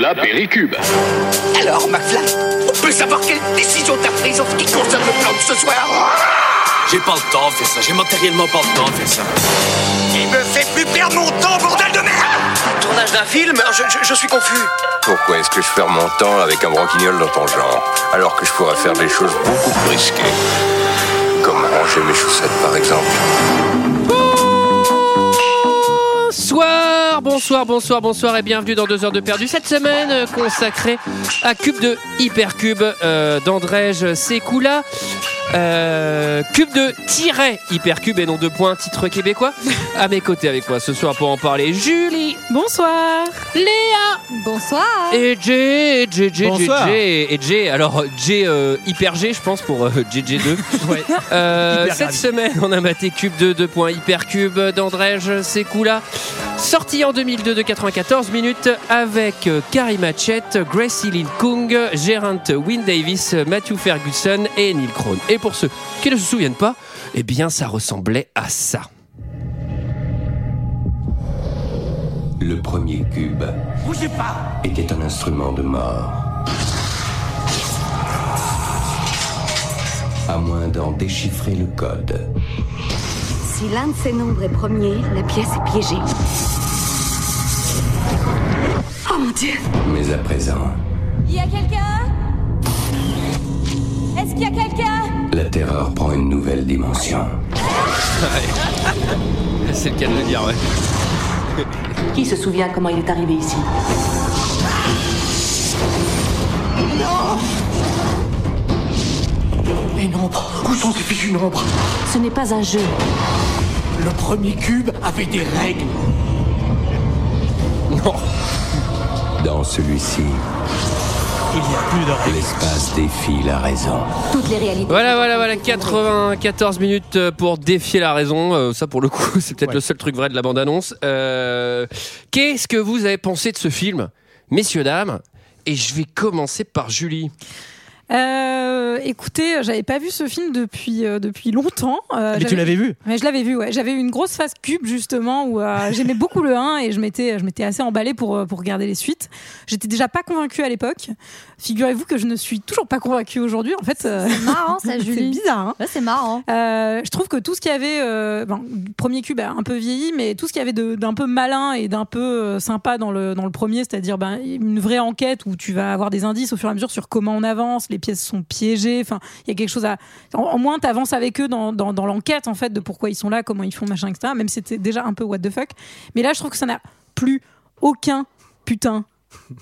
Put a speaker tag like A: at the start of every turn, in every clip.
A: la Péricube.
B: Alors, McFly, on peut savoir quelle décision t'as prise en ce qui concerne le plan de ce soir
C: J'ai pas le temps de faire ça, j'ai matériellement pas le temps de faire ça.
B: Il me fait plus perdre mon temps, bordel de merde
D: Tournage d'un film je, je- je suis confus.
E: Pourquoi est-ce que je perds mon temps avec un broquignol dans ton genre, alors que je pourrais faire des choses beaucoup plus risquées Comme ranger mes chaussettes, par exemple.
F: Bonsoir, bonsoir, bonsoir, bonsoir et bienvenue dans 2 heures de perdu. Cette semaine euh, consacrée à Cube de Hypercube euh, d'Andrej Sekoula. Euh, cube de tiret Hypercube et non de points, titre québécois. À mes côtés avec moi ce soir pour en parler, Julie,
G: Bonsoir.
F: Léa
H: Bonsoir.
F: et Jay, Jay, Jay, Jay,
I: Bonsoir.
F: Jay, et Jay. Alors Jay euh, Hyper G, je pense pour euh, JJ2.
I: Ouais.
F: Euh,
I: Hyper
F: cette
I: ravi.
F: semaine, on a maté Cube 2, 2 points Hypercube d'Andrej Sekoula. Sorti en 2002 de 94 minutes avec euh, Karim Hachette, Gracie Lynn Kung, Geraint Wynne Davis, euh, Matthew Ferguson et Neil Krohn. Et pour ceux qui ne se souviennent pas, eh bien, ça ressemblait à ça.
E: Le premier cube était un instrument de mort. À moins d'en déchiffrer le code.
H: Si l'un de ces nombres est premier, la pièce est piégée. Oh mon dieu
E: Mais à présent,
J: Il y a quelqu'un Est-ce qu'il y a quelqu'un
E: la terreur prend une nouvelle dimension.
F: C'est le cas de le dire, ouais.
K: Qui se souvient comment il est arrivé ici
D: Les nombres, où sont ces fichus nombres
K: Ce n'est pas un jeu.
D: Le premier cube avait des règles.
E: Dans celui-ci,
I: Il n'y a plus de règles.
E: l'espace défie la raison.
K: Toutes les réalités.
F: Voilà, voilà, voilà, 94 minutes euh, pour défier la raison. Euh, ça, pour le coup, c'est peut-être
I: Ouais.
F: le seul truc vrai de la bande-annonce. Euh, Qu'est-ce que vous avez pensé de ce film, messieurs, dames Et je vais commencer par Julie.
G: Euh, écoutez, j'avais pas vu ce film depuis euh, depuis longtemps. Euh,
I: Mais tu
G: j'avais-
I: l'avais vu
G: Mais je l'avais vu, ouais. J'avais eu une grosse phase cube justement où euh, j'aimais beaucoup le 1 et je m'étais je m'étais assez emballée pour euh, pour regarder les suites. J'étais déjà pas convaincue à l'époque. Figurez-vous que je ne suis toujours pas convaincue aujourd'hui. En fait, euh,
H: C'est marrant ça,
G: c'est
H: Julie.
G: bizarre. hein.
H: Ouais, c'est marrant.
G: Euh, je trouve que tout ce qu'il y avait, euh, bon, le premier cube a un peu vieilli, mais tout ce qu'il y avait de- d'un peu malin et d'un peu euh, sympa dans le, dans le premier, c'est-à-dire ben, une vraie enquête où tu vas avoir des indices au fur et à mesure sur comment on avance, les pièces sont piégées, enfin, il y a quelque chose à. En, en moins, tu avances avec eux dans, dans, dans l'enquête, en fait, de pourquoi ils sont là, comment ils font, machin, etc., même si c'était déjà un peu what the fuck. Mais là, je trouve que ça n'a plus aucun putain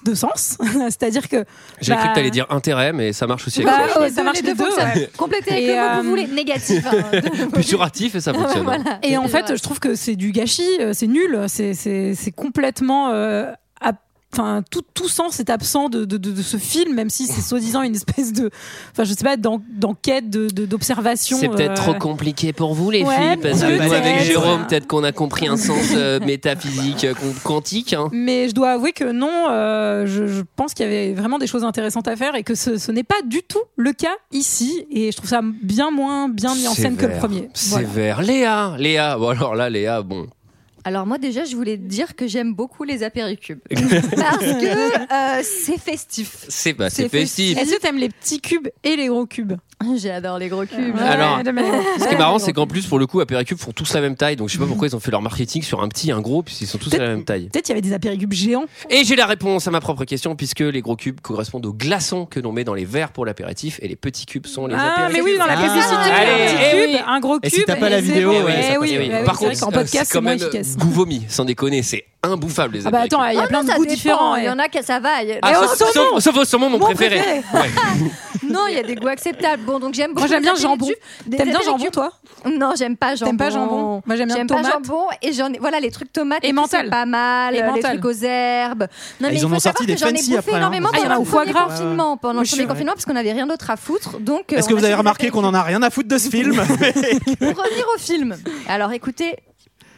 G: de sens. c'est-à-dire que.
F: J'ai cru
G: bah,
F: que t'allais dire intérêt, mais ça marche aussi avec
G: Bah,
F: ça.
G: ouais, ça marche les deux,
H: fonctionnent.
G: ouais.
H: Complétez avec
G: Et,
H: le mot que
G: euh,
H: vous voulez. Négatif. hein, deux mots.
F: Péjoratif et ça fonctionne. hein.
H: Voilà.
G: Et en
H: C'est
G: fait,
H: vrai.
G: je trouve que c'est du gâchis, euh, c'est nul, c'est- c'est c'est complètement. euh, ab- Enfin, tout, tout sens est absent de, de- de- de ce film, même si c'est soi-disant une espèce de, enfin, je sais pas, d'en- d'enquête, de- de- d'observation.
F: C'est peut-être
G: euh,
F: trop compliqué pour vous, les
G: Ouais,
F: filles, parce que nous, avec
I: peut-être.
F: Jérôme, peut-être qu'on a compris un sens euh, métaphysique euh, qu- quantique. hein.
G: Mais je dois avouer que non, euh, je, je pense qu'il y avait vraiment des choses intéressantes à faire et que ce, ce n'est pas du tout le cas ici. Et je trouve ça bien moins bien mis en scène que le
F: Sévère,
G: premier. Voilà.
F: Sévère. Léa, Léa, bon alors là, Léa, bon.
H: Alors moi déjà, je voulais dire que j'aime beaucoup les apéricubes. Parce que euh, c'est festif.
F: C'est bah,
H: C'est
F: c'est festif.
G: Est-ce que t'aimes les petits cubes et les gros cubes
H: J'adore les gros cubes.
G: Ouais,
F: Alors,
G: de manière-
F: Ce qui est marrant, c'est qu'en plus, pour le coup, Apéricube font tous la même taille. Donc, je sais pas pourquoi ils ont fait leur marketing sur un petit et un gros, puisqu'ils sont tous à la même taille.
G: peut-être il y avait des apéricubes géants.
F: Et j'ai la réponse à ma propre question, puisque les gros cubes correspondent aux glaçons que l'on met dans les verres pour l'apéritif, et les petits cubes sont les
G: Ah, mais
F: apéritifs.
G: oui, dans la
I: Ah.
G: publicité, il y a
F: Allez,
G: un petit
F: eh
G: cube,
F: oui.
G: un gros cube.
I: Et si t'as pas la
G: c'est
I: vidéo,
G: bon.
I: ouais,
G: Eh
I: ça
F: ça
G: oui,
F: passe.
G: oui, oui,
F: Par
G: c'est vrai
F: contre,
G: qu'en
F: euh,
G: podcast,
F: c'est
G: c'est
F: quand
G: moins
F: même
G: efficace.
F: goût vomi, sans déconner, c'est imbouffable les
G: Ah bah attends,
F: apéritifs.
G: il y a
H: Oh
G: plein
H: non,
G: de
H: ça
G: goûts
H: dépend.
G: différents.
H: Il y
G: ouais.
H: en a qu'à ça va. Il y a-
G: Ah,
H: Non,
G: au
F: sauf,
G: saumon.
F: sauf, sauf au saumon, mon,
G: Mon
F: préféré.
G: préféré.
H: Non, il y a des goûts acceptables. Bon, donc j'aime beaucoup.
G: Moi j'aime
H: les
G: bien jambon.
H: apéricubes. Des
G: T'aimes bien jambon
H: apéricubes-
G: toi
H: Non, j'aime pas jambon.
G: T'aimes pas jambon Moi j'aime bien
H: J'aime pas
G: tomate.
H: jambon et j'en ai voilà les trucs tomates
G: Et
H: et tout,
G: mental.
H: c'est pas mal
G: Et
H: euh, les
G: mental.
H: trucs aux herbes. Non
I: Ah, ils
H: il
I: en
H: faut
I: ont
H: savoir
I: sorti
H: que
I: des
H: j'en ai
I: fancy
H: bouffé
I: après, hein.
H: énormément
G: Ah, il y en a
H: pendant
G: au
H: le
G: foie
H: premier
G: gras.
H: confinement pendant
G: Au
H: le premier
G: chien.
H: confinement parce qu'on n'avait rien d'autre à foutre donc euh,
I: Est-ce que
H: on
I: vous avez
H: a
I: remarqué qu'on en a rien à foutre de ce film
H: Pour revenir au film. Alors écoutez,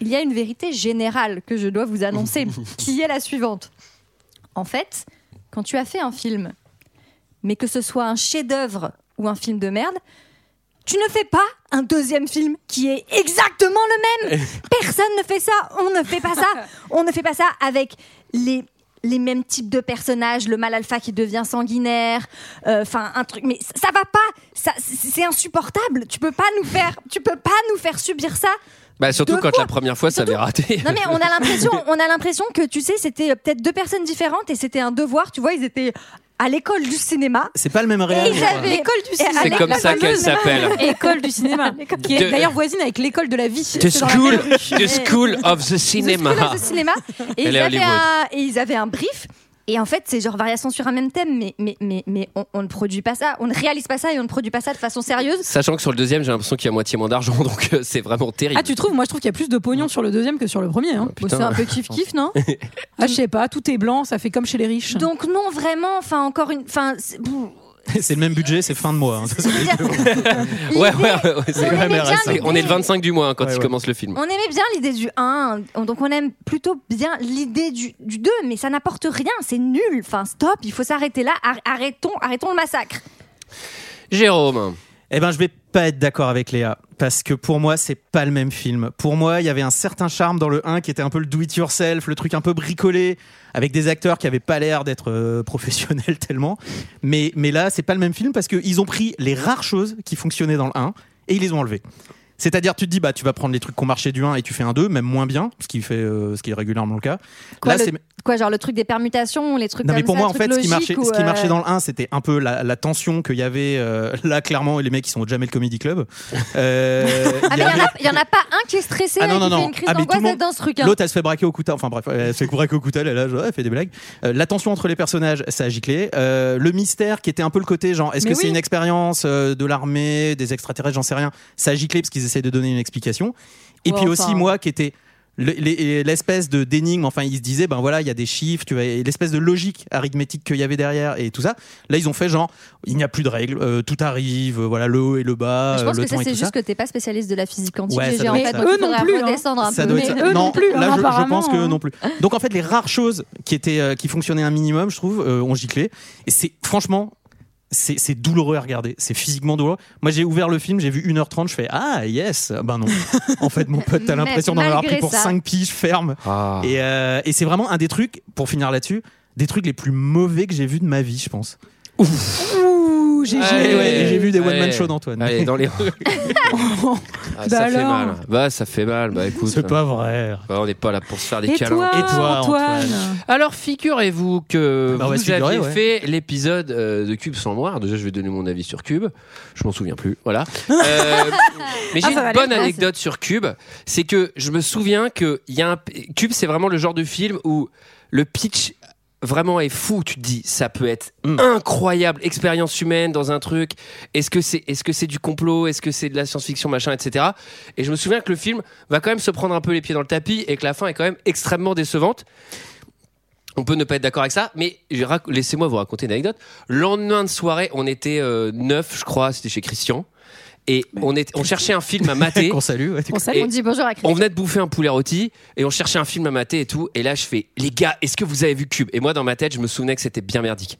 H: il y a une vérité générale que je dois vous annoncer, qui est la suivante. En fait, quand tu as fait un film, mais que ce soit un chef-d'œuvre ou un film de merde, tu ne fais pas un deuxième film qui est exactement le même. Personne ne fait ça. On ne fait pas ça. On ne fait pas ça avec les les mêmes types de personnages, le mal alpha qui devient sanguinaire, euh, enfin un truc. Mais ça, ça va pas, ça, c'est c'est insupportable. Tu peux pas nous faire, tu peux pas nous faire subir ça.
F: Bah, surtout
H: Deux
F: quand
H: fois.
F: la première fois, ça avait raté.
H: Non mais on a l'impression, on a l'impression que tu sais, c'était euh, peut-être deux personnes différentes et c'était un devoir. Tu vois, ils étaient à l'école du cinéma.
I: C'est pas le même
H: Et
I: réel.
H: ils avaient
G: L'école du
H: et à
G: cinéma.
F: C'est
H: l'école-
F: comme ça qu'elle s'appelle.
G: École du cinéma, qui est
F: De-
G: d'ailleurs voisine avec l'école de la vie.
F: The
G: C'est dans la
F: School,
G: même rue.
F: the school of the Cinema.
H: The School of the Cinema. Et,
F: Elle
H: ils
F: est
H: avaient
F: Hollywood.
H: un, et ils avaient un brief. Et en fait, c'est genre variation sur un même thème, mais, mais, mais, mais on, on ne produit pas ça, on ne réalise pas ça et on ne produit pas ça de façon sérieuse.
F: Sachant que sur le deuxième, j'ai l'impression qu'il y a moitié moins d'argent, donc euh, c'est vraiment terrible.
G: Ah, tu trouves Moi, je trouve qu'il y a plus de pognon sur le deuxième que sur le premier. hein.
F: Oh, putain.
G: Bon, c'est un peu kiff-kiff, non Ah, je sais pas, tout est blanc, ça fait comme chez les riches.
H: Donc non, vraiment, enfin encore une... Enfin, c'est- bouh,
I: C'est le même budget, c'est fin de mois. hein.
H: je veux dire, l'idée-
F: ouais, ouais, ouais, ouais, c'est-
H: on aimait
I: même
H: bien
I: RSA.
H: l'idée-
F: on est le 25 du mois hein, quand
I: Ouais,
F: il
I: ouais.
F: commence le film.
H: On aimait bien l'idée du 1, on- donc on aime plutôt bien l'idée du, 2, mais ça n'apporte rien, c'est nul. Enfin, stop, il faut s'arrêter là, ar- arrêtons, arrêtons le massacre.
F: Jérôme,
I: Eh ben, je vais pas être d'accord avec Léa parce que pour moi, c'est pas le même film. Pour moi, il y avait un certain charme dans le 1 qui était un peu le do it yourself, le truc un peu bricolé avec des acteurs qui avaient pas l'air d'être euh, professionnels tellement. Mais mais là, c'est pas le même film parce que ils ont pris les rares choses qui fonctionnaient dans le 1 et ils les ont enlevées. C'est-à-dire, tu te dis, bah, tu vas prendre les trucs qui ont marché du 1 et tu fais un 2, même moins bien, ce qui, fait, euh, ce qui est régulièrement le cas.
H: Quoi,
I: là,
H: le
I: c'est
H: Quoi, genre le truc des permutations, les trucs
I: non, mais
H: comme
I: pour
H: ça,
I: moi, en
H: trucs
I: fait, ce qui, marchait,
H: logiques ou,
I: ce qui
H: euh,
I: marchait dans le 1, c'était un peu la, la tension qu'il y avait euh, là, clairement, et les mecs qui sont au Jamel Comedy Club. Euh,
H: Ah,
I: il y
H: mais il y en
I: avait-
H: a- il y, en a pas un qui est stressé
I: Ah, non,
H: et qui
I: non,
H: fait
I: non.
H: une crise
I: Ah, mais tout le
H: d'angoisse
I: monde-
H: dans ce truc. hein.
I: L'autre, elle se fait braquer au couteau. Enfin bref, elle se fait braquer au couteau, elle, elle, elle fait des blagues. Euh, la tension entre les personnages, ça a giclé. Euh, le mystère qui était un peu le côté, genre, est-ce que
G: Mais
I: c'est
G: oui.
I: une expérience euh, de l'armée, des extraterrestres, j'en sais rien. Ça a giclé parce qu'ils essaient de donner une explication. Et
G: Ouais,
I: puis
G: enfin.
I: aussi, moi qui était le- les- l'espèce de d'énigme, enfin, ils se disaient, ben voilà, il y a des chiffres, tu vas, et l'espèce de logique arithmétique qu'il y avait derrière et tout ça. Là, ils ont fait genre, il n'y a plus de règles, euh, tout arrive, euh, voilà, le haut et le bas,
H: je
I: euh,
H: pense
I: le
H: que ça,
I: temps et
H: c'est
I: tout
H: juste
I: ça.
H: que t'es pas spécialiste de la physique quantique,
I: Ouais, ça
H: GG,
I: doit
H: en
I: être
H: fait,
I: ça.
H: donc
G: Mais
H: il
G: eux non
H: faudrait
G: plus, hein.
H: redescendre un
I: Ça
H: peu.
I: doit
G: Mais
I: être ça.
G: eux non plus, hein,
I: là, je- je,
G: apparemment,
I: pense que
G: hein.
I: non plus. Donc en fait, les rares choses qui étaient, euh, qui fonctionnaient un minimum, je trouve, euh, ont giclé. Et c'est franchement, c'est c'est douloureux à regarder. C'est physiquement douloureux. Moi, j'ai ouvert le film, j'ai vu 1h30, je fais ah yes, ben non. en fait, mon pote, t'as
H: Mais
I: l'impression d'en avoir
H: malgré
I: pris pour
H: ça.
I: 5 piges ferme.
G: Ah.
I: Et, euh, et c'est vraiment un des trucs, pour finir là-dessus, des trucs les plus mauvais que j'ai vu de ma vie, je pense.
G: Ouh, GG.
I: Allez, ouais, j'ai vu des
F: Allez.
I: one-man shows d'Antoine.
F: Allez, dans les. Ah, ça
G: Bah
F: fait
G: alors.
F: mal. Bah, ça fait mal. Bah, écoute.
I: C'est pas vrai.
F: Bah, on n'est pas là pour se faire des
G: Et
F: câlins.
G: toi,
I: Et toi,
G: Antoine,
I: Antoine
F: Alors figurez-vous que
I: Bah, on va
F: vous
I: se figurer,
F: aviez
I: ouais.
F: fait l'épisode euh, de Cube sans noir. Déjà, je vais donner mon avis sur Cube. Je m'en souviens plus. Voilà. Euh, mais j'ai
G: Ah, ça
F: une
G: va
F: bonne
G: aller,
F: anecdote sur Cube. C'est que je me souviens que il y a un... Cube, c'est vraiment le genre de film où le pitch vraiment est fou. Tu te dis, ça peut être incroyable, expérience humaine dans un truc. Est-ce que c'est, est-ce que c'est du complot Est-ce que c'est de la science-fiction, machin, etc. Et je me souviens que le film va quand même se prendre un peu les pieds dans le tapis et que la fin est quand même extrêmement décevante. On peut ne pas être d'accord avec ça, mais je rac- laissez-moi vous raconter une anecdote. Lendemain de soirée, on était euh, neuf, je crois, c'était chez Christian, et on, était, on cherchait un film à mater.
I: Qu'on salue. ouais.
G: on sait
F: Et-
H: On dit bonjour à
F: On
H: Chris.
F: venait de bouffer un poulet rôti et on cherchait un film à mater et tout. Et là, je fais, les gars, est-ce que vous avez vu Cube Et moi, dans ma tête, je me souvenais que c'était bien merdique.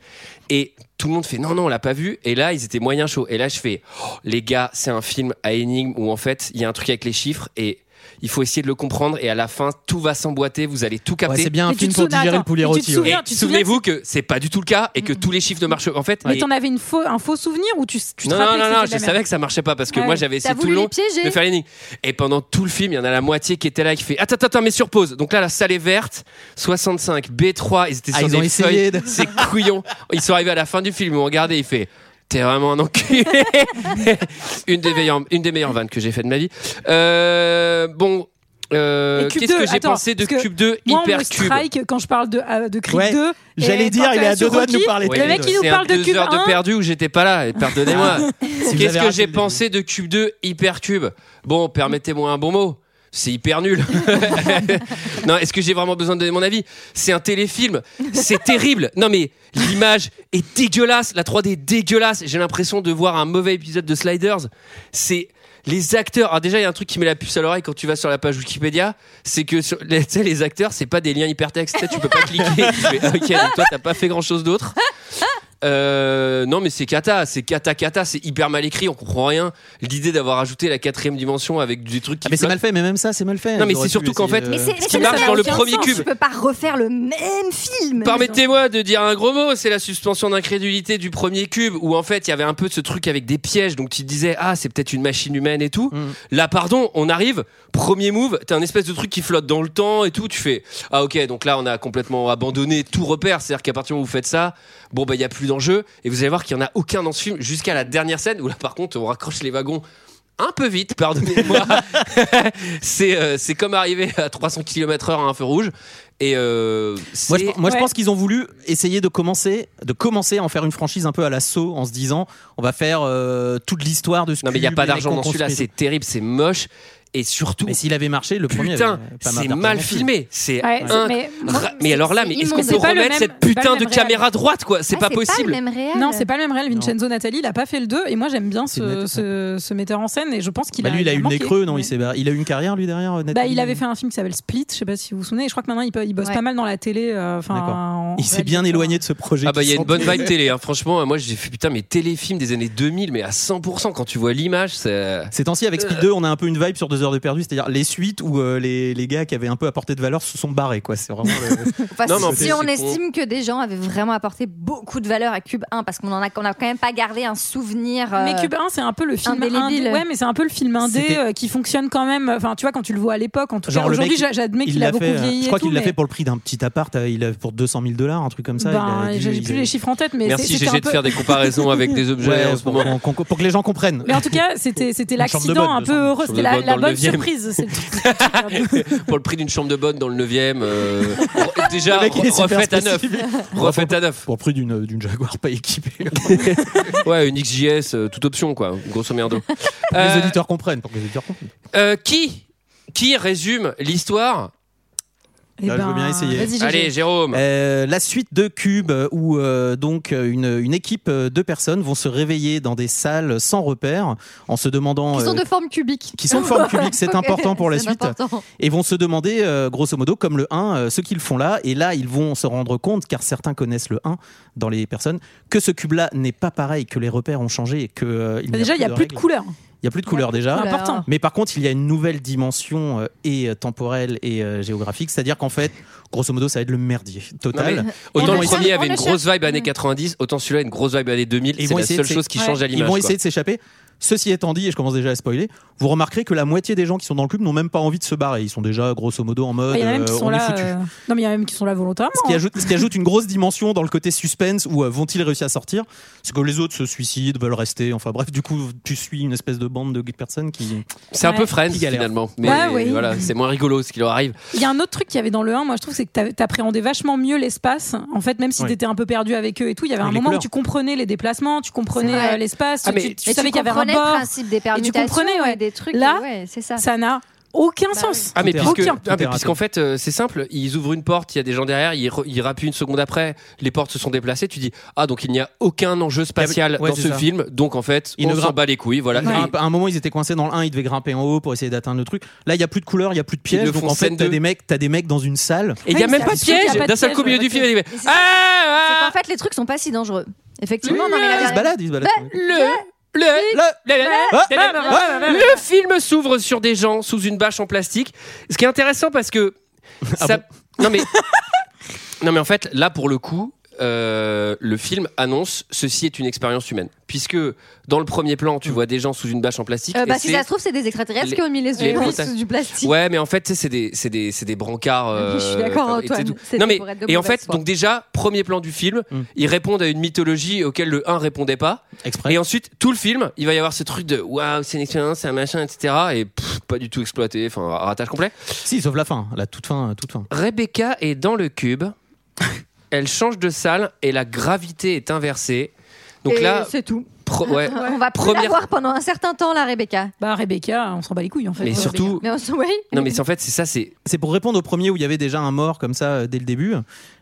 F: Et tout le monde fait, non, non, on l'a pas vu. Et là, ils étaient moyen chauds. Et là, je fais, oh, les gars, c'est un film à énigme où en fait, il y a un truc avec les chiffres et il faut essayer de le comprendre. Et à la fin, tout va s'emboîter, vous allez tout
I: Ouais,
F: capter.
I: c'est bien un
G: Mais tu
I: film
G: te
I: pour
G: souviens-
I: digérer le poulet
G: attends, mais tu te
I: rôti. ouais.
G: souviens-
F: Et souvenez-vous que c'est pas du tout le cas et que
G: Mm.
F: tous les chiffres ne marchent en fait.
G: mais
F: et-
G: t'en avais une faux, un faux souvenir ou tu, tu te
F: non, non,
G: rappelais
F: non,
G: que
F: non,
G: c'était
F: je
G: de la merde
F: savais que ça marchait pas parce que
G: Ouais.
F: moi j'avais essayé
H: T'as
F: tout le
H: voulu
F: long
H: les piéger
F: de faire l'énigme. Et pendant tout le film, il y en a la moitié qui était là et qui fait Attends, attends, attends, mais sur pause. Donc là, la salle est verte, 65, B3, ils étaient
I: Ah,
F: sur
I: ils ont
F: des
I: essayé
F: feuilles.
I: de-
F: C'est couillon. Ils sont arrivés à la fin du film, ils m'ont regardé, il fait T'es vraiment un enculé. une, des meilleures, une des meilleures vannes que j'ai fait de ma vie. Euh, bon. euh,
G: Et Cube
F: Qu'est-ce que
G: 2,
F: j'ai
G: attends,
F: pensé de
G: parce que
F: Cube 2
G: Moi, on me
F: Hypercube
G: strike quand je parle de, euh, de Creed
I: Ouais,
G: 2. et
I: J'allais
G: quand
I: dire, il est à
G: sur
I: deux doigts de nous
G: Rocky,
I: parler. de
F: Oui,
G: Le
I: lui,
G: mec,
I: ouais.
G: il nous
F: c'est
G: parle
F: un
G: de
F: deux
G: Cube
F: heures de
G: 1.
F: perdu où j'étais pas là. et Pardonnez-moi.
I: vous avez
F: Qu'est-ce que
I: raté
F: j'ai
I: le
F: pensé de Cube 2 Hypercube Bon, permettez-moi un bon mot. C'est hyper nul. non, est-ce que j'ai vraiment besoin de donner mon avis C'est un téléfilm. C'est terrible. Non, mais l'image est dégueulasse. La 3D est dégueulasse. J'ai l'impression de voir un mauvais épisode de Sliders. C'est les acteurs. Alors, déjà, il y a un truc qui met la puce à l'oreille quand tu vas sur la page Wikipédia. C'est que sur- les, tu sais, les acteurs, c'est pas des liens hypertextes. Tu, sais, tu peux pas cliquer. Tu fais, ok, donc toi, t'as pas fait grand chose d'autre. Euh, non, mais c'est cata, c'est cata cata, c'est hyper mal écrit, on comprend rien. L'idée d'avoir ajouté la quatrième dimension avec des trucs qui.
I: Ah, mais c'est
F: flottent.
I: mal fait, mais même ça, c'est mal fait.
F: Non, mais c'est
I: J'aurais pu
F: surtout qu'en
I: essayer
F: fait-
I: de-
H: Mais c'est
F: Ce
H: mais
F: qui
H: ça
F: marche
H: n'a
F: dans le
H: aucun
F: premier
H: sens.
F: cube.
H: Tu peux pas refaire le même film. Ah,
F: Permettez-moi de dire un gros mot, c'est la suspension d'incrédulité du premier cube, où en fait il y avait un peu de ce truc avec des pièges, donc tu te disais, ah c'est peut-être une machine humaine et tout.
I: Mm.
F: Là, pardon, on arrive, premier move, t'as un espèce de truc qui flotte dans le temps et tout, tu fais, ah ok, donc là on a complètement abandonné tout repère, c'est-à-dire qu'à partir du moment où vous faites ça, bon bah il n'y a plus d'enjeu, et vous allez voir qu'il n'y en a aucun dans ce film, jusqu'à la dernière scène, où là par contre on raccroche les wagons. Un peu vite, pardonnez-moi. c'est euh, c'est comme arriver à 300 km/h à un feu rouge. Et euh,
I: Moi, je,
F: c'est-
I: moi, je
G: Ouais.
I: pense qu'ils ont voulu essayer de commencer, de commencer à en faire une franchise un peu à l'assaut en se disant on va faire euh, toute l'histoire de ce
F: Non mais il n'y a
I: cube
F: pas
I: et les
F: d'argent dans celui-là,
I: construire.
F: c'est terrible, c'est moche et surtout
I: Mais s'il avait marché, le premier.
F: putain,
I: avait pas
F: c'est
I: d'argent
F: mal
I: dans le film.
F: filmé, c'est
G: Ouais,
F: un-
G: c'est- mais,
F: Ra- mais alors là, mais est-ce qu'on
G: immonde.
F: peut
G: C'est pas le
F: remettre
G: même-
F: cette
G: c'est pas le
F: putain de
G: même réel.
F: caméra droite quoi C'est
H: Ah,
F: pas
H: C'est
F: possible.
H: pas le même réel.
G: non, c'est pas le même réel.
I: Non.
G: Vincenzo Natali, il a pas fait le 2 et moi j'aime bien
I: C'est
G: ce,
I: net,
G: ce, ce metteur en scène et je pense qu'il
I: Bah,
G: a.
I: lui, il a
G: a
I: eu le nez
G: manqué.
I: creux, non
G: Mais-
I: il, s'est barré. il a eu une carrière, lui, derrière euh,
G: Bah,
I: Nathalie
G: il avait fait un film qui s'appelle Split, je sais pas si vous vous souvenez. et Je crois que maintenant il, peut- il bosse
H: Ouais.
G: pas mal dans la télé. euh, Enfin,
I: D'accord.
G: en
I: Il s'est bien
G: réalisateur.
I: éloigné de ce projet.
F: Ah bah il y a
I: qui
F: une bonne
I: sentait-
F: vibe télé. hein. Franchement, moi j'ai fait putain mais téléfilm des années 2000 mais à 100% quand tu vois l'image, c'est
I: Ces temps-ci, avec
F: Euh.
I: Speed 2, on a un peu une vibe sur deux heures de perdu, c'est-à-dire les suites où euh, les, les gars qui avaient un peu apporté de valeur se sont barrés. Quoi. C'est vraiment le-
H: Enfin,
F: Non, mais en
H: si
F: fait,
H: on
F: c'est con.
H: estime que des gens avaient vraiment apporté beaucoup de valeur à Cube 1, parce qu'on en a, qu'on a quand même pas gardé un souvenir. euh,
G: Mais Cube 1, c'est un peu le film
H: Indélébile.
G: indé. Ouais, mais c'est un peu le film indé
I: C'était-
G: euh, qui fonctionne quand même. Enfin, tu vois, quand tu le vois à l'époque, en tout
I: Genre,
G: cas,
I: le
G: aujourd'hui,
I: mec,
G: j'a- j'admets qu'il a beaucoup
I: fait, euh,
G: vieilli.
I: je
G: et
I: crois qu'il
G: tout,
I: l'a
G: mais-
I: fait pour le prix d'un petit appart, euh, il a, pour 200 000 dollars, un truc comme ça. il
G: Ben,
I: a dû-
G: j'ai
I: il
G: plus
I: a-
G: les chiffres en tête, mais
F: Merci
G: c'était
F: GG
G: un
F: de
G: peu-
F: faire des comparaisons avec des objets
I: Ouais,
F: en ce
I: pour,
F: moment.
I: qu'on- qu'on- pour que les gens comprennent.
G: Mais en tout cas, c'était c'était
I: Une chambre de
G: l'accident
I: bonne,
G: un
I: de
G: peu
I: chambre-
G: heureux.
F: chambre
G: C'était
F: de
G: la,
F: bonne
G: la
F: dans le
G: bonne
F: neuvième.
G: surprise. c'est le truc.
F: Pour le prix d'une chambre de bonne dans le 9e euh, déjà
I: Le mec, il est super
F: refaite à neuf.
I: spécifique.
F: Refaite à neuf.
I: Pour le prix d'une euh, d'une Jaguar pas équipée.
F: Ouais, une XJS euh, toute option quoi, grosso merdo.
I: les
F: Euh,
I: auditeurs comprennent. Pour que les auditeurs comprennent.
F: Euh, qui qui résume l'histoire
G: Eh
I: Là, je veux bien essayer.
G: Vas-y, GG.
F: Allez, Jérôme.
I: Euh, la suite de Cube, euh, où euh, donc euh, une, une équipe euh, de personnes vont se réveiller dans des salles sans repère, en se demandant
H: Qui sont
I: euh,
H: de forme cubique.
I: qui sont de forme cubique, c'est
H: Ok,
I: important pour la
H: c'est
I: suite.
H: important.
I: et vont se demander, euh, grosso modo, comme le 1, euh, ce qu'ils font là. Et là, ils vont se rendre compte, car certains connaissent le 1 dans les personnes, que ce cube-là n'est pas pareil, que les repères ont changé et que euh, il n'y
G: Bah, Déjà, il n'y a plus de
I: règles.
G: couleurs.
I: Il n'y a plus de couleurs déjà.
G: C'est
H: Oula.
G: important.
I: Mais par contre, il y a une nouvelle dimension euh, et euh, temporelle et euh, géographique, c'est-à-dire qu'en fait, grosso modo, ça va être le merdier total.
F: Non, mais Autant
H: On
F: le
H: le
F: premier avait
H: cherche, on
F: une
H: le
F: grosse
H: cherche.
F: vibe années
H: Mm.
F: 90, autant celui-là a une grosse vibe années 2000.
I: Ils
F: C'est
I: vont
F: la
I: essayer
F: seule
I: de-
F: chose qui
G: ouais.
F: change à
I: Ils
F: l'image.
I: vont
F: quoi.
I: essayer de s'échapper. Ceci étant dit, et je commence déjà à spoiler, vous remarquerez que la moitié des gens qui sont dans le cube n'ont même pas envie de se barrer. Ils sont déjà grosso modo en mode
G: Ah, Il y en a même qui
I: euh,
G: sont
I: on est
G: là.
I: foutus.
G: euh, Non, mais il y en a même qui sont là volontairement.
I: Ce qui, ajoute, ce qui ajoute une grosse dimension dans le côté suspense où euh, vont-ils réussir à sortir Parce que les autres se suicident, veulent rester. Enfin bref, du coup, tu suis une espèce de bande de personnes qui.
F: C'est un peu
G: Ouais.
F: Friends
I: Qui galère.
F: finalement, mais
G: Ouais, oui.
F: voilà, c'est moins rigolo ce qui leur arrive.
G: Il y a un autre truc qu'il y avait dans le 1, moi je trouve, c'est que t'a- t'appréhendais vachement mieux l'espace. En fait, même si
I: Oui.
G: t'étais un peu perdu avec eux et tout, il y avait
I: Oui,
G: un
I: les
G: moment
I: couleurs.
G: où tu comprenais les déplacements, tu comprenais
H: C'est vrai.
G: euh, l'espace,
F: Ah, mais
G: tu, tu
H: Et
G: savais qu'il y avait un
H: comprenais le
G: bord.
H: principe des
G: Et tu
H: permutations
G: comprenais, ouais.
H: et des trucs.
G: Là,
H: et ouais, c'est ça.
G: Ça n'a aucun
H: Bah
G: sens.
F: Ah mais
I: est raté.
F: puisque,
G: Aucun.
F: ah,
I: Tout est
F: mais
I: raté.
F: puisqu'en fait euh, c'est simple, ils ouvrent une porte, il y a des gens derrière, ils, re- ils rappuient une seconde après, les portes se sont déplacées, tu dis ah donc il n'y a aucun enjeu spatial
I: Ouais,
F: dans
I: c'est
F: ce
I: ça.
F: film, donc en fait
I: Ils
F: on
I: ne
F: s'en
I: grimpent-
F: bat les couilles, voilà.
I: Ils
F: Et-
I: grimpent- À un moment, ils étaient coincés dans le 1, ils devaient grimper en haut pour essayer d'atteindre le truc. Là, il n'y a plus de couleur, il n'y a plus de
F: Ils le
I: pièges. Donc
F: font
I: en fait,
F: scène
I: t'as
F: deux.
I: des mecs, t'as des mecs dans une salle.
F: Et il n'y
G: Ouais,
F: a
G: mais
F: même
G: c'est
F: pas de
G: absurde, il y a
F: piège.
G: pas de
F: D'un seul
G: piège,
F: coup, au milieu du
G: ok.
F: film, il est.
H: Mais c'est- C'est
F: Ah,
H: qu'en fait, les trucs sont pas si dangereux. Effectivement, non, mais la
I: Ils se
H: dernière-
I: baladent, ils se baladent.
G: Bah,
F: le, le,
I: Là,
F: La, la, la,
I: Ah,
F: la, la, la, la, la. Le film s'ouvre sur des gens sous une bâche en plastique. Ce qui est intéressant parce que
I: Ah
F: ça- non mais non mais en fait là pour le coup. euh, le film annonce ceci est une expérience humaine puisque dans le premier plan tu vois des gens sous une bâche en plastique
H: Euh,
F: et
H: bah, si
F: c'est-
H: ça se trouve, c'est des extraterrestres
F: les-
H: qui ont mis les
F: les
H: yeux
F: prota-
H: sous du plastique.
F: ouais mais en fait tu sais, c'est des c'est des c'est des brancards euh,
H: Je suis d'accord,
F: enfin, et c'est
H: Antoine.
F: tout.
H: C'était
F: non mais
H: pour être de
F: et en
H: mauvaise
F: fait
H: foi.
F: donc déjà premier plan du film
I: Mm.
F: ils répondent à une mythologie auquel le 1 répondait pas
I: Exprès.
F: et ensuite, tout le film, il va y avoir ce truc de waouh, c'est une expérience, c'est un machin, etc. Et pff, pas du tout exploité, enfin, ratage complet.
I: Si, sauf la fin, la toute fin, toute fin.
F: Rebecca est dans le cube, elle change de salle et la gravité est inversée. Donc
H: Et
F: là,
H: c'est tout.
F: pro- ouais.
H: On va plus
F: Première-
H: la voir pendant un certain temps, la Rebecca.
G: Bah, Rebecca, on s'en bat les couilles en fait.
F: Mais
G: Ouais, Rebecca.
F: surtout,
H: Mais on se- oui.
F: non, mais c'est- en fait, c'est ça, c'est.
I: C'est pour répondre au premier où il y avait déjà un mort comme ça euh, dès le début.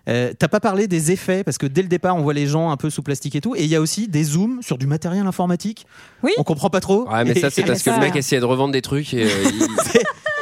I: Euh, T'as pas parlé des effets parce que dès le départ on voit les gens un peu sous plastique et tout. Et il y a aussi des zooms sur du matériel informatique.
G: Oui.
I: On comprend pas trop.
F: Ouais, mais ça, c'est
I: Et-
F: parce que le mec essayait de revendre des trucs et euh, il-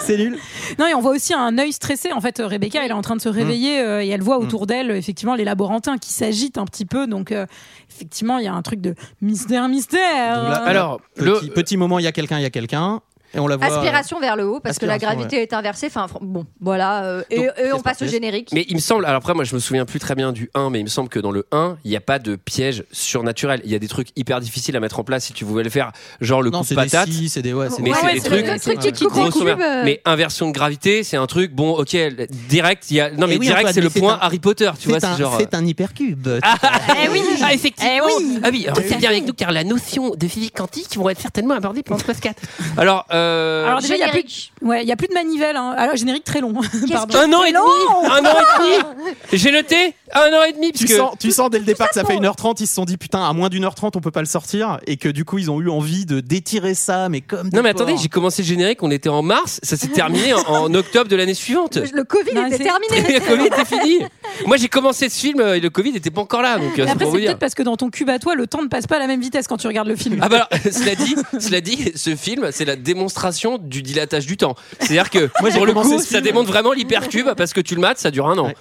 I: C'est nul.
G: Non, et on voit aussi un œil stressé. En fait, Rebecca, elle est en train de se réveiller euh, et elle voit autour d'elle, euh, effectivement, les laborantins qui s'agitent un petit peu. Donc, euh, effectivement, il y a un truc de mystère, mystère.
I: Donc là,
F: Alors,
I: Petit,
F: le-
I: petit moment, il y a quelqu'un, il y a quelqu'un. Et on la voit. euh,
H: Aspiration vers le haut parce que la
I: Aspiration,
H: gravité est inversée. Enfin, fr- bon, voilà. euh, et
I: Donc,
H: et
I: c'est
H: on passe au
I: parti.
H: générique.
F: Mais il me semble, alors après moi je me souviens plus très bien du 1, mais il me semble que dans le 1, il n'y a pas de piège surnaturel. Il y a des trucs hyper difficiles à mettre en place si tu voulais le faire, genre le
I: Non,
F: coup de
I: c'est des
F: patate.
I: scies, c'est des. Ouais, c'est
F: Mais
H: Ouais,
F: c'est
H: ouais,
F: des
H: c'est
F: trucs-
H: le truc
I: Ouais.
H: qui coupe en
F: Grosso
H: cube.
F: merdo.
H: euh,
F: Mais inversion de gravité, c'est un truc, bon, ok, le- direct, il y a. Non,
I: Eh
F: mais
I: oui,
F: direct,
I: Antoine,
F: c'est le
I: mais c'est
F: point
I: un-
F: Harry Potter, tu vois,
I: C'est euh,
F: c'est
I: un,
F: genre.
I: c'est un hypercube.
F: eh oui, ah, effectivement.
H: Eh oui.
F: Ah oui, alors, restez bien avec nous car la notion de physique quantique vont être certainement abordée pendant ce podcast. Alors, euh,
G: Alors, déjà, il y a plus-
H: Générique.
G: Ouais, il y a plus de manivelle. hein. Alors, générique très long. Pardon.
F: un an et demi, un an et demi. J'ai noté un an et demi
I: Tu
F: puisque
I: sens, tu sens dès le départ que ça fait 1h30, ils se sont dit putain, à moins d'une heure 30 on peut pas le sortir et que du coup ils ont eu envie de détirer ça, mais comme. des
F: Non mais
I: porcs.
F: attendez, j'ai commencé le générique, on était en mars, ça s'est terminé en, en octobre de l'année suivante.
H: Le Covid
G: Non,
H: était
G: c'est-
H: terminé.
F: le Covid était fini. Moi j'ai commencé ce film euh, et le Covid n'était pas encore là, donc euh,
G: Mais
F: c'est
G: après,
F: pour
G: c'est
F: vous dire.
G: peut-être parce que dans ton cube à toi, le temps ne passe pas à la même vitesse quand tu regardes le film.
F: Ah bah alors, cela dit, cela dit, ce film, c'est la démonstration du dilatage du temps. C'est-à-dire que
I: Moi, j'ai
F: pour le
I: commencé
F: coup,
I: ce
F: ça
I: film.
F: démontre vraiment l'hypercube parce que tu le mates, ça dure un an.
I: Ouais.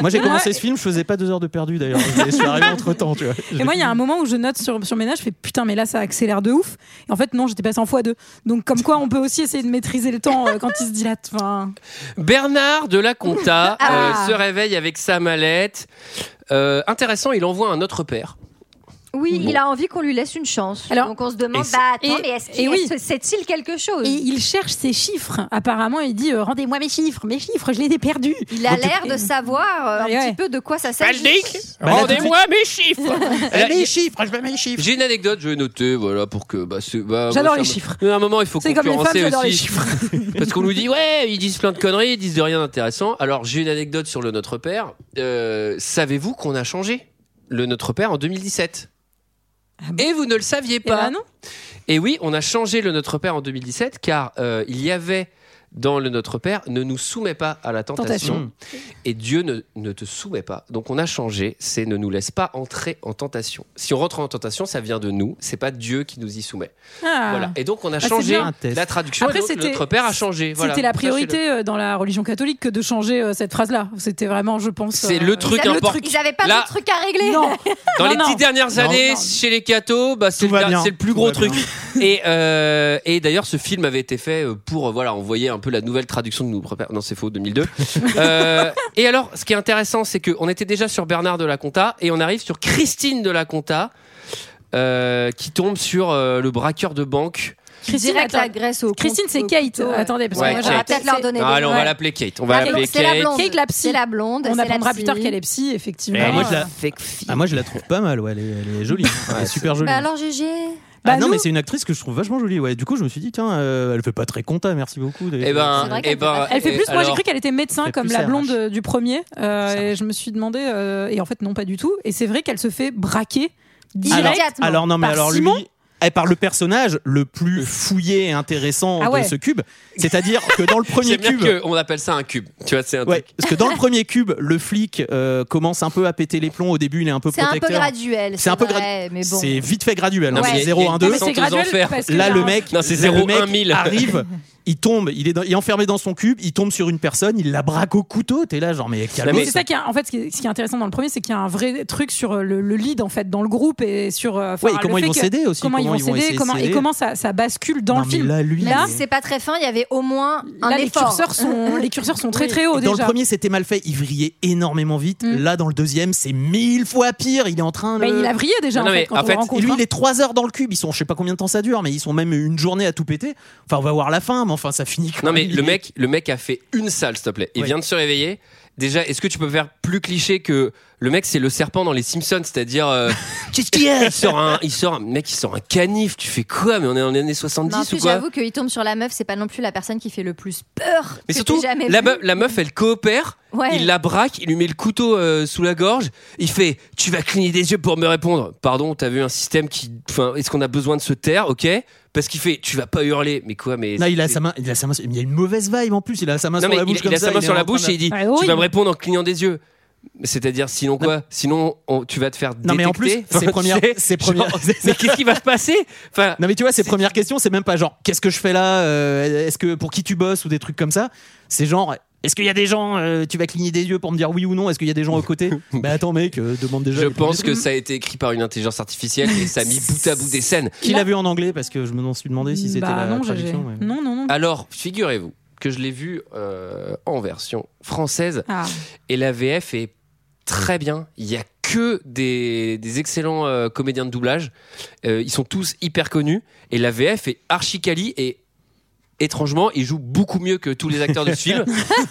I: Moi j'ai commencé ce film, je faisais pas deux heures de perdu d'ailleurs. Je suis arrivé entre temps, tu vois.
G: Et moi, il y a un moment où je note sur, sur mes notes, je fais putain, mais là, ça accélère de ouf. Et en fait, non, j'étais passé en x2. Donc, comme quoi, on peut aussi essayer de maîtriser le temps euh, quand il se dilate. Enfin,
F: Bernard de la Conta
H: Ah.
F: euh, se réveille avec sa mallette. Euh, intéressant, il envoie un autre père.
H: Oui,
F: Bon.
H: il a envie qu'on lui laisse une chance.
G: Alors-
H: Donc on se demande,
F: Et-
H: bah attends,
G: et-
H: mais est-ce
G: et
H: qu'il
G: oui.
H: est-ce- sait-il quelque chose
G: Et il cherche ses chiffres. Apparemment, il dit euh, Rendez-moi mes chiffres, mes chiffres, je les ai perdus.
H: Il a l'air de savoir euh, un
G: Ouais, ouais.
H: petit peu de quoi ça s'agit.
I: Bah, là, tout de
F: mes chiffres Là, il-
I: chiffres, je mets mes chiffres.
F: J'ai une anecdote, je vais noter, voilà, pour que. Bah, c'est- bah, bah, ça
G: J'adore les
F: me-
G: chiffres.
F: Mais À un moment, il faut
G: C'est comme les femmes,
F: concurrencer
G: j'adore les
F: aussi.
G: chiffres.
F: Parce qu'on nous dit, ouais, ils disent plein de conneries, ils disent de rien d'intéressant. Alors, j'ai une anecdote sur le Notre Père. Euh, Savez-vous qu'on a changé le Notre Père en 2017 Et vous ne le saviez
G: Et bah
F: pas.
G: non.
F: Et oui, on a changé le Notre Père en 2017 car euh, il y avait dans le Notre Père ne nous soumets pas à la tentation,
I: Tentation.
F: et Dieu ne, ne te soumet pas. Donc on a changé, c'est ne nous laisse pas entrer en tentation. Si on rentre en tentation, ça vient de nous, c'est pas Dieu qui nous y soumet.
G: Ah.
F: Voilà. Et donc on a
G: c'est
F: changé
I: bien. Un test.
F: la traduction.
G: Après,
F: et donc
G: c'était-
F: Notre Père a changé. Voilà.
G: C'était la
F: Sachez-le.
G: priorité euh, dans la religion catholique que de changer euh, cette phrase-là. C'était vraiment, je pense.
F: C'est
G: euh,
F: le truc
H: Ils avaient-
F: important.
H: Ils n'avaient pas
F: Là-
H: de truc à régler.
G: Non.
F: Dans
G: Non,
F: les
G: non.
F: dix dernières
I: Non,
F: années,
G: non.
F: chez les cathos, bah, c'est
I: Tout va
F: le, der-
I: bien.
F: c'est le plus
I: Tout
F: gros
I: va
F: truc.
I: bien.
F: Et, euh, et d'ailleurs, ce film avait été fait euh, pour euh, voilà, envoyer un peu la nouvelle traduction de nous Non, c'est faux, 2002. Euh, et alors, ce qui est intéressant, c'est qu'on était déjà sur Bernard de la Conta et on arrive sur Christine de la Conta. euh, qui tombe sur euh, le braqueur de banque.
G: Christine,
H: Direct
G: attends.
H: la Grèce au
G: Christine, c'est
H: au
G: Kate. Euh,
H: couteau, ouais.
G: Attendez, parce
F: Ouais,
G: que moi,
F: Kate.
G: j'ai
H: On va
G: raté-
H: peut-être leur
G: c'est-
H: donner.
F: Non,
H: des-
F: Ah, allez, on va
H: ouais.
F: l'appeler Kate. On va
H: Ah,
F: l'appeler
H: c'est la blonde.
F: Kate.
G: Kate, la psy.
H: C'est la blonde.
G: On
H: c'est la
G: apprendra plus tard
H: psy.
G: qu'elle est psy, effectivement.
I: Eh, moi, je la-
F: Sexy.
I: Ah, moi je la trouve pas mal, ouais, elle est, elle est jolie. Elle est
F: Ouais,
I: super jolie.
H: Bah alors GG.
I: Ah
G: Bah,
I: non,
G: nous-
I: mais c'est une actrice que je trouve vachement jolie. Ouais, du coup, je me suis dit, tiens, euh, elle fait pas très compta, merci beaucoup.
F: Eh ben,
H: C'est vrai
F: eh
H: qu'elle
F: ben,
H: fait pas-
G: Elle fait
F: eh,
G: plus, moi j'ai
F: alors-
G: cru qu'elle était médecin
I: Elle fait
G: comme
I: plus hein.
G: la
I: RH.
G: blonde euh, du premier. Euh,
I: Plus
G: et je me suis demandé, euh, et en fait non pas du tout. Et c'est vrai qu'elle se fait braquer
I: alors,
G: direct.
H: Immédiatement.
I: alors, non, mais
G: Par
I: alors lui,
G: Simon
I: eh, par le personnage le plus fouillé et intéressant
G: Ah ouais.
I: de ce cube, c'est-à-dire que dans le premier
F: J'aime bien
I: cube,
F: qu'on appelle ça un cube. Tu vois, c'est un
I: Ouais, parce que dans le premier cube, le flic euh, commence un peu à péter les plombs. Au début, il est un peu
H: C'est un
I: protecteur.
H: peu graduel.
I: C'est un peu
H: vrai,
I: gradu-
H: Mais bon.
I: C'est vite fait graduel. hein,
H: Ouais.
I: C'est
F: Il y a- il y a
I: 0, 1,
F: une
G: Non,
I: 2.
G: mais c'est
F: Descente aux
G: graduel
F: enfers.
G: parce que
I: Là,
G: y a
I: le
G: un-
I: mec,
F: Non, c'est
I: là, le
F: 0,
I: mec
F: 1 000.
I: arrive. Il tombe, il est, dans- il est enfermé dans son cube, il tombe sur une personne, il la braque au couteau, t'es là genre mais calme
G: Mais c'est ça qui est- en fait ce qui est, ce qui est intéressant dans le premier, c'est qu'il y a un vrai truc sur euh, le, le lead en fait dans le groupe et sur euh, enfin,
I: Ouais, et
G: le
I: comment ils
G: fait
I: vont
G: que-
I: s'aider aussi,
G: comment, ils vont s'aider,
I: essayer de
G: comment et
I: s'aider.
G: comment ça, ça bascule dans
I: Non,
G: le
I: mais
G: film.
I: Là, lui,
H: Même
G: Là,
H: si
I: il est-
H: c'est pas très fin, il y avait au moins un
G: Là, les
H: effort.
G: curseurs sont les curseurs sont très
I: Oui.
G: très hauts
I: Dans
G: déjà.
I: le premier, c'était mal fait, il vrillait énormément vite.
G: Mm.
I: Là, dans le deuxième, c'est mille fois pire. Il est en train de.
G: Mais il a vrillé déjà
F: Non,
G: en
F: mais
G: fait quand
F: en
G: on
F: fait,
G: le rencontre.
I: Et lui,
G: hein.
I: il est 3 heures dans le cube. Ils sont, je sais pas combien de temps ça dure, mais ils sont même une journée à tout péter. Enfin, on va voir la fin, mais enfin, ça finit quand
F: Non mais
I: même.
F: le mec, le mec a fait une salle, s'il te plaît. Il
I: Ouais.
F: vient de se réveiller. Déjà, est-ce que tu peux faire plus cliché que le mec, c'est le serpent dans les Simpsons, c'est-à-dire euh,
I: Qu'est-ce qu'il y a
F: il sort un, il sort un mec, il sort un canif. Tu fais quoi Mais on est dans les années
H: Non, en
F: 70
H: plus,
F: ou quoi
H: j'avoue qu'il tombe sur la meuf, c'est pas non plus la personne qui fait le plus peur.
F: Mais
H: que
F: surtout,
H: j'ai jamais
F: la,
H: vue.
F: meuf- la meuf, elle coopère.
H: Ouais.
F: Il la braque, il lui met le couteau euh, sous la gorge. Il fait Tu vas cligner des yeux pour me répondre. Pardon, t'as vu un système qui. Enfin, est-ce qu'on a besoin de se taire Ok. Parce qu'il fait Tu vas pas hurler. Mais quoi Mais
I: Non, il a
F: c'est-
I: sa main, il a sa main, sur- mais il y a une mauvaise vibe en plus. Il a sa main
F: Non,
I: sur
F: mais
I: la bouche
F: il,
I: comme
F: il a
I: ça,
F: sa main
I: est
F: sur la
I: en train
F: bouche
I: de-
F: et il dit
G: Ouais,
F: Tu
G: horrible.
F: vas me répondre en clignant des yeux. C'est-à-dire, sinon quoi Sinon, on- tu vas te faire
I: Non, mais en
F: détecter.
I: plus, ces premières-
F: c'est-
I: ces premières-
F: genre, mais qu'est-ce qui va se passer Enfin,
I: Non mais tu vois, ces premières questions, c'est même pas genre qu'est-ce que je fais là euh, Est-ce que pour qui tu bosses ou des trucs comme ça C'est genre est-ce qu'il y a des gens euh, Tu vas cligner des yeux pour me dire oui ou non Est-ce qu'il y a des gens aux côtés Bah attends mec, euh, demande déjà.
F: je
I: les
F: pense
I: premiers
F: que
I: trucs.
F: ça a été écrit par une intelligence artificielle et ça a mis bout à bout des scènes.
I: qui l'a vu en anglais parce que je me suis demandé si c'était
G: Bah
I: la
G: non, j'ai-
I: traduction. ouais.
G: non, non, non.
F: Alors, figurez-vous que je l'ai vu euh, en version française
G: Ah.
F: et la VF est très bien. Il y a que des, des excellents euh, comédiens de doublage. Euh, ils sont tous hyper connus et la VF est archi quali et étrangement, ils jouent beaucoup mieux que tous les acteurs de ce film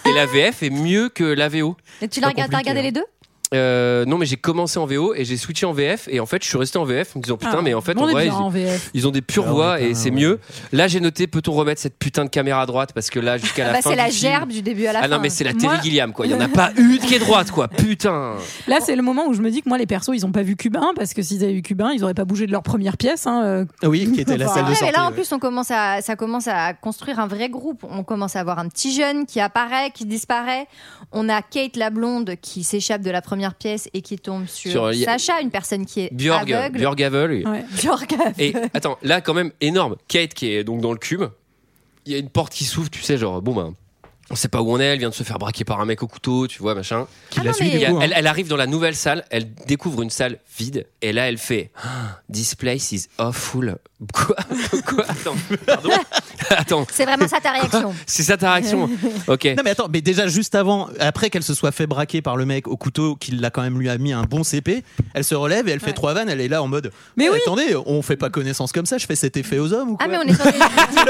F: et la VF est mieux que la VO.
H: Et tu l'as
I: pas
H: regardé, t'as regardé
F: hein.
I: compliqué,
H: les deux
F: Euh, non, mais j'ai commencé en VO et j'ai switché en VF et en fait, je suis resté en VF en me disant putain,
H: Ah,
F: mais en fait,
G: Ah, on
F: en
G: est
F: vrai,
G: bien
F: ils-
G: en VF.
F: ils ont des pures
I: Ah,
F: voix
I: ouais,
F: et c'est
I: ouais.
F: mieux. Là, j'ai noté peut-on remettre cette putain de caméra à droite parce que là, jusqu'à la
H: Bah,
F: fin.
H: c'est
F: du
H: la
F: film-
H: gerbe du début à la
F: Ah
H: fin. hein.
F: non, mais c'est la
G: Moi-
F: Terry Gilliam quoi. Il y en a pas une qui est droite quoi. Putain.
G: Là, c'est le moment où je me dis que moi, les persos, ils ont pas vu Cube 1 parce que s'ils avaient vu Cube 1, ils auraient pas bougé de leur première pièce. hein, euh,
I: Ah Oui, qui était la
G: Enfin,
I: salle de
H: Ouais,
I: sortie.
H: mais là, en
I: ouais.
H: plus, on commence à, ça commence à construire un vrai groupe. On commence à avoir un petit jeune qui apparaît, qui disparaît. On a Kate la blonde qui s'échappe de la première pièce et qui tombe sur,
F: Sur-
H: Sacha, une personne qui est
F: Björg,
H: aveugle.
F: Björg Havel.
G: ouais.
H: Björg.
F: Et attends, là quand même énorme. Kate qui est donc dans le cube. Il y a une porte qui s'ouvre, tu sais, genre bon ben. On sait pas où on est, elle vient de se faire braquer par un mec au couteau, tu vois, machin.
I: Qui
H: Ah
I: l'a
H: non,
I: suivi
H: mais-
F: Il
I: du
F: y a-
I: coup. hein.
F: elle, elle arrive dans la nouvelle salle, elle découvre une salle vide, et là elle fait Ah, This place is awful. Quoi Quoi Attends, pardon. Attends,
H: C'est vraiment ça ta réaction.
F: c'est ça ta réaction Ok.
I: Non mais attends, mais déjà juste avant, après qu'elle se soit fait braquer par le mec au couteau, qu'il l'a quand même lui a mis un bon CP, elle se relève et elle fait
G: Ouais.
I: trois vannes, elle est là en mode.
G: Mais
I: Eh,
G: oui.
I: Attendez, on fait pas connaissance comme ça, je fais cet effet aux hommes ou quoi
H: Ah, mais on est sur des-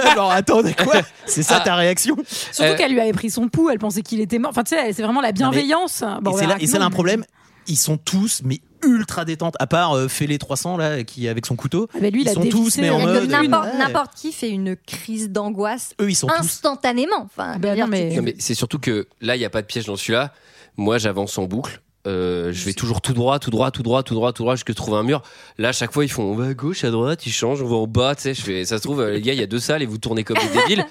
I: Là, genre, attendez quoi C'est ça
F: Ah.
I: ta réaction
G: Surtout
F: Euh,
G: qu'elle lui avait pris son pouls, elle pensait qu'il était mort. Enfin, tu sais, c'est vraiment la bienveillance.
I: Et
G: Bon,
I: c'est là,
G: bah,
I: et c'est là
G: non,
I: un
G: mais-
I: problème. Ils sont tous, mais ultra détente. À part euh, Félé 300 là, qui avec son couteau.
G: Ah bah, lui, il
I: ils
G: a
I: sont tous,
G: dévissé,
I: mais en
G: il a
I: mode.
G: donné une-
H: n'importe
I: ouais.
H: n'importe qui fait une crise d'angoisse
I: Eux, ils sont tous.
H: instantanément. Enfin,
G: Bah,
H: je veux
G: non,
H: dire,
G: mais-
F: Non, mais c'est surtout que là, il n'y a pas de piège dans celui-là. Moi, j'avance en boucle. Euh, je vais toujours tout droit, tout droit, tout droit, tout droit, tout droit, jusqu'à trouver un mur. Là, à chaque fois, ils font on va à gauche, à droite, ils changent, on va en bas, tu sais. Je fais, ça se trouve, euh, les gars, il y a deux salles et vous tournez comme des débiles.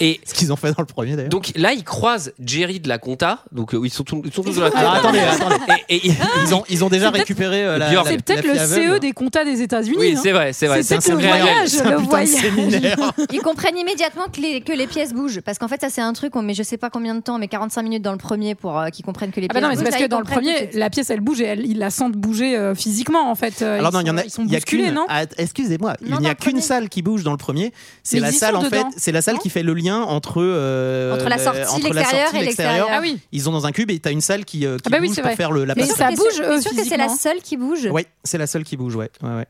F: Et
I: Ce qu'ils ont fait dans le premier d'ailleurs.
F: donc là, ils croisent Jerry de la compta. Donc euh, ils sont tous ils sont tous dans la compta.
I: Alors, Ah,
G: Ah,
I: attendez, attendez.
F: Et- et- et-
I: Ils ont, ils ont déjà
G: C'est peut-être-
I: récupéré euh, la.
F: Björk.
I: la-
G: euh, C'est
I: la
G: peut-être
I: fille
G: le
I: aveugle.
G: CE des comptas des États-Unis.
F: oui,
G: hein.
F: c'est vrai, c'est vrai.
G: C'est
F: C'est
G: peut-être
F: un
G: le
F: réel.
G: voyage,
I: C'est un
G: le
I: putain de
G: voyage.
I: séminaire.
H: Ils comprennent immédiatement que les, que les pièces bougent. Parce qu'en fait, ça, c'est un truc, on met je sais pas combien de temps, mais 45 minutes dans le premier pour euh, qu'ils comprennent que les
G: Ah bah
H: pièces
G: non, mais c'est
H: bougent.
G: parce
H: Ça,
G: que
H: ils
G: dans le
H: comprennent tout de
G: premier,
H: suite.
G: la pièce, elle bouge et elle, ils la sentent bouger euh, physiquement, en fait. Euh,
I: Alors
G: ils
I: non, il y en
G: sont-
I: a,
G: Ils sont
I: il y a
G: bousculés,
I: qu'une.
G: non
I: Ah, Excusez-moi,
H: Non,
I: il n'y
H: dans
I: a
H: le premier.
I: qu'une salle qui bouge dans le premier. C'est
G: Mais
I: la
G: ils y
I: salle
G: sont
I: en fait,
G: dedans,
I: c'est la salle
G: non
I: qui fait le lien entre euh,
H: Entre la sortie,
I: entre
H: l'extérieur
I: sortie,
H: et l'extérieur.
G: Ah oui.
I: Ils sont dans un cube et t'as une salle qui, euh, qui
G: Ah bah oui,
I: bouge
G: c'est
I: pour
G: vrai.
I: faire le la
G: Mais
I: passerelle.
G: ça
H: T'es
G: bouge,
H: sûr-
G: euh,
H: t'es sûr que c'est la
G: physiquement.
H: seule qui bouge
I: Ouais, c'est la seule qui bouge, ouais. ouais, ouais.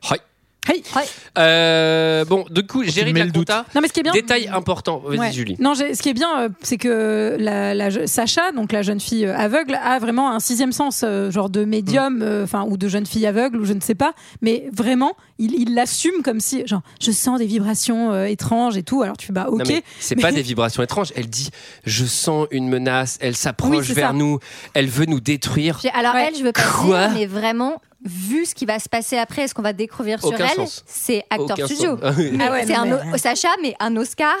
F: Euh, bon, du coup, Jerry de
I: mets
F: la
I: le doute.
F: compta.
G: Non, mais ce qui est bien.
F: Détail important. Vas-y,
G: Ouais.
F: Julie.
G: Non, j'ai- ce qui est bien, euh, c'est que la, la je- Sacha, donc la jeune fille euh, aveugle, a vraiment un sixième sens, euh, genre de
F: Mm.
G: médium, euh, enfin ou de jeune fille aveugle, ou je ne sais pas. Mais vraiment, il il l'assume comme si, genre, je sens des vibrations euh, étranges et tout. Alors tu fais bah ok.
F: Non, mais c'est
G: Mais-
F: pas des vibrations étranges. Elle dit je sens une menace, elle
G: Oui,
F: s'approche
G: c'est
F: vers
G: ça.
F: nous, elle veut nous détruire.
H: J'ai- Alors
G: Ouais.
H: elle, je veux pas
F: Quoi
H: dire, mais vraiment, vu ce qui va se passer après, ce qu'on va découvrir sur
F: Aucun
H: elle,
F: sens.
H: c'est acteur
F: Aucun
H: studio.
F: sens.
H: Mais
G: Ah ouais,
H: c'est
G: non,
H: un
G: mais-
H: O- Sacha, mais un Oscar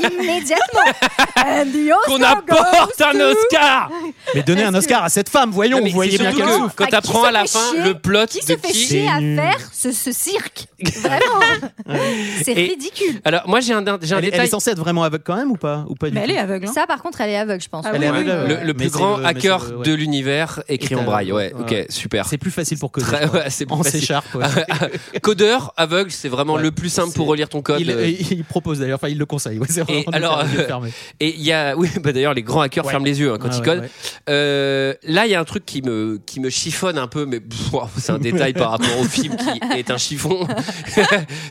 H: immédiatement. And the Oscar
F: Qu'on
H: goes
F: apporte un
H: to-
F: Oscar
I: Mais donnez un Oscar à cette femme, voyons,
F: Non, mais
I: vous voyez
F: c'est
I: bien
F: surtout
I: qu'elle
H: que-
I: souffre.
F: Quand
H: Ah, qui
F: t'apprends
H: se
F: à la
H: fait
F: fin
H: chier
F: le plot
H: Qui se
F: de
H: fait
F: qui
H: chier à
I: C'est nul.
H: faire ce, ce cirque Vraiment C'est
F: Et-
H: ridicule.
F: Alors moi j'ai un, j'ai un
I: Elle, est- elle
F: détail.
I: est censée être vraiment aveugle quand même ou pas ou pas du
G: Mais elle
I: tout
G: est aveugle. hein.
H: Ça, par contre, elle est aveugle, je pense.
G: Ah
I: Elle est
G: oui,
I: aveugle,
G: oui,
F: le,
I: ouais.
F: le
I: Mais
F: plus
I: c'est
F: grand
I: le- mais
F: hacker
I: c'est le- ouais.
F: de l'univers écrit
I: Et
F: en
I: t'as-
F: braille. Ouais, ok,
I: ouais.
F: super.
I: C'est plus facile pour coder.
F: Très-
I: je crois.
F: ouais, c'est plus
I: en
F: facile. Ah,
I: C-Sharp. ouais.
F: Codeur aveugle, c'est vraiment
I: Ouais,
F: le plus simple pour
I: c'est-
F: relire ton code.
I: il,
F: euh,
I: il- il propose d'ailleurs, enfin il le conseille. Ouais, c'est vraiment de
F: alors,
I: faire les yeux
F: euh,
I: fermés.
F: Et il y a, oui, bah d'ailleurs, les grands hackers
I: Ouais.
F: ferment les yeux hein, quand
I: Ah,
F: ils
I: ouais,
F: codent.
I: ouais.
F: Euh, là, il y a un truc qui me, qui me chiffonne un peu, mais pff, wow, c'est un détail par rapport au film qui est un chiffon.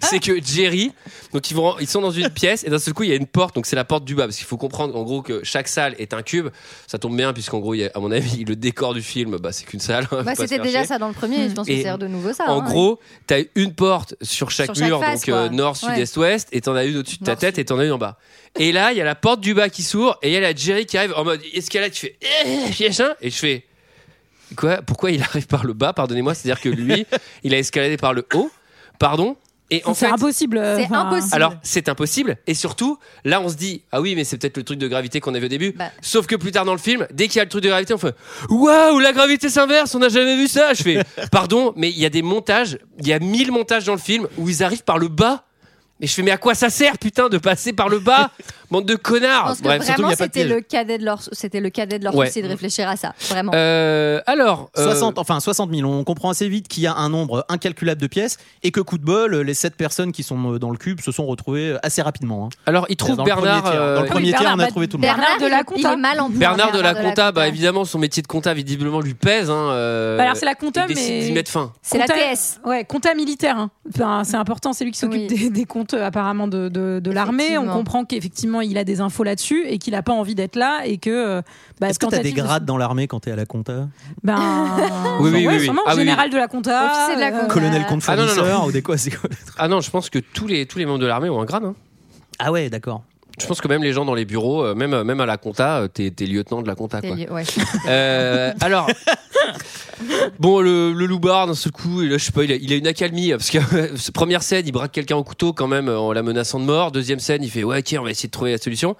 F: c'est que Jerry, donc ils, vont, ils sont dans une pièce et d'un seul coup, il y a une porte, donc c'est la porte du bas, parce qu'il faut comprendre en gros que chaque salle est un cube. Ça tombe bien, puisqu'en gros, il y a- à mon avis, le décor du film, bah, c'est qu'une salle. faut
H: Bah,
F: pas se
H: C'était
F: faire
H: déjà
F: chier.
H: ça dans le premier, je pense que
F: Et
H: c'est de nouveau ça.
F: En
H: hein.
F: gros, t'as une porte sur chaque
H: Sur chaque
F: mur,
H: face,
F: donc euh,
H: quoi.
F: nord, sud,
H: Ouais.
F: est, ouest, et t'en as une au-dessus de ta
H: Nord,
F: tête
H: sud.
F: et t'en as une en bas. Et là, il y a la porte du bas qui s'ouvre et il y a la Jerry qui arrive en mode escalade, tu fais Eh, machin et je fais quoi Pourquoi il arrive par le bas Pardonnez-moi, c'est-à-dire que lui, il a escaladé par le haut. Pardon Et en
G: C'est
F: fait,
G: impossible. euh,
H: C'est
G: enfin,
H: impossible.
F: alors c'est impossible. Et surtout, là, on se dit ah oui, mais c'est peut-être le truc de gravité qu'on avait au début.
H: Bah.
F: Sauf que plus tard dans le film, dès qu'il y a le truc de gravité, on fait waouh, la gravité s'inverse, on n'a jamais vu ça. Je fais pardon, mais il y a des montages, il y a mille montages dans le film où ils arrivent par le bas. Mais je fais mais à quoi ça sert putain de passer par le bas, bande de
H: Je
F: connards.
H: pense que
F: Bref, surtout il
H: vraiment,
F: y a pas de
H: c'était
F: piège.
H: le cadet de leur, c'était le cadet de leur
F: Ouais.
H: souci de réfléchir à ça. Vraiment.
F: Euh, alors, euh,
I: 60, enfin 60 000. On comprend assez vite qu'il y a un nombre incalculable de pièces et que coup de bol, les 7 personnes qui sont euh, dans le cube se sont retrouvées assez rapidement. hein.
F: alors il trouve
I: dans le premier
F: Bernard.
I: tiers.
F: euh,
I: Dans le
G: oui,
I: premier tiers,
G: Bernard
I: on a
G: Bat-
I: trouvé tout le monde.
G: Bernard de la hein.
H: il
G: Compta.
H: est mal en point,
F: Bernard de la
H: Compta.
F: compta, bah évidemment son métier de compta visiblement lui pèse. Hein, euh,
G: bah alors c'est la compta,
F: il décide d'y
G: mais
F: mettre fin.
H: C'est la
G: Compta-
H: TS.
G: Ouais, compta militaire. hein. Enfin, c'est important, c'est lui qui s'occupe
H: Oui.
G: des, des comptes euh, apparemment de, de, de l'armée. On
H: Effectivement.
G: comprend qu'effectivement il a des infos là-dessus et qu'il a pas envie d'être là et que. euh, Bah,
I: Est-ce que t'as des
G: tentative de-
I: grades dans l'armée quand t'es à la compta
G: Ben,
F: Oui, oui, oui,
G: ouais,
F: oui.
G: sûrement,
F: Ah, oui,
G: général de la compta.
H: Officier de la
G: euh,
H: compta.
I: Colonel compte
F: Ah, non, non, non.
I: fournisseur ou des quoi, c'est quoi
F: Ah non, je pense que tous les, tous les membres de l'armée ont un grade. hein.
I: Ah ouais, d'accord.
F: Je pense que même les gens dans les bureaux, euh, même, même à la compta, euh, t'es, t'es lieutenant de la compta. Quoi.
H: Ouais. Eh,
F: Euh, alors, bon, le, le loupard, d'un seul coup, il a- je sais pas, il a, il a une accalmie. Parce que euh, première scène, il braque quelqu'un au couteau quand même euh, en la menaçant de mort. Deuxième scène, il fait Ouais, ok, on va essayer de trouver la solution.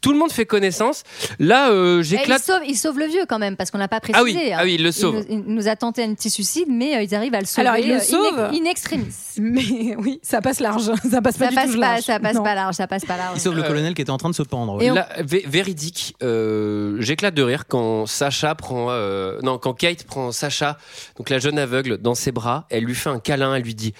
F: Tout le monde fait connaissance. Là, euh,
H: Et Il,
F: j'éclate.
H: sauve, il sauve le vieux quand même, parce qu'on l'a pas précisé.
F: Ah oui,
H: hein.
F: ah oui, il le
H: Il
F: sauve.
H: nous- Il nous, a tenté un petit suicide, mais euh, ils arrivent à le sauver.
G: Alors, il le
H: euh, in-
G: sauve.
H: In, extremis.
G: Mais oui, ça passe large. Ça passe pas
H: Ça
G: du
H: passe
G: tout
H: pas,
G: large.
H: ça passe
G: Non.
H: pas large, ça passe pas large.
I: Sauf le
F: Euh,
I: colonel qui était en train de se pendre. ouais.
H: Et on-
F: Là, vé- véridique, euh, j'éclate de rire quand Sacha prend, euh, non, quand Kate prend Sacha, donc la jeune aveugle, dans ses bras, elle lui fait un câlin, elle lui dit,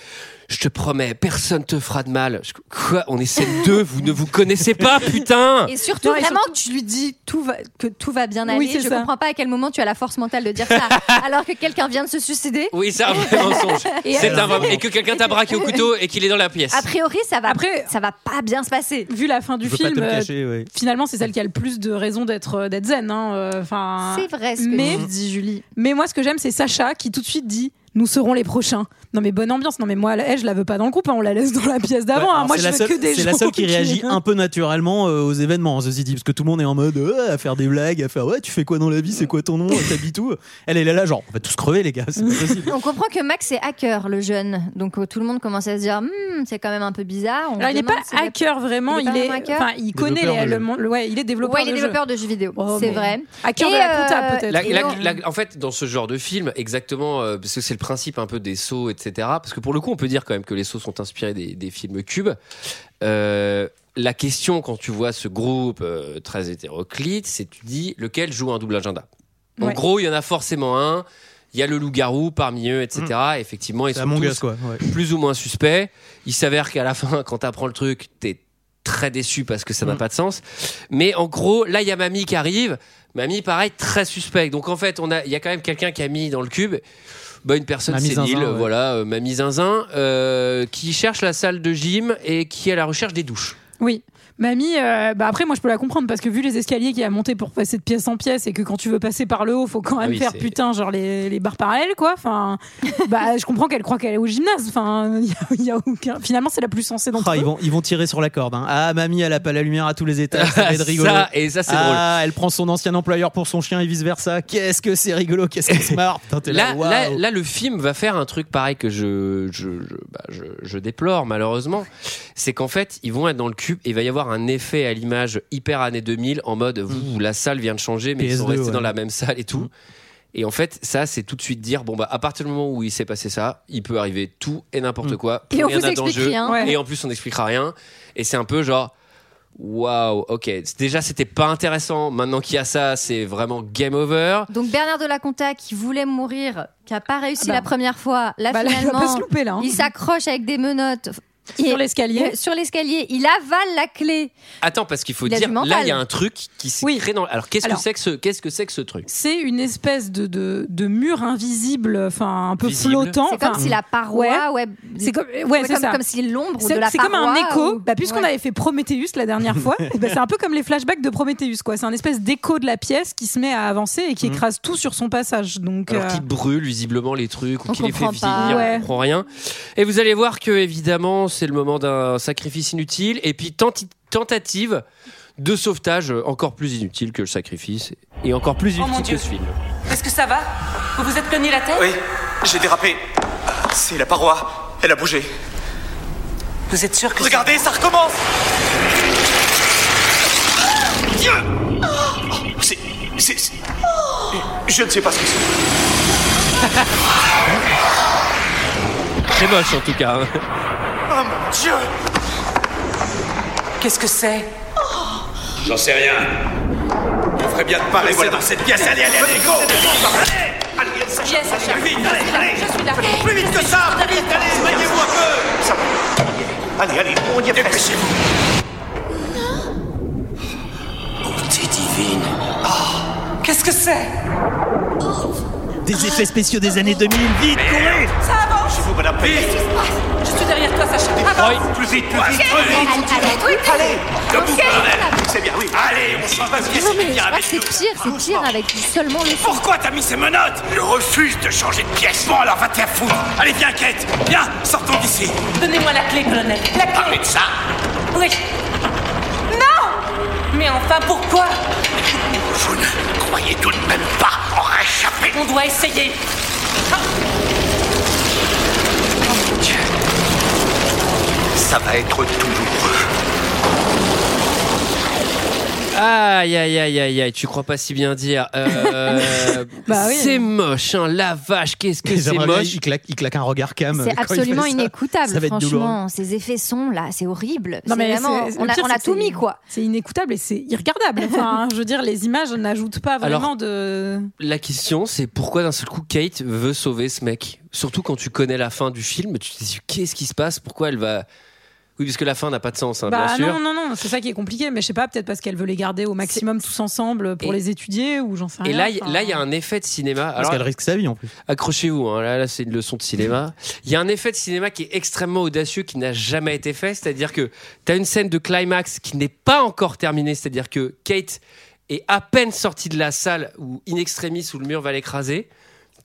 F: je te promets, personne te fera de mal. Je- quoi, on est ces deux, vous ne vous connaissez pas, putain.
H: Et surtout,
G: Non, et
H: vraiment,
G: surtout-
H: que tu lui dis tout va, que tout va bien aller.
G: Oui, c'est
H: je
G: ça.
H: comprends pas à quel moment tu as la force mentale de dire ça, alors que quelqu'un vient de se suicider.
F: Oui, c'est un vrai mensonge.
G: Et
F: C'est
G: alors,
F: un vrai- Et que quelqu'un t'a braqué au couteau et qu'il est dans la pièce.
H: A priori, ça va,
G: Après-
H: ça va pas bien se passer.
G: Vu la fin du
I: Je veux
G: film,
I: pas te le
G: euh,
I: cacher, ouais.
G: finalement, c'est celle qui a le plus de raisons d'être d'être zen. hein, euh, Enfin,
H: C'est vrai ce que
G: mais-
H: tu dis, Julie.
G: mais moi, ce que j'aime, c'est Sacha qui tout de suite dit "Nous serons les prochains." Non, mais bonne ambiance. Non, mais moi, elle, je la veux pas dans le groupe. hein, On la laisse dans la pièce
I: Ouais,
G: d'avant. hein.
I: alors
G: Moi,
I: c'est
G: je
I: la
G: veux
I: seule-
G: que des gens.
I: C'est la seule qui réagit un peu naturellement euh, aux événements, ceci dit, parce que tout le monde est en mode euh, à faire des blagues, à faire ouais, tu fais quoi dans la vie, c'est quoi ton nom, t'habites où Elle est là, là, genre, on va tous crever, les gars, c'est pas possible.
H: On comprend que Max est hacker, le jeune. Donc euh, tout le monde commence à se dire, Hmm, c'est quand même un peu bizarre. On
G: Alors, il est
H: demande
G: pas
H: si la-
G: hacker vraiment.
H: il est
G: Il
H: pas
G: est,
H: vraiment hacker
G: enfin, il connaît
I: Développeur
G: les-
I: de
G: le
I: jeu.
G: monde. Ouais, il est développeur.
H: Ouais, il est
G: de jeu.
H: développeur de jeux vidéo,
G: Oh,
H: c'est
G: mais-
H: vrai.
G: Hacker de
H: Et,
G: la compta,
H: euh,
G: peut-être.
F: La-
H: Et
F: la-
H: donc-
F: la- en fait, dans ce genre de film, exactement, euh, parce que c'est le principe un peu des sauts, etc. Parce que pour le coup, on peut dire quand même que les sauts sont inspirés des, des films cubes. Euh, la question, quand tu vois ce groupe euh, très hétéroclite, c'est tu dis lequel joue un double agenda. En
G: Ouais.
F: gros, il y en a forcément un. Il y a le loup-garou parmi eux, etc. Effectivement, ils
I: Hum. C'est
F: sont
I: Among
F: tous
I: Us, quoi. ouais.
F: plus ou moins suspect. Il s'avère qu'à la fin, quand t'apprends le truc, t'es très déçu parce que ça n'a
I: Mm.
F: pas de sens. Mais en gros, là, il y a Mamie qui arrive. Mamie, pareil, très suspect. Donc en fait, on a, il y a quand même quelqu'un qui a mis dans le cube. Bah, une personne
I: Mamie
F: sénile,
I: Zinzin, ouais.
F: voilà, euh, Mamie Zinzin, euh, qui cherche la salle de gym et qui est à la recherche des douches.
G: Oui. Mamie, euh, bah après, moi, je peux la comprendre parce que vu les escaliers qu'il y a à monter pour passer de pièce en pièce et que quand tu veux passer par le haut, faut quand même
F: Ah oui,
G: faire
F: c'est-
G: putain, genre les, les barres parallèles, quoi. Enfin, bah, je comprends qu'elle croit qu'elle est au gymnase. Enfin, il y a- il y, a aucun. Finalement, c'est la plus sensée d'entre
I: Ah, ils,
G: eux.
I: vont, ils vont tirer sur la corde. hein. Ah, mamie, elle a pas la lumière à tous les étages, ça va être rigolo.
F: Ça, et ça, c'est drôle.
I: ah, elle prend son ancien employeur pour son chien et vice versa. Qu'est-ce que c'est rigolo, qu'est-ce qu'on se marre. Putain, t'es là,
F: Là, là,
I: waouh.
F: là, le film va faire un truc pareil que je, je, je, bah, je, je déplore malheureusement. C'est qu'en fait, ils vont être dans le cube et il va y avoir un effet à l'image hyper années 2000 en mode vous,
I: Mm.
F: la salle vient de changer, mais ils sont
I: PS2,
F: restés
I: ouais. Mm.
F: dans la même salle et tout. Et en fait, ça, c'est tout de suite dire bon, bah, à partir du moment où il s'est passé ça, il peut arriver tout et
I: Mm.
F: n'importe quoi.
H: Et on
F: Rien
H: vous
F: n'a
H: explique
F: d'enjeu.
H: rien.
G: Ouais.
F: Et en plus, on n'expliquera rien. Et c'est un peu genre. Waouh, ok. Déjà, c'était pas intéressant. Maintenant qu'il y a ça, c'est vraiment game over.
H: Donc Bernard de la Conta qui voulait mourir, qui a pas réussi
G: Ah bah.
H: la première fois, là
G: Bah, là, il va
H: finalement,
G: pas se louper, là. hein.
H: il s'accroche avec des menottes Il-
G: Sur l'escalier.
H: euh, sur l'escalier, il avale la clé.
F: Attends, parce qu'il faut
H: Il a
F: dire,
H: du
F: là,
H: mental.
F: il y a un truc qui s'est
G: Oui.
F: créé dans. Alors, qu'est-ce que
G: Alors.
F: c'est que ce, qu'est-ce que c'est que ce truc
G: C'est une espèce de, de, de mur invisible, enfin, un peu
F: Visible.
G: flottant.
H: C'est comme
G: Enfin,
H: si la paroi, ouais,
G: c'est comme, ouais,
H: ouais,
G: c'est
H: comme,
G: ça.
H: comme si l'ombre de
G: C'est
H: la paroi.
G: c'est comme un écho.
H: ou-
G: Bah, Puisqu'on
H: ouais.
G: avait fait Prometheus la dernière fois, eh ben, c'est un peu comme les flashbacks de Prometheus. quoi. C'est un espèce d'écho de la pièce qui se met à avancer et qui écrase tout sur son passage. Donc,
F: Mm. Alors
G: euh,
F: qu'il brûle visiblement les trucs ou
H: On
F: qu'il les fait
H: comprend pas.
F: vieillir,
G: Ouais.
F: on comprend rien. Et vous allez voir que, évidemment, c'est le moment d'un sacrifice inutile et puis tenti- tentative de sauvetage encore plus inutile que le sacrifice et encore plus
A: Oh mon
F: inutile que
A: Dieu.
F: ce film.
A: Est-ce que ça va Vous vous êtes cogné la tête
B: Ah, Oui, j'ai dérapé. C'est la paroi. Elle a bougé.
A: Vous êtes sûr que.
D: Regardez, ça recommence
B: Dieu Ah, C'est. C'est. c'est- Je ne sais pas ce que c'est.
F: Très moche en tout cas. hein.
B: Oh mon Dieu
A: Qu'est-ce que c'est
C: J'en sais rien.
B: On ferait bien de pas rester dans cette pièce. Allez, allez, allez, go Allez, allez, Sacha,
A: Yes, Sacha.
B: Vite, allez, allez
A: Je suis là.
B: Plus vite que ça Plus vite, allez, éloignez-vous un peu Ça va. Allez, allez, on y est presque.
A: Qu'est-ce que c'est
I: Des effets spéciaux des années 2000, vite
A: Ça avance
B: Vous, madame, plus vite
A: Je suis derrière toi, Sacha.
F: Oui.
A: Avance
B: Plus vite, plus vite Allez Debout, bordel C'est bien, oui Allez, on s'en va
H: Non, mais je crois que c'est pire, c'est pire avec seulement le son.
B: Pourquoi t'as mis ces menottes Je refuse de changer de pièce. Bon, alors va te faire foutre. Allez, viens, Kate. Viens, sortons d'ici.
A: Donnez-moi la clé, colonel. La clé
F: Ah,
B: Arrête ça.
A: Oui Non Mais enfin, pourquoi
B: Vous ne croyez tout de même pas en réchapper.
A: On doit essayer.
B: Ça va être douloureux.
F: Aïe, aïe, aïe, aïe, aïe, tu crois pas si bien dire. Euh,
G: Bah oui.
F: C'est moche, hein, la vache, qu'est-ce que c'est
I: J'aimerais bien,
F: moche.
I: il claque, il claque un regard cam. euh,
H: C'est
I: quand il fait
H: absolument
I: ça.
H: inécoutable,
I: Ça va être douloureux.
H: franchement. Ces effets sons là, c'est horrible.
G: Non,
H: C'est
G: mais
H: vraiment,
G: c'est-
H: on
G: le
H: a,
G: pire,
H: on
G: c'est
H: a
G: que
H: tout
G: c'est-
H: mis quoi.
G: C'est inécoutable et c'est irregardable. Enfin, hein, je veux dire, les images n'ajoutent pas vraiment
F: Alors-
G: de.
F: La question, c'est pourquoi d'un seul coup Kate veut sauver ce mec Surtout quand tu connais la fin du film, tu te dis qu'est-ce qui se passe Pourquoi elle va. Oui, parce que la fin n'a pas de sens, hein,
G: Bah
F: bien sûr.
G: non, non, non, c'est ça qui est compliqué. Mais je sais pas, peut-être parce qu'elle veut les garder au maximum tous ensemble pour
F: Et-
G: les étudier ou j'en sais
F: Et
G: rien.
F: là, il
G: enfin. hein.
F: là, il y a un effet de cinéma.
I: Parce
F: Alors,
I: qu'elle risque sa vie en plus.
F: accrochez-vous, hein, là, là c'est une leçon de cinéma. Il y a un effet de cinéma qui est extrêmement audacieux, qui n'a jamais été fait. C'est-à-dire que tu as une scène de climax qui n'est pas encore terminée. C'est-à-dire que Kate est à peine sortie de la salle où, in extremis, où le mur va l'écraser.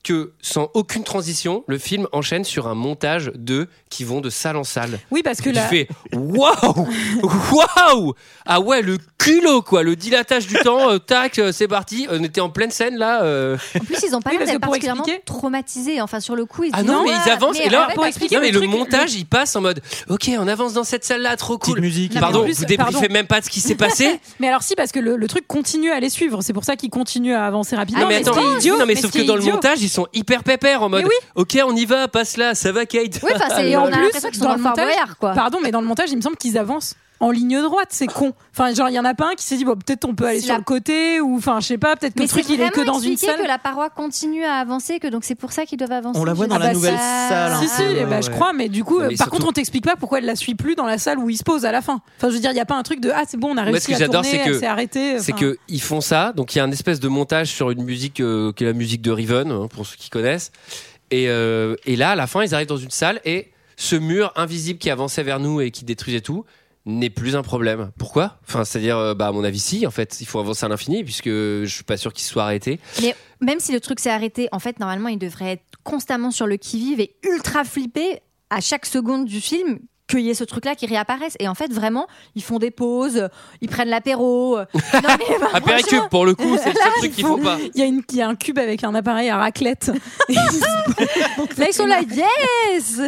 F: Que sans aucune transition, le film enchaîne sur un montage de qui vont de salle en salle.
G: Oui, parce que
F: Tu
G: là.
F: fais waouh, waouh, ah ouais le culot quoi, le dilatage du temps, euh, tac, euh, c'est parti. On était en pleine scène là. euh,
H: En plus, ils ont pas
G: Oui,
H: l'air
G: parce que
H: d'être
G: pour
H: particulièrement
G: expliquer-
H: traumatisés. Enfin, sur le coup, ils se
F: Ah
H: disent,
F: non, mais
H: ouais,
F: ils avancent
H: mais
F: et là,
H: avec-
G: pour
F: non,
G: expliquer
F: mais le,
G: le truc,
F: montage, il passe en mode OK, on avance dans cette salle-là, trop
I: Petite
F: cool.
I: musique.
G: Non, mais en
F: Pardon,
G: plus,
F: vous débriefez
G: pardon.
F: même pas de ce qui s'est passé.
G: Mais alors si, parce que le, le truc continue à les suivre. C'est pour ça qu'ils continuent à avancer rapidement.
H: Ah, mais
G: ce qui est idiot,
F: non, mais
G: ce
F: sauf
G: qui
F: que
G: est
F: dans le
G: idiot-
F: montage, ils sont hyper pépères en mode
G: Mais oui.
F: OK, on y va, passe là, ça va, Kate.
H: Oui, enfin, c'est-
G: Et
H: on
G: Euh, en
H: a
G: plus,
H: l'impression qu'ils sont
G: dans
H: dans
G: le
H: le Far
G: montage-
H: Wire, quoi.
G: Pardon, mais dans le montage, il me semble qu'ils avancent en ligne droite. C'est con. Enfin, genre, il y en a pas un qui s'est dit, bon, peut-être on peut aller
H: C'est
G: sur
H: la-
G: le côté ou enfin, je sais pas, peut-être que
H: Mais
G: le
H: c'est
G: truc il est que
H: vraiment
G: dans une
H: expliqué
G: salle.
H: que la paroi continue à avancer, que donc c'est pour ça qu'ils doivent avancer.
I: On la voit dans
H: Ah
I: la
H: bah,
I: nouvelle
H: ça-
I: salle, hein. un
G: Si, si,
I: peu,
G: eh ben,
I: ouais,
G: je
I: ouais.
G: crois, mais du coup,
F: Ah, Non, mais
G: euh, par
F: surtout-
G: contre, on t'explique pas pourquoi elle la suit plus dans la salle où il se pose à la fin. Enfin, je veux dire, il y a pas un truc de ah, c'est bon, on a
F: Moi,
G: réussi
F: ce que
G: à
F: j'adore,
G: tourner,
F: c'est que-
G: elle s'est arrêtée.
F: C'est
G: Enfin,
F: que ils font ça, donc il y a un espèce de montage sur une musique euh, qui est la musique de Riven, hein, pour ceux qui connaissent. Et, euh, et là, à la fin, ils arrivent dans une salle et ce mur invisible qui avançait vers nous et qui détruisait tout n'est plus un problème. Pourquoi Enfin, c'est-à-dire, euh, bah, à mon avis, si, en fait, il faut avancer à l'infini, puisque je suis pas sûr qu'il soit arrêté.
H: Mais même si le truc s'est arrêté, en fait, normalement, il devrait être constamment sur le qui-vive et ultra flippé à chaque seconde du film qu'il y ait ce truc-là qui réapparaisse. Et en fait, vraiment, ils font des pauses, ils prennent l'apéro. Non, mais bah,
F: Un Ah, péricube,
H: franchement,
F: pour le coup, c'est le seul truc
G: il
F: qu'il
G: faut-
F: faut pas.
G: Il y, a une- il y a un cube avec un appareil à raclette.
H: Là, ils sont là, yes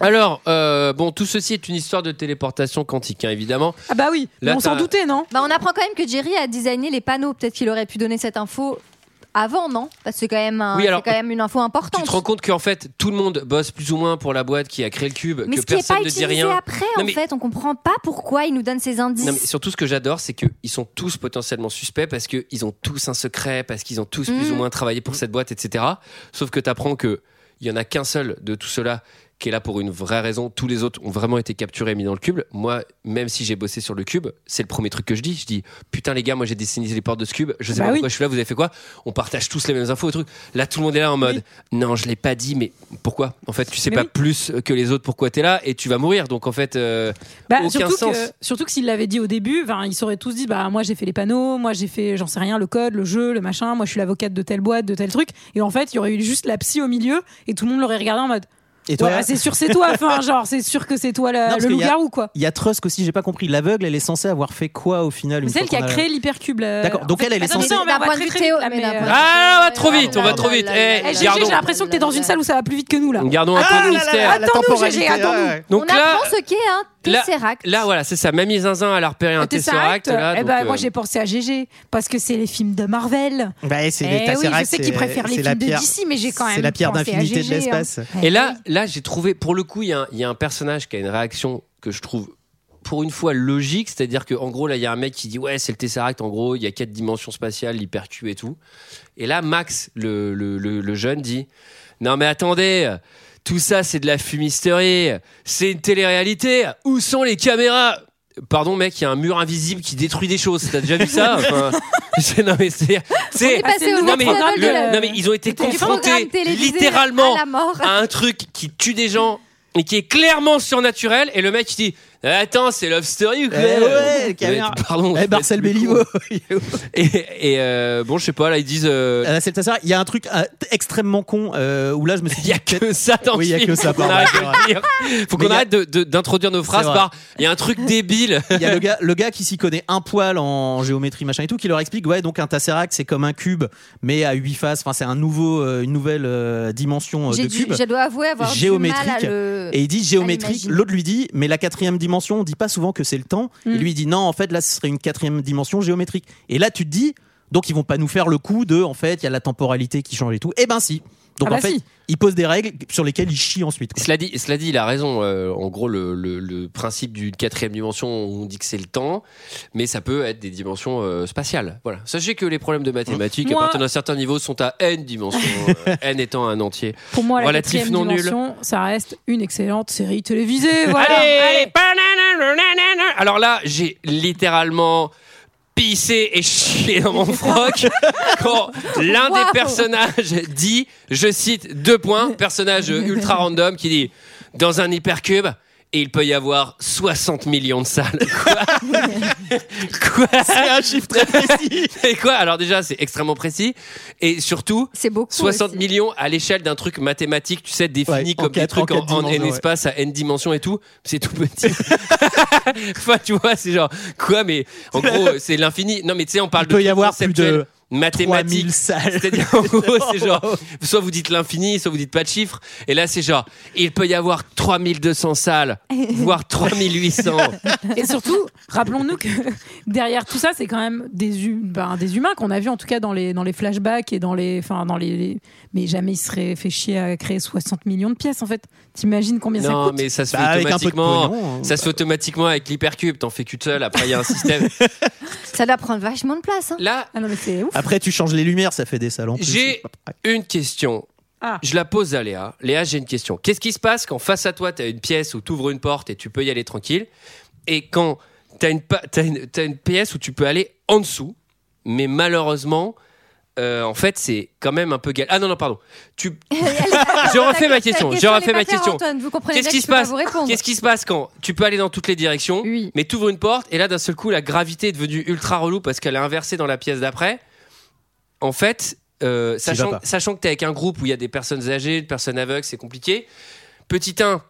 F: Alors, euh, bon, tout ceci est une histoire de téléportation quantique, hein, évidemment.
G: Ah bah oui,
F: Là,
G: mais on s'en
F: t'as-
G: doutait, non
H: bah, On apprend quand même que Jerry a designé les panneaux. Peut-être qu'il aurait pu donner cette info avant, non Parce que c'est quand, même un-
F: Oui,
H: c'est
F: alors,
H: quand même une info importante.
F: Tu te rends compte qu'en fait, tout le monde bosse plus ou moins pour la boîte qui a créé le cube,
H: mais
F: que
H: ce qui n'est pas
F: personne ne dit
H: utilisé
F: rien.
H: après,
F: Non,
H: en
F: mais-
H: fait, on comprend pas pourquoi il nous donne ces indices.
F: Non, mais surtout, ce que j'adore, c'est qu'ils sont tous potentiellement suspects parce qu'ils ont tous un secret, parce qu'ils ont tous plus
H: Mm.
F: ou moins travaillé pour cette boîte, etc. Sauf que tu apprends qu'il n'y en a qu'un seul de tout cela qui est là pour une vraie raison. Tous les autres ont vraiment été capturés et mis dans le cube. Moi, même si j'ai bossé sur le cube, c'est le premier truc que je dis. Je dis, putain, les gars, moi j'ai dessiné les portes de ce cube. Je sais
G: Bah
F: pas
G: oui.
F: pourquoi je suis là, vous avez fait quoi On partage tous les mêmes infos, le truc. Là, tout le monde est là en mode, non, je l'ai pas dit, mais pourquoi En fait, tu sais
G: Mais
F: pas
G: oui.
F: plus que les autres pourquoi t'es là et tu vas mourir. Donc, en fait, euh,
G: Bah,
F: Aucun
G: surtout,
F: sens.
G: Que, surtout que s'il l'avait dit au début, ben, ils auraient tous dit bah moi j'ai fait les panneaux, moi j'ai fait j'en sais rien le code, le jeu, le machin, moi je suis l'avocate de telle boîte, de tel truc. Et en fait, il y aurait eu juste la psy au milieu et tout le monde l'aurait regardé en mode
I: Et toi
G: Ouais, bah, c'est sûr, c'est toi. Enfin, genre, c'est sûr que c'est toi la-
I: Non, parce
G: le
I: qu'il y a-
G: loup-garou, quoi.
I: Il y a Trusk aussi, j'ai pas compris. L'aveugle, elle est censée avoir fait quoi au final une
G: C'est elle
I: fois
G: qui a
I: qu'on
G: créé l'hypercube. là.
I: D'accord, donc
G: En fait-
I: elle, elle est
G: Attends, mais
I: censée-
G: non, mais on
H: D'un
G: va
H: point
G: très,
H: de
G: très
H: vue
G: vite,
H: théo-
G: là,
H: mais
G: mais,
H: d'un
G: euh,
H: point de
F: Ah, on va trop vite, on va trop vite. Eh,
G: eh, GG,
F: gardons.
G: J'ai l'impression que t'es dans une salle où ça va plus vite que nous, là.
F: Gardons un
I: Ah
F: peu
I: là
F: de
I: là là,
F: mystère.
I: la
G: Attends-nous,
I: temporalité,
G: GG,
I: ouais,
G: attends-nous.
I: ouais.
F: Donc
H: on
F: là,
H: apprend ce qu'est un
F: là,
H: tesseract.
G: Ah,
F: là, voilà, c'est ça. Mamie Zinzin, elle a repéré un tesseract. là,
G: eh
F: donc,
G: ben,
F: euh,
G: moi j'ai pensé à GG parce que c'est les films de Marvel.
I: Bah, c'est les
G: Eh oui, je
I: Tesseract,
G: sais
I: c'est-
G: qu'ils préfèrent les
I: c'est
G: films
I: la
G: de
I: pierre-
G: DC, mais j'ai quand même
I: C'est la pierre
G: pensé à
I: d'infinité de
G: GG, hein.
I: l'espace.
F: Et là, là j'ai trouvé, pour le coup, il y, a un- il y a un personnage qui a une réaction que je trouve pour une fois logique, c'est-à-dire que en gros là il y a un mec qui dit ouais c'est le Tesseract en gros il y a quatre dimensions spatiales l'hypercube et tout et là Max le, le, le- le jeune dit non mais attendez tout ça c'est de la fumisterie c'est une télé-réalité où sont les caméras pardon mec il y a un mur invisible qui détruit des choses t'as déjà vu ça Enfin, c'est- non mais c'est c'est-
H: est passé
G: Ah,
H: au
G: c'est
F: non
H: nouveau
F: mais,
H: programme
G: programme
H: de
F: le-
H: la-
F: non, mais ils ont été
H: du programme
F: confrontés
H: télévisé
F: littéralement
H: à la mort.
F: à un truc qui tue des gens et qui est clairement surnaturel et le mec il dit Eh, attends c'est Love Story ou quoi
I: Eh ouais, caméra.
F: Euh, pardon
I: Eh, Marcel Béliveau il est où
F: et, et, euh, bon je sais pas là ils disent euh,
I: Ah, là, c'est le Tesseract. Il y a un truc euh, extrêmement con euh, où là, je me suis
F: il y
I: dit.
F: a que ça dans
I: Oui, il y a
F: le film.
I: que ça,
F: Faut qu'on
I: pardon,
F: arrête
I: c'est
F: de le
I: vrai.
F: dire. faut
I: Mais il y
F: qu'on
I: a-
F: arrête de- de- d'introduire nos phrases
I: vrai.
F: par il y a un truc débile
I: Il y a le gars, le gars qui s'y connaît un poil en géométrie machin et tout, qui leur explique ouais donc un tesseract c'est comme un cube mais à huit faces, enfin c'est un nouveau, euh, une nouvelle euh, dimension euh, de
H: J'ai dû-
I: cube.
H: Je dois avouer avoir du mal à
I: Géométrique.
H: le.
I: Et il
G: Ah,
I: dit géométrique.
H: l'imagine.
I: L'autre lui dit, mais la quatrième dimension, on dit pas souvent que c'est le temps.
G: Mm.
I: Et lui il dit non, en fait là ce serait une quatrième dimension géométrique. Et là tu te dis, donc ils vont pas nous faire le coup de, en fait il y a la temporalité qui change et tout. Eh ben si. Donc
G: Ah bah
I: en fait
G: si.
I: ils posent des règles sur lesquelles ils chient ensuite. quoi.
F: Cela dit, cela dit, il a raison. euh, en gros, le, le- le principe d'une quatrième dimension, on dit que c'est le temps, mais ça peut être des dimensions euh, spatiales. Voilà. Sachez que les problèmes de mathématiques,
G: Moi-
F: à partir d'un certain niveau, sont à n dimensions, euh, n étant un entier.
G: Pour moi, la
F: Relatif
G: quatrième
F: non nul.
G: dimension, ça reste une excellente série télévisée. Voilà.
F: allez, banana, banana. Alors là, j'ai littéralement pissé et chié dans mon froc quand l'un des
H: Wow.
F: personnages dit, je cite deux points, personnage ultra random qui dit dans un hypercube. il peut y avoir 60 millions de salles. Quoi, Quoi C'est un chiffre très précis. Et quoi Alors déjà, c'est extrêmement précis. Et surtout,
H: C'est beaucoup.
F: 60
H: aussi.
F: millions à l'échelle d'un truc mathématique, tu sais, défini
I: Ouais, en
F: comme des
I: quatre-
F: trucs
I: en
F: en,
I: quatre
F: en n
I: dimensions, ouais.
F: espace à n dimensions et tout, c'est tout petit. enfin, tu vois, c'est genre, quoi, mais en gros, euh, c'est l'infini. Non, mais tu sais, on parle
I: Il
F: de
I: peut y
F: trucs
I: avoir plus de
F: conceptuels, mathématiques.
I: 3000 salles.
F: C'est-à-dire, en gros, c'est genre, soit vous dites l'infini, soit vous dites pas de chiffres. Et là, c'est genre, il peut y avoir 3200 salles, voire 3800.
G: Et surtout, rappelons-nous que derrière tout ça, c'est quand même des, hu- ben, des humains qu'on a vu en tout cas dans les, dans les flashbacks et dans les, enfin dans les, les- mais jamais ils seraient fait chier à créer 60 millions de pièces en fait. T'imagines combien ça
F: non,
G: coûte
F: mais ça se fait
I: Bah, avec un peu de
F: automatiquement.
I: pognon, hein.
F: ça se fait automatiquement avec l'hypercube. T'en fais qu'une seule. Après, il y a un système.
H: Ça doit prendre vachement de place. hein.
F: Là,
G: Ah non mais c'est ouf.
I: Après tu changes les lumières, ça fait des salles en plus.
F: J'ai une question.
G: Ah.
F: Je la pose à Léa. Léa, j'ai une question. Qu'est-ce qui se passe quand face à toi, tu as une pièce où tu ouvres une porte et tu peux y aller tranquille Et quand tu as une, pa- t'as une, t'as une pièce où tu peux aller en dessous, mais malheureusement, euh, en fait, c'est quand même un peu gal. Ah non, non, pardon. Tu... je refais ma question.
H: Cette
F: Je refais
H: n'est
F: ma
H: pas claire,
F: question.
H: Antoine, vous comprenez
F: Qu'est-ce
H: bien
F: qui se
H: que je peux pas
F: passe
H: vous répondre.
F: Qu'est-ce qui se passe quand tu peux aller dans toutes les directions,
H: Oui.
F: mais t'ouvres une porte et là d'un seul coup la gravité est devenue ultra relou parce qu'elle est inversée dans la pièce d'après. En fait, euh,
I: T'y vas
F: sachant,
I: pas.
F: sachant que t'es avec un groupe où il y a des personnes âgées, des personnes aveugles, c'est compliqué. Petit 1,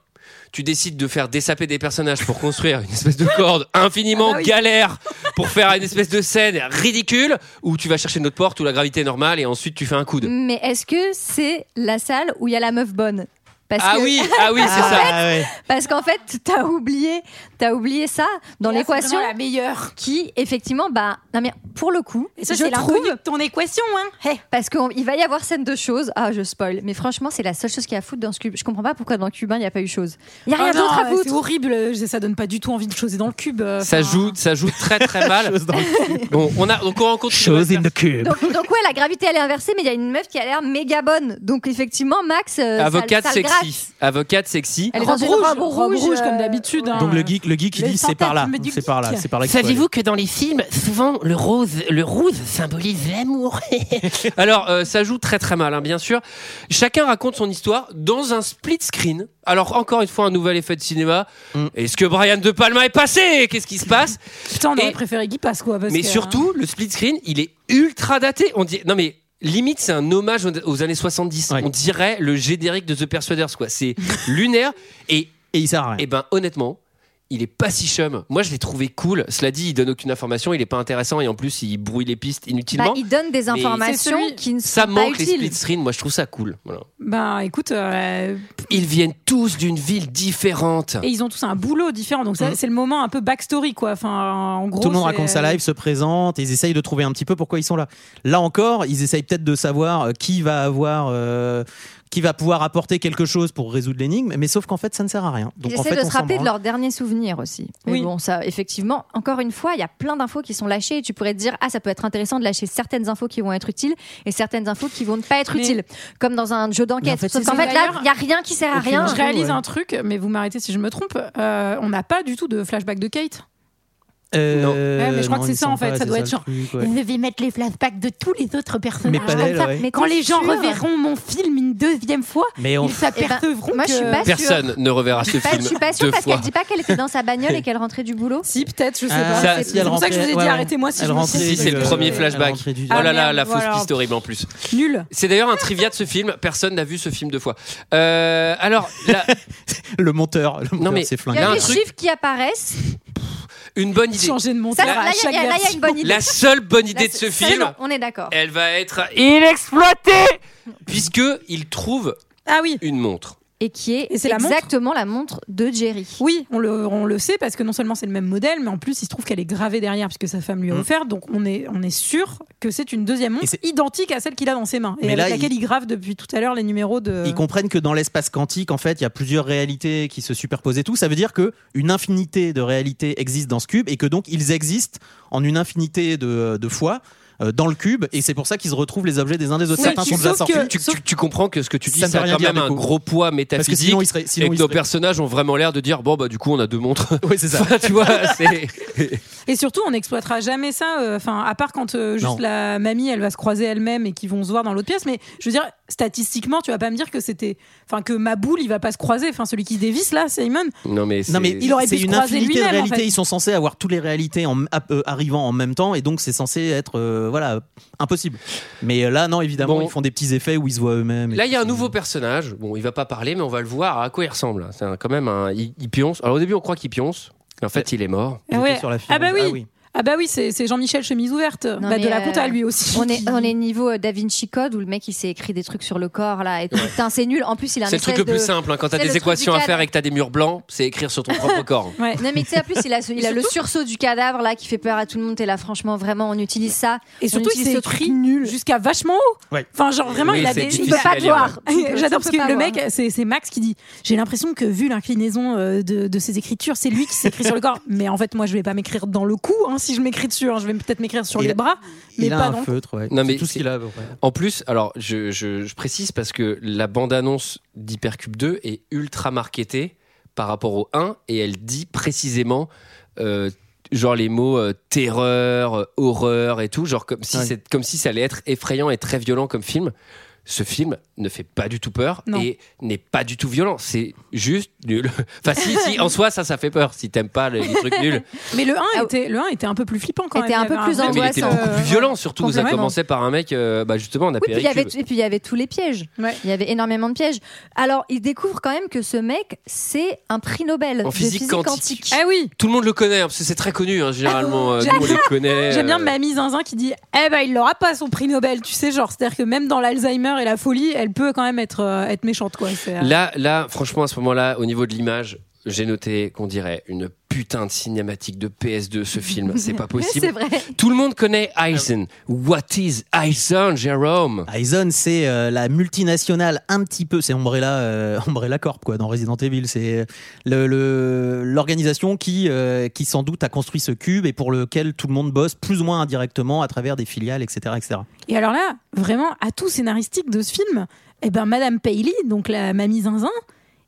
F: tu décides de faire dessaper des personnages pour construire une espèce de corde
I: Ah
F: infiniment galère pour faire une espèce de scène ridicule où tu vas chercher une autre porte où la gravité est normale et ensuite tu fais un
I: Mm.
F: coude.
H: Mais est-ce que c'est la salle où il y a la meuf bonne Parce
F: Ah
H: que-
F: oui, ah oui, c'est ça.
I: Ah, ouais.
H: Parce qu'en fait, t'as oublié, t'as oublié ça dans
G: Et là, c'est
H: l'équation
G: vraiment la meilleure.
H: qui, effectivement, bah, non mais pour le coup,
G: Et ça
H: je
G: c'est l'inconnu
H: trouve
G: de ton équation hein.
H: parce qu'il va y avoir scène de choses. Ah, je spoil, mais franchement, c'est la seule chose qui a à foutre dans ce cube. Je comprends pas pourquoi dans le cube 1, il n'y a pas eu chose. Il y a rien
G: Ah non,
H: d'autre à
G: C'est
H: foutre.
G: horrible. Ça donne pas du tout envie de choser dans le cube. euh,
F: Ça
G: enfin.
F: joue, ça joue très très mal.
I: Ah. Chose dans le-
F: Bon, on a donc on rencontre une
I: Chose
F: nouvelle
I: in the cube.
H: Donc, donc ouais, la gravité elle est inversée, mais il y a une meuf qui a l'air méga bonne. Donc effectivement, Max, euh, ça-
F: Avocate
H: ça le gratte.
F: sexy. Avocate sexy.
H: Elle est
G: Robe
H: dans une
G: rouge,
H: robe
G: robe
H: rouge,
G: rouge, comme
H: euh,
G: d'habitude,
H: ouais.
G: hein.
I: Donc le geek, le geek qui
G: Le
I: dit c'est par là,
G: fantasme du
I: c'est par là,
G: geek.
I: c'est par là. qu'il faut aller.
A: Saviez-vous que dans les films, souvent, le rose, le rouge symbolise l'amour
F: Alors, euh, ça joue très très mal, hein, bien sûr. Chacun raconte son histoire dans un split screen. Alors, encore une fois, un nouvel effet de cinéma.
I: Mm.
F: Est-ce que Brian De Palma est passé Qu'est-ce qui se passe
G: Putain, on aurait
F: Et-
A: hein.
G: préféré qu'il passe quoi. parce
F: Mais
G: que, euh,
F: surtout, le split screen, il est ultra daté. On dit. Non, mais limite, c'est un hommage aux- aux années 70. On dirait le générique de The Persuaders, quoi. C'est lunaire et.
I: Et il sert à rien.
F: Et ben, honnêtement. Il est pas si chum. Moi, je l'ai trouvé cool. Cela dit, il donne aucune information, il est pas intéressant et en plus, il brouille les pistes
H: Bah,
F: inutilement.
H: il donne des
F: Mais-
H: informations
G: C'est celui-
H: qui ne sont
F: Ça
H: pas
F: manque les
H: utiles.
F: split screens. Moi, je trouve ça cool. Voilà.
G: Ben écoute, euh,
F: Ils viennent tous d'une ville différente.
G: et ils ont tous un boulot différent, donc ça, c'est le moment un peu backstory quoi. Enfin, en gros,
I: Mmh. Tout le monde
G: c'est-
I: raconte sa live, se présente, et ils essayent de trouver un petit peu pourquoi ils sont là. Là encore, ils essayent peut-être de savoir euh, qui va avoir, euh, qui va pouvoir apporter quelque chose pour résoudre l'énigme, mais sauf qu'en fait, ça ne sert à rien. Donc
H: Ils
I: en
H: essaient
I: fait,
H: de
I: on
H: se
I: s'en
H: rappeler
I: branle.
H: de leurs derniers souvenirs aussi. Mais
G: Oui.
H: bon, ça, effectivement, encore une fois, il y a plein d'infos qui sont lâchées et tu pourrais te dire, ah, ça peut être intéressant de lâcher certaines infos qui vont être utiles et certaines infos qui vont ne pas être
G: Mais-
H: utiles. Comme dans un jeu d'enquête.
I: Mais en fait,
H: Sauf
G: c'est
H: qu'en
G: ça.
H: fait, là,
G: D'ailleurs,
H: il n'y a rien qui sert à
I: aucune
H: rien.
I: info.
G: Je réalise
I: Ouais.
G: un truc, mais vous m'arrêtez si je me trompe. euh, on n'a pas du tout de flashback de Kate.
I: Euh,
G: Ouais, mais je crois que
I: non, il
G: c'est
I: me
G: ça, en
I: semble
G: fait,
I: pas,
G: ça doit
I: c'est
G: être genre-
I: le truc, ouais.
G: Je vais mettre les flashbacks de tous les autres personnages.
I: Mais pas d'elle, ouais.
H: Mais
G: Quand
H: t'es
G: les gens
H: sûr
G: reverront mon film une deuxième fois,
I: Mais on-
G: ils s'apercevront
H: Eh ben, moi,
G: que...
H: je suis pas-
F: Personne ne reverra ce
H: Bah,
F: film
H: je suis pas sûre
F: deux
H: parce
F: fois.
H: qu'elle dit pas qu'elle était dans sa bagnole et qu'elle rentrait du boulot.
G: Si, peut-être, je sais
I: Ah,
G: pas.
F: ça, si
G: c'est
I: elle
G: pour ça que je vous ai dit
I: rentrait- ouais.
G: arrêtez-moi si
I: Elle
G: je me
I: rentrait-
G: trompe.
F: Si, c'est le
I: Euh,
F: premier
I: elle
F: flashback.
I: rentrait du-
F: Oh
H: Ah,
F: là là,
G: merde,
F: la fausse
G: voilà.
F: piste horrible en plus.
G: Nul.
F: C'est d'ailleurs un trivia de ce film. Personne n'a vu ce film deux fois. Euh, alors, la-
I: Le monteur, le monteur,
F: mais-
I: c'est
H: Il y
F: Là, un
H: a
I: flingué.
H: des
F: truc-
H: chiffres qui apparaissent.
F: une bonne idée.
G: Changer de
H: Ça,
G: monteur
H: là,
G: à
H: il y a-
G: chaque
H: il y a- là, il y a
G: version.
H: une bonne idée.
F: La seule bonne idée
H: Là,
F: de ce
H: c'est-
F: film,
H: ça, On est d'accord.
F: elle va être inexploitée puisque il trouve
G: Ah oui.
F: une montre.
H: Et qui est,
G: Et c'est la montre
H: exactement la montre de Jerry.
G: Oui, on le, on le sait parce que non seulement c'est le même modèle, mais en plus il se trouve qu'elle est gravée derrière puisque sa femme lui a
I: Mm.
G: offert. Donc on est, on est sûr que c'est une deuxième
I: Et
G: montre
I: c'est-
G: identique à celle qu'il a dans ses mains et
I: Mais
G: avec
I: là,
G: laquelle il... grave depuis tout à l'heure les numéros de.
I: Ils comprennent que dans l'espace quantique, en fait, il y a plusieurs réalités qui se superposent et tout. Ça veut dire que une infinité de réalités existe dans ce cube et que donc ils existent en une infinité de, de fois euh, dans le cube. Et c'est pour ça qu'ils se retrouvent les objets des uns des autres.
G: Oui,
I: Certains
G: qui-
I: sont déjà
G: sauf
I: sortis.
G: que-
F: Tu, tu- tu comprends que ce que tu dis,
I: Ça ne
F: ça
I: veut
F: a
I: rien
F: quand
I: dire,
F: même un
I: du coup.
F: gros poids
I: Parce que
F: métaphysique.
I: sinon, ils seraient.
F: et
I: Sinon
F: que
I: ils
F: nos
I: seraient-
F: personnages ont vraiment l'air de dire bon bah du coup on a deux montres.
I: Oui, c'est ça.
F: Enfin, tu vois, c'est-
G: Et surtout, on n'exploitera jamais ça, euh, enfin, à part quand euh, juste
I: Non.
G: la mamie, elle va se croiser elle-même et qu'ils vont se voir dans l'autre pièce. Mais je veux dire, statistiquement, tu vas pas me dire que c'était, enfin, que ma boule, il va pas se croiser. Enfin, celui qui dévisse là, Simon.
F: Non mais,
I: Non mais
F: c'est-
G: il aurait
I: c'est
G: pu se
I: une
G: croiser
I: infinité de
G: lui-même, en
I: réalités.
G: fait.
I: Ils sont censés avoir toutes les réalités en, à- euh, arrivant en même temps et donc c'est censé être euh, voilà impossible. Mais euh, là non évidemment
F: Bon.
I: ils font des petits effets où ils se voient eux-mêmes. et
F: Là,
I: tout
F: il y a un
I: ça.
F: nouveau personnage. Bon, il va pas parler, mais on va le voir à quoi il ressemble. C'est un- quand même un. Il, il pionce. Alors, au début, on croit qu'il pionce. En fait, il est mort.
I: Il
G: Ah
I: était
G: ouais.
I: sur la
G: Ah bah
I: file.
G: oui. Ah bah oui, c'est c'est Jean-Michel chemise ouverte,
H: Non,
G: Bah,
H: mais,
G: de la
H: euh,
G: compta lui aussi.
H: On est, on est niveau euh, Da Vinci Code où le mec il s'est écrit des trucs sur le corps là et putain c'est nul. En plus il a un
F: C'est le truc
H: espèce
F: le plus
H: de-
F: simple. hein. Quand t'as
H: c'est le
F: des
H: truc
F: équations
H: du
F: à faire
H: cadre.
F: et que t'as des murs blancs, c'est écrire sur ton propre corps.
G: Ouais.
H: Non mais tu sais en plus il a, ce- il a le sursaut du cadavre là qui fait peur à tout le monde et là franchement vraiment on utilise ça.
G: Et surtout,
H: on
G: il
H: utilise
G: s'est
H: ce truc
G: écrit
H: nul.
G: jusqu'à vachement haut.
I: Ouais.
G: Enfin, genre vraiment,
F: Oui,
G: il
F: c'est
G: a des.
F: difficile
G: il peut pas
F: à
G: te
F: lire,
G: voir.
H: ouais. Tu
G: J'adore
H: peux
G: parce que
H: pas
G: le
H: voir.
G: mec, c'est c'est Max qui dit J'ai l'impression que vu l'inclinaison euh, de, de ses écritures, c'est lui qui s'écrit sur le corps. Mais en fait, moi, je vais pas m'écrire dans le cou. hein, si je m'écris dessus, hein. je vais peut-être m'écrire sur
I: Il
G: les
I: a-
G: bras, mais
I: Il a
G: pas
I: un
G: dans le
I: feutre ouais.
F: Non,
I: C'est
F: mais
I: tout ce
F: c'est-
I: qu'il a. à peu près.
F: En plus, alors, je, je- je précise parce que la bande-annonce d'Hypercube 2 est ultra marketée par rapport au 1 et elle dit précisément. euh, Genre les mots euh, terreur, euh, horreur et tout, genre comme si,
I: Ouais.
F: c'est- comme si ça allait être effrayant et très violent comme film. Ce film ne fait pas du tout peur
G: Non.
F: et n'est pas du tout violent. C'est juste nul. enfin, si, si, en soi, ça, ça fait peur si t'aimes pas les, les trucs nuls.
G: Mais le 1,
H: Ah,
G: était, le 1 était un peu plus flippant quand
H: Était
G: même.
H: un
G: Il y
H: peu
G: avait
H: plus
G: vrai-
F: Non, mais il était
H: angoissant. euh,
F: beaucoup plus violent surtout. Ça
G: Complètement.
F: commençait par un mec, euh, bah justement, on a
H: Oui, puis il y avait,
F: Péricube.
H: et puis il y avait tous les pièges.
G: Ouais.
H: Il y avait énormément de pièges. Alors, il découvre quand même que ce mec, c'est un prix Nobel
F: En
H: de
F: physique quantique.
H: quantique.
G: Eh oui
F: Tout le monde le connaît, hein, parce que c'est très connu, hein, généralement. euh,
G: Ah J'aime-
F: nous, on les connaît.
G: J'aime bien
F: euh,
G: Mamie Zinzin qui dit Eh ben, il n'aura pas son prix Nobel, tu sais, genre, c'est-à-dire que même dans l'Alzheimer et la folie, elle peut quand même être, euh, être méchante, quoi. C'est, euh,
F: Là, là, franchement, à ce moment-là, au niveau de l'image, j'ai noté qu'on dirait une putain de cinématique de PS2, ce film. C'est pas
H: C'est
F: possible.
H: vrai.
F: Tout le monde connaît Eisen. What is Eisen, Jérôme
I: Aizen, c'est euh, la multinationale un petit peu, c'est Umbrella, euh, Umbrella Corp quoi, dans Resident Evil. C'est euh, le- le- l'organisation qui, euh, qui sans doute a construit ce cube et pour lequel tout le monde bosse plus ou moins indirectement à travers des filiales, etc., etc.
G: Et alors là, vraiment, à tout scénaristique de ce film, eh ben, Madame Paley, donc la mamie Zinzin,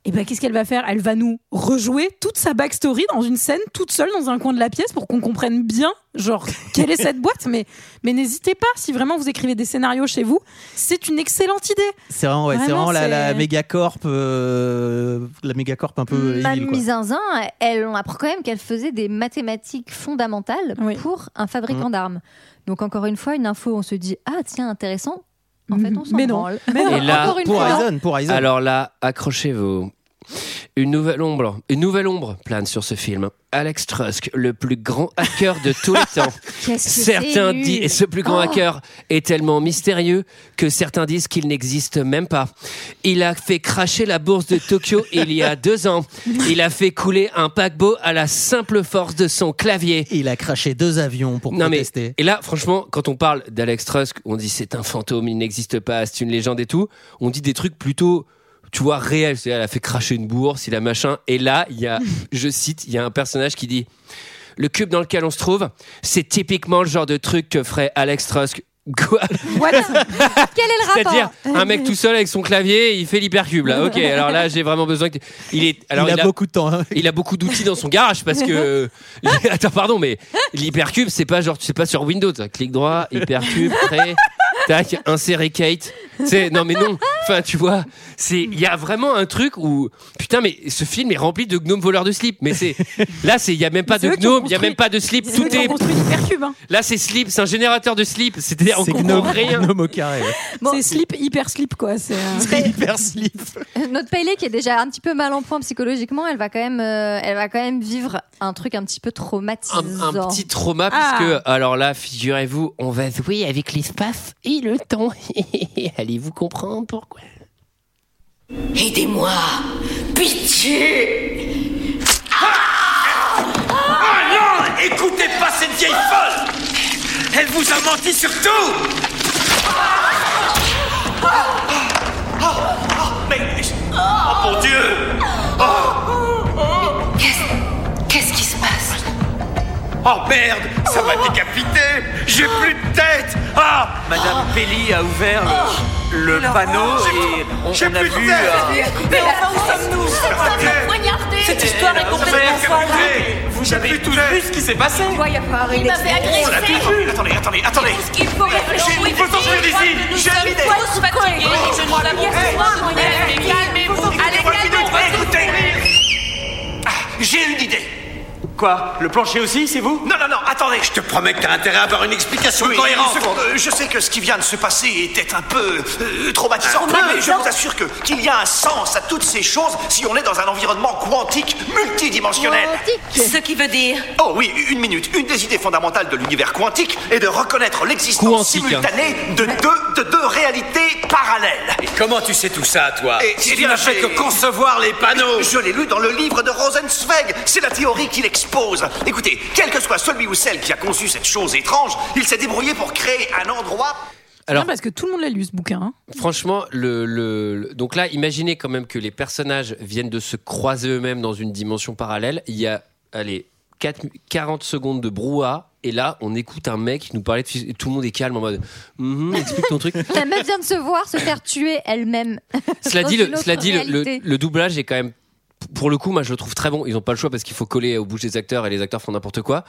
G: eh ben, qu'est-ce qu'elle va faire Elle va nous rejouer toute sa backstory dans une scène, toute seule, dans un coin de la pièce, pour qu'on comprenne bien, genre, quelle est cette boîte. Mais, mais n'hésitez pas, si vraiment vous écrivez des scénarios chez vous, c'est une excellente idée.
I: C'est vraiment, ouais, c'est Mm,
G: Vraiment,
I: vraiment la, la
G: c'est-
I: mégacorp, euh, la mégacorp un peu evil, quoi.
H: Mamie Zinzin, elle, on apprend quand même qu'elle faisait des mathématiques fondamentales
G: Oui.
F: Mmh.
H: pour un fabricant d'armes. Donc encore une fois, une info, on se dit ah tiens intéressant. En fait, on s'en
G: Mmh. Mais non.
H: branle.
G: Mais non.
F: Et là,
H: Encore une
I: Pour
H: fois.
I: Aizen, pour Aizen.
F: Alors là, accrochez-vous. Une nouvelle ombre, une nouvelle ombre plane sur ce film. Alex Trusk, le plus grand hacker de tous les temps.
H: Qu'est-ce que
F: Certains
H: c'est Oh nul.
F: disent, ce plus grand hacker est tellement mystérieux que certains disent qu'il n'existe même pas. Il a fait cracher la bourse de Tokyo il y a deux ans. Il a fait couler un paquebot à la simple force de son clavier.
I: Il a craché deux avions pour
F: Non mais,
I: protester.
F: et là, franchement, quand on parle d'Alex Trusk, on dit c'est un fantôme, il n'existe pas, c'est une légende et tout. On dit des trucs plutôt, tu vois, réels. C'est-à-dire, Elle a fait cracher une bourse, il a machin. Et là, il y a, je cite, il y a un personnage qui dit Le cube dans lequel on se trouve, c'est typiquement le genre de truc que ferait Alex Trusk. Quoi
I: Ah
H: What Quel est le rapport
F: C'est-à-dire un mec tout seul avec son clavier, il fait l'hypercube là. Ok, alors là j'ai vraiment besoin que il est alors
I: il, a beaucoup de temps. hein.
F: il a beaucoup d'outils dans son garage parce que. Attends, pardon, mais l'hypercube, c'est pas genre, tu sais pas sur Windows. hein. Clic droit, hypercube, prêt, tac, insérer Kate. C'est non, mais non. Enfin, tu vois, c'est il y a vraiment un truc où putain, mais ce film est rempli de gnomes voleurs de slip. Mais c'est là, c'est il y a même pas
G: C'est
F: de
G: eux qui ont
F: gnome, il y a même pas de slip.
G: C'est eux
F: Tout
G: qui ont
F: est
G: construit l'hypercube. hein.
F: là, c'est slip, c'est un générateur de slip. C'est-à-dire on
I: C'est
F: comprend
I: gnome,
F: rien.
I: gnome au carré. ouais.
H: Bon.
G: C'est slip, hyper slip quoi. C'est euh,
I: C'est hyper slip.
H: Notre Paylé qui est déjà un petit peu mal en point psychologiquement, elle va quand même, euh, elle va quand même vivre un truc un petit peu traumatisant.
F: un, un petit trauma
G: Ah.
F: puisque alors là figurez-vous on va jouer avec l'espace et le temps allez-vous comprendre pourquoi
K: Aidez-moi Pitié
C: Ah non Écoutez pas cette vieille folle Elle vous a menti sur tout Mais... Oh mon Dieu
K: Qu'est-ce qu'est-ce qui se passe
C: Oh merde Ça m'a décapité J'ai plus de tête Ah
L: Madame
J: Oh.
L: Pelly a ouvert le, le panneau et on,
C: J'ai
L: on a
C: plus de
L: vu.
C: tête.
L: euh,
J: Mais enfin, où sommes-nous Cette histoire est
L: Vous
J: complètement
L: avez
J: folle.
L: capté. Vous savez tous vu ce qui s'est passé
J: Il m'avait
C: On a
J: agressé.
C: tout vu Attendez, attendez, attendez
J: Il faut réfléchir.
C: Il faut sortir
J: Je crois
C: d'ici.
J: que Nous
C: J'ai
J: sommes
C: une idée.
J: tous fatigués et je nous avons besoin de rêver. Calmez-vous. Allez,
C: Trois minutes,
J: calmez-vous.
C: écoutez Ah, J'ai une idée
L: Quoi Le plancher aussi, c'est vous
C: Non, non, non, attendez
B: Je te promets que t'as intérêt à avoir une explication
C: Oui,
B: cohérente.
C: une seconde. Euh, je sais que ce qui vient de se passer était un peu euh, traumatisant,
B: Un peu,
C: mais je vous assure que qu'il y a un sens à toutes ces choses si on est dans un environnement quantique multidimensionnel.
J: Ce qui veut dire
C: Oh oui, une minute. Une des idées fondamentales de l'univers quantique est de reconnaître l'existence
F: Quantique, hein.
C: simultanée de deux, de deux réalités parallèles.
L: Et comment tu sais tout ça, toi
C: Et
L: Tu
C: si
L: ne
C: bien
L: fais
C: j'ai-
L: que concevoir les panneaux
C: Je l'ai lu dans le livre de Rosenzweig. C'est la théorie qu'il expose. Écoutez, quel que soit celui ou celle qui a conçu cette chose étrange, il s'est débrouillé pour créer un endroit
F: Alors-
G: bien parce que tout le monde l'a lu ce bouquin. hein.
F: franchement le, le- le- donc là imaginez quand même que les personnages viennent de se croiser eux-mêmes dans une dimension parallèle il y a allez 4 40 secondes de brouhaha et là on écoute un mec qui nous parlait de phys- et tout le monde est calme en mode Mhm, explique ton truc
H: La meuf vient de se voir se faire tuer elle-même.
F: cela
H: Dans
F: dit,
H: une
F: le,
H: autre
F: cela dit le, le-
H: réalité.
F: le doublage est quand même pour le coup, moi, je le trouve très bon. Ils n'ont pas le choix parce qu'il faut coller aux bouches des acteurs et les acteurs font n'importe quoi.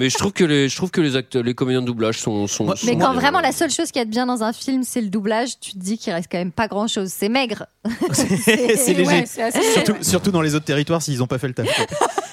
F: Mais je trouve que les, je trouve que les acteurs, les comédiens de doublage sont, sont,
I: Moi-
F: sont-
H: Mais quand
F: sont-
H: vraiment la seule chose qui est bien dans un film, c'est le doublage, tu te dis qu'il reste quand même pas grand-chose. C'est maigre.
I: C'est léger.
G: Ouais, c'est assez-
I: Surtout, surtout dans les autres territoires s'ils n'ont pas fait le taf.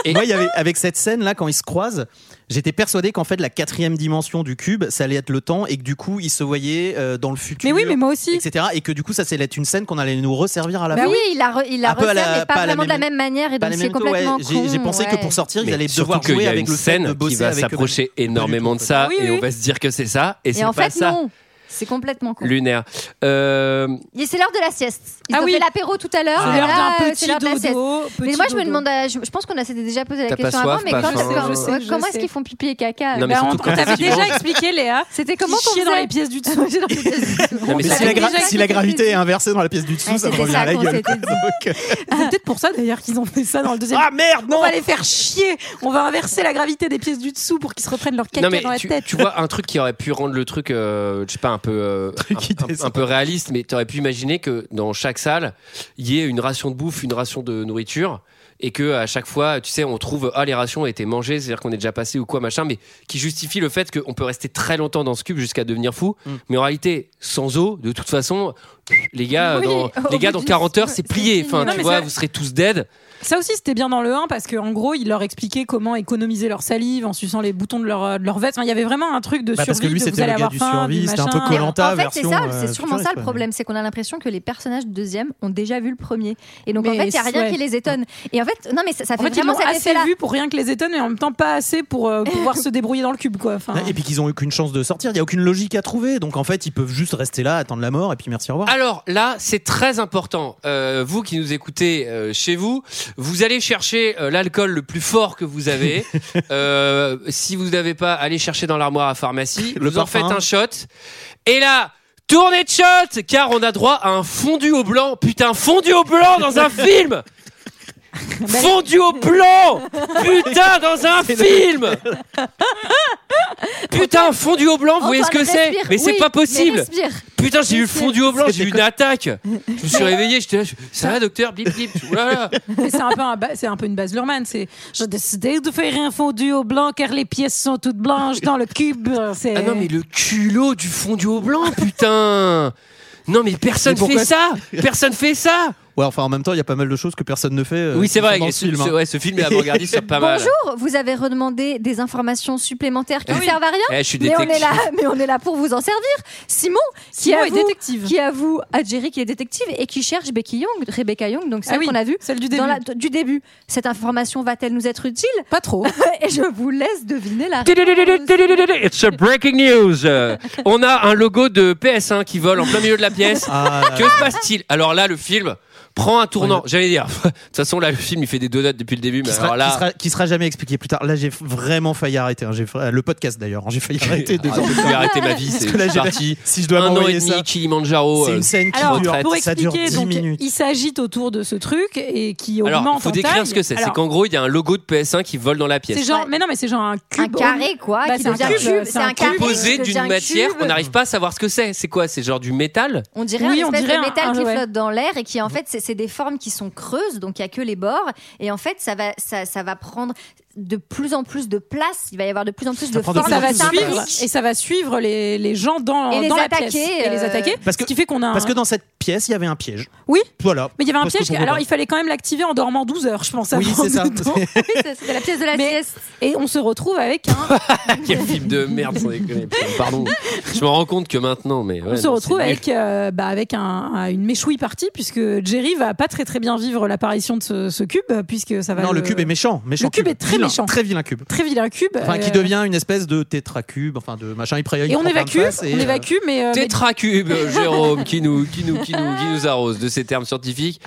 F: Et-
I: Et moi, il y avait, avec cette scène là, quand ils se croisent, j'étais persuadé qu'en fait la quatrième dimension du cube, ça allait être le temps et que du coup ils se voyaient euh, dans le futur.
G: Mais oui, mais moi aussi.
I: etc. Et que du coup ça allait être une scène qu'on allait nous resservir à la
H: Bah
I: fin.
H: oui, il la, re- il la
I: Un peu à la-
H: resserre, mais pas,
I: Ah, pas à la
H: vraiment de la
I: même-
H: même manière. Et
I: Pas les
H: donc c'est
I: mêmes taux, ouais.
H: complètement
I: J'ai
H: con,
I: j'ai pensé que
H: ouais.
I: pour sortir, ils
F: Mais
I: allaient
F: surtout
I: devoir
F: qu'il y
I: jouer
F: a
I: avec
F: une
I: le fait de
F: scène qui
I: bosser
F: va
I: avec eux-mêmes.
F: s'approcher énormément de ça
G: Oui,
F: et
G: oui.
F: on va se dire que c'est ça et,
H: Et
F: c'est
H: en
F: pas
H: fait,
F: ça
H: non. C'est complètement con.
F: lunaire. Euh,
H: Et c'est l'heure de la sieste. Ils
G: Ah
H: ont
G: oui.
H: fait l'apéro tout à l'heure.
G: C'est l'heure
H: Là,
G: d'un
H: euh, c'est
G: petit
H: l'heure de la sieste.
G: dodo.
H: Mais
G: petit
H: moi, je me
G: dodo.
H: demande, à- je, je pense qu'on a déjà posé la
F: T'as pas
H: question
F: soif,
H: avant, mais
F: pas
H: quand,
F: faim.
H: quand-
G: Je sais,
H: ouais,
G: je
H: comment
G: sais.
H: est-ce qu'ils font pipi et caca
F: Non, mais
G: Bah, on
F: surtout quand
G: on t'avait
F: effectivement-
G: déjà expliqué, Léa.
H: C'était comment qu'on
G: Chier dans
H: faisait
G: les pièces du dessous.
H: J'ai dans les pièces du dessous.
F: Non, mais
I: Mais
F: c'est-
I: si la, gra-
G: Déjà
I: si la gravité est inversée dans la pièce du dessous,
H: Ouais,
I: ça me
H: c'était
I: revient
H: ça
I: à la
H: qu'on
I: gueule.
H: s'était dit.
I: Donc,
G: C'est peut-être pour ça d'ailleurs qu'ils ont fait ça dans le deuxième.
I: Ah merde,
G: On
I: non
G: va les faire chier. On va inverser la gravité des pièces du dessous pour qu'ils se reprennent leur caca
F: non mais
G: dans la
F: tu,
G: tête.
F: tu vois un truc qui aurait pu rendre le truc, euh, je sais pas, un peu, euh,
I: Truc qui
F: un- un- un,
I: descend.
F: peu réaliste, mais t'aurais pu imaginer que dans chaque salle, il y ait une ration de bouffe, une ration de nourriture, et que à chaque fois, tu sais, on trouve ah les rations ont été mangées, c'est-à-dire qu'on est déjà passé ou quoi machin, mais qui justifie le fait qu'on peut rester très longtemps dans ce cube jusqu'à devenir fou.
I: Mm.
F: Mais en réalité, sans eau, de toute façon, les gars,
H: Oui,
F: dans,
H: au
F: les gars
H: bout
F: dans
H: d'une-
F: 40 heures, c'est
H: c'est
F: plié.
H: fini.
F: Enfin,
G: Non,
F: tu
G: mais
F: vois,
G: c'est-
F: vous serez tous dead.
G: Ça aussi, c'était bien dans le 1 parce qu'en gros, il leur expliquait comment économiser leur salive en suçant les boutons de leur, de leur veste. Enfin, il y avait vraiment un truc de
I: Bah,
G: survie.
I: parce que lui,
G: de vous
I: c'était
G: allez
I: le gars
G: avoir
I: du
G: faim,
I: survie, c'était un peu
G: machin.
I: Koh-Lanta
H: en fait, c'est
I: version,
H: ça,
I: euh,
H: c'est sûrement
I: futuriste,
H: ça le
I: quoi.
H: problème, c'est qu'on a l'impression que les personnages du deuxième ont déjà vu le premier. Et donc, en
G: Mais
H: fait, il n'y a rien
G: ouais.
H: qui les étonne. Et en fait, non, mais ça, ça
G: En
H: fait,
G: fait, ils
H: vraiment
G: l'ont
H: cet
G: assez
H: effet-là.
G: vu pour rien que les étonnes, mais en même temps pas assez pour euh, pouvoir se débrouiller dans le cube, quoi. Enfin,
I: Et puis qu'ils ont aucune chance de sortir, il n'y a aucune logique à trouver. Donc en fait, ils peuvent juste rester là, attendre la mort et puis merci, au revoir.
F: Alors là, c'est très important. Euh, vous qui nous écoutez euh, chez vous, vous allez chercher euh, l'alcool le plus fort que vous avez. Euh, si vous n'avez pas, allez chercher dans l'armoire à pharmacie.
I: Le
F: vous en
I: parfum.
F: faites un shot. Et là. Tournez de shot car on a droit à un fondu au blanc. Putain, fondu au blanc dans un film. Fondu au blanc. Putain, dans un film. Putain, fondu au blanc, vous voyez ce que
H: Antoine,
F: c'est
H: respire.
F: Mais c'est
H: Oui,
F: pas possible.
H: respire.
F: Putain, j'ai eu le fondu au blanc, j'ai eu une attaque. Je me suis
G: Mais-
F: réveillé, j'étais là, je- ça va docteur, blip blip. Je- oulala.
G: mais c'est un peu un, ba- c'est un peu une base Lurman. C'est j'ai décidé de faire un fondu au blanc car les pièces sont toutes blanches dans le cube. C'est
F: Ah non, mais le culot du fondu au blanc, putain. Non, mais personne
I: Mais pourquoi-
F: fait ça. Personne fait ça.
I: Ouais, enfin en même temps, il y a pas mal de choses que personne ne fait. euh,
F: Oui,
I: qui
F: c'est
I: sont
F: vrai,
I: Dans le
F: ce-
I: film,
F: ce-
I: hein.
F: ouais, ce film est avant-gardiste sur pas mal.
H: Bonjour, vous avez redemandé des informations supplémentaires qui
F: Eh
H: ne
F: oui.
H: servent à rien.
F: Eh, je suis
H: mais on est
F: détective.
H: là, mais on est là pour vous en servir. Simon, qui
G: Simon est
H: avoue,
G: détective.
H: qui avoue à Jerry qui est détective et qui cherche Becky Young, Rebecca Young, donc celle
G: Ah oui,
H: qu'on a vue,
G: celle du
H: dans
G: début.
H: la- du début. Cette information va-t-elle nous être utile
G: pas trop.
H: Et je vous laisse deviner la.
F: It's a breaking news. Euh, On a un logo de PS1 qui vole en plein milieu de la pièce.
I: Ah, là,
F: Que se passe-t-il Alors là, le film prend un tournant. J'allais dire. De toute façon, là, le film, il fait des donuts depuis le début.
I: qui
F: mais
I: sera,
F: alors là,
I: qui sera- qui sera jamais expliqué plus tard. Là, j'ai vraiment failli arrêter. hein. J'ai fa- Le podcast d'ailleurs, hein. j'ai failli arrêter.
F: Ah,
I: dedans.
F: je vais arrêter ma vie.
I: Parce que là,
F: C'est
I: j'ai-
F: parti.
I: Si je dois
F: un an et
I: m'envoyer
F: demi,
I: ça,
F: Kilimanjaro.
I: c'est
F: euh,
I: une scène qui
G: Alors,
I: dure.
G: pour
I: ça dure
G: expliquer,
I: 10
G: donc,
I: minutes.
G: il s'agite autour de ce truc et qui augmente.
F: Alors, il faut
G: en
F: décrire
G: taille.
F: ce que c'est. C'est
G: Alors,
F: qu'en gros, il y a un logo de PS1 qui vole dans la
G: c'est
F: pièce.
G: genre, mais non, mais c'est genre un
H: Un
G: cube.
H: carré quoi,
G: Bah,
H: qui
G: c'est un
H: devient
G: cube,
H: cube,
G: c'est un
H: carré qui
F: Composé
H: devient
F: d'une
H: cube.
F: matière, on n'arrive pas à savoir ce que c'est. C'est quoi C'est genre du métal
H: On dirait
G: Oui,
H: un
G: on
H: espèce
G: dirait
H: de
G: un-
H: métal
G: un-
H: qui
G: ouais. Mhm.
H: flotte dans l'air et qui en fait c'est c'est des formes qui sont creuses donc il y a que les bords et en fait ça va ça, ça va prendre de plus en plus de place il va y avoir de plus en plus de
I: prend de
H: formes
G: ça va
I: Forme de
G: suivre
H: symboliques.
G: et ça va suivre les, les gens dans,
H: Et les
G: dans
H: attaquer,
G: la pièce et les
H: euh,
G: attaquer.
I: Parce que-
G: ce qui fait qu'on a. un-
I: Parce que dans cette pièce, il y avait un piège.
G: Oui.
I: Voilà.
G: Mais il y avait un
I: Parce que
G: piège.
I: pourquoi
G: Alors
I: pas.
G: il fallait quand même l'activer en dormant 12 heures, je pense.
I: Oui,
G: avant
I: c'est ça.
G: dedans.
H: Oui, c'est- c'est la pièce de la
G: Mais-
H: sieste
G: Et on se retrouve avec un.
I: Ah
F: Quel film de merde, sans déconner. Putain, Pardon. Je me rends compte que maintenant, mais. ouais,
G: on se
F: non,
G: retrouve
F: c'est nul.
G: avec, euh, bah, avec un, un- une méchouille partie, puisque Jerry va pas très très bien vivre l'apparition de ce, ce cube, puisque ça va.
I: Non, le cube est méchant. méchant
G: le cube est très
I: Vilain,
G: méchant.
I: Très vilain cube.
G: Très vilain cube.
I: Enfin, qui
G: euh,
I: devient une espèce de tétracube, enfin de machin. Il prend- il
G: Et
I: prend
G: on
I: plein de
G: évacue,
I: faces et,
G: on
I: euh,
G: évacue, mais. euh, mais
F: Tétracube, euh, Jérôme, qui nous, qui, nous, qui, nous, qui nous arrose de ces termes scientifiques.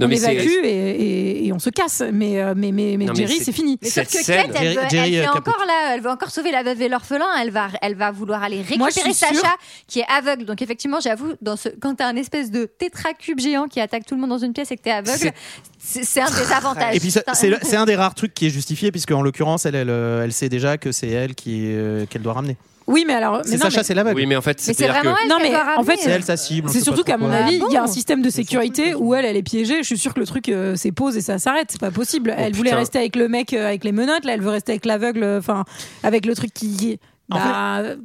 F: Non,
G: on
F: mais c'est.
G: évacue et, et- et on se casse. Mais, euh, mais, mais, mais
F: Non, mais
G: Jerry,
F: c'est-
G: c'est fini.
H: mais sauf
F: Cette
H: que
F: scène.
H: Kate elle,
I: Jerry-
H: veut, elle
I: Jerry,
H: fait
I: euh, capote.
H: encore là elle veut encore sauver la veuve et l'orphelin elle va elle va vouloir aller récupérer
G: Moi, je suis
H: Sacha
G: sûre-
H: qui est aveugle donc effectivement j'avoue dans ce quand t'as un espèce de tétracube géant qui attaque tout le monde dans une pièce et que t'es aveugle c'est c'est un désavantage
I: Et puis ça-
H: C'est un-
I: c'est le- c'est un des rares trucs qui est justifié puisque en l'occurrence elle, elle euh, elle sait déjà que c'est elle qui euh, qu'elle doit ramener.
G: Oui, mais alors. mais
I: C'est
G: non,
I: Sacha,
G: mais-
I: c'est l'aveugle.
F: Oui, mais en fait,
H: mais c'est
F: c'est-à-dire que.
H: vraiment elle
G: Non,
H: qu'elle
G: mais
H: doit
G: en fait,
H: ramener.
I: C'est elle sa cible. on sait
G: C'est
I: pas
G: surtout qu'à
I: pourquoi.
G: mon avis, il y a
H: Ah
G: un
H: bon
G: système de sécurité où elle, elle est piégée. Je suis sûre que le truc euh, s'épose et ça s'arrête. C'est pas possible.
I: Oh,
G: elle voulait
F: putain.
G: rester avec le mec euh, avec les menottes. Là, elle veut rester avec l'aveugle. euh, Enfin, avec le truc qui. Bah,
H: Avec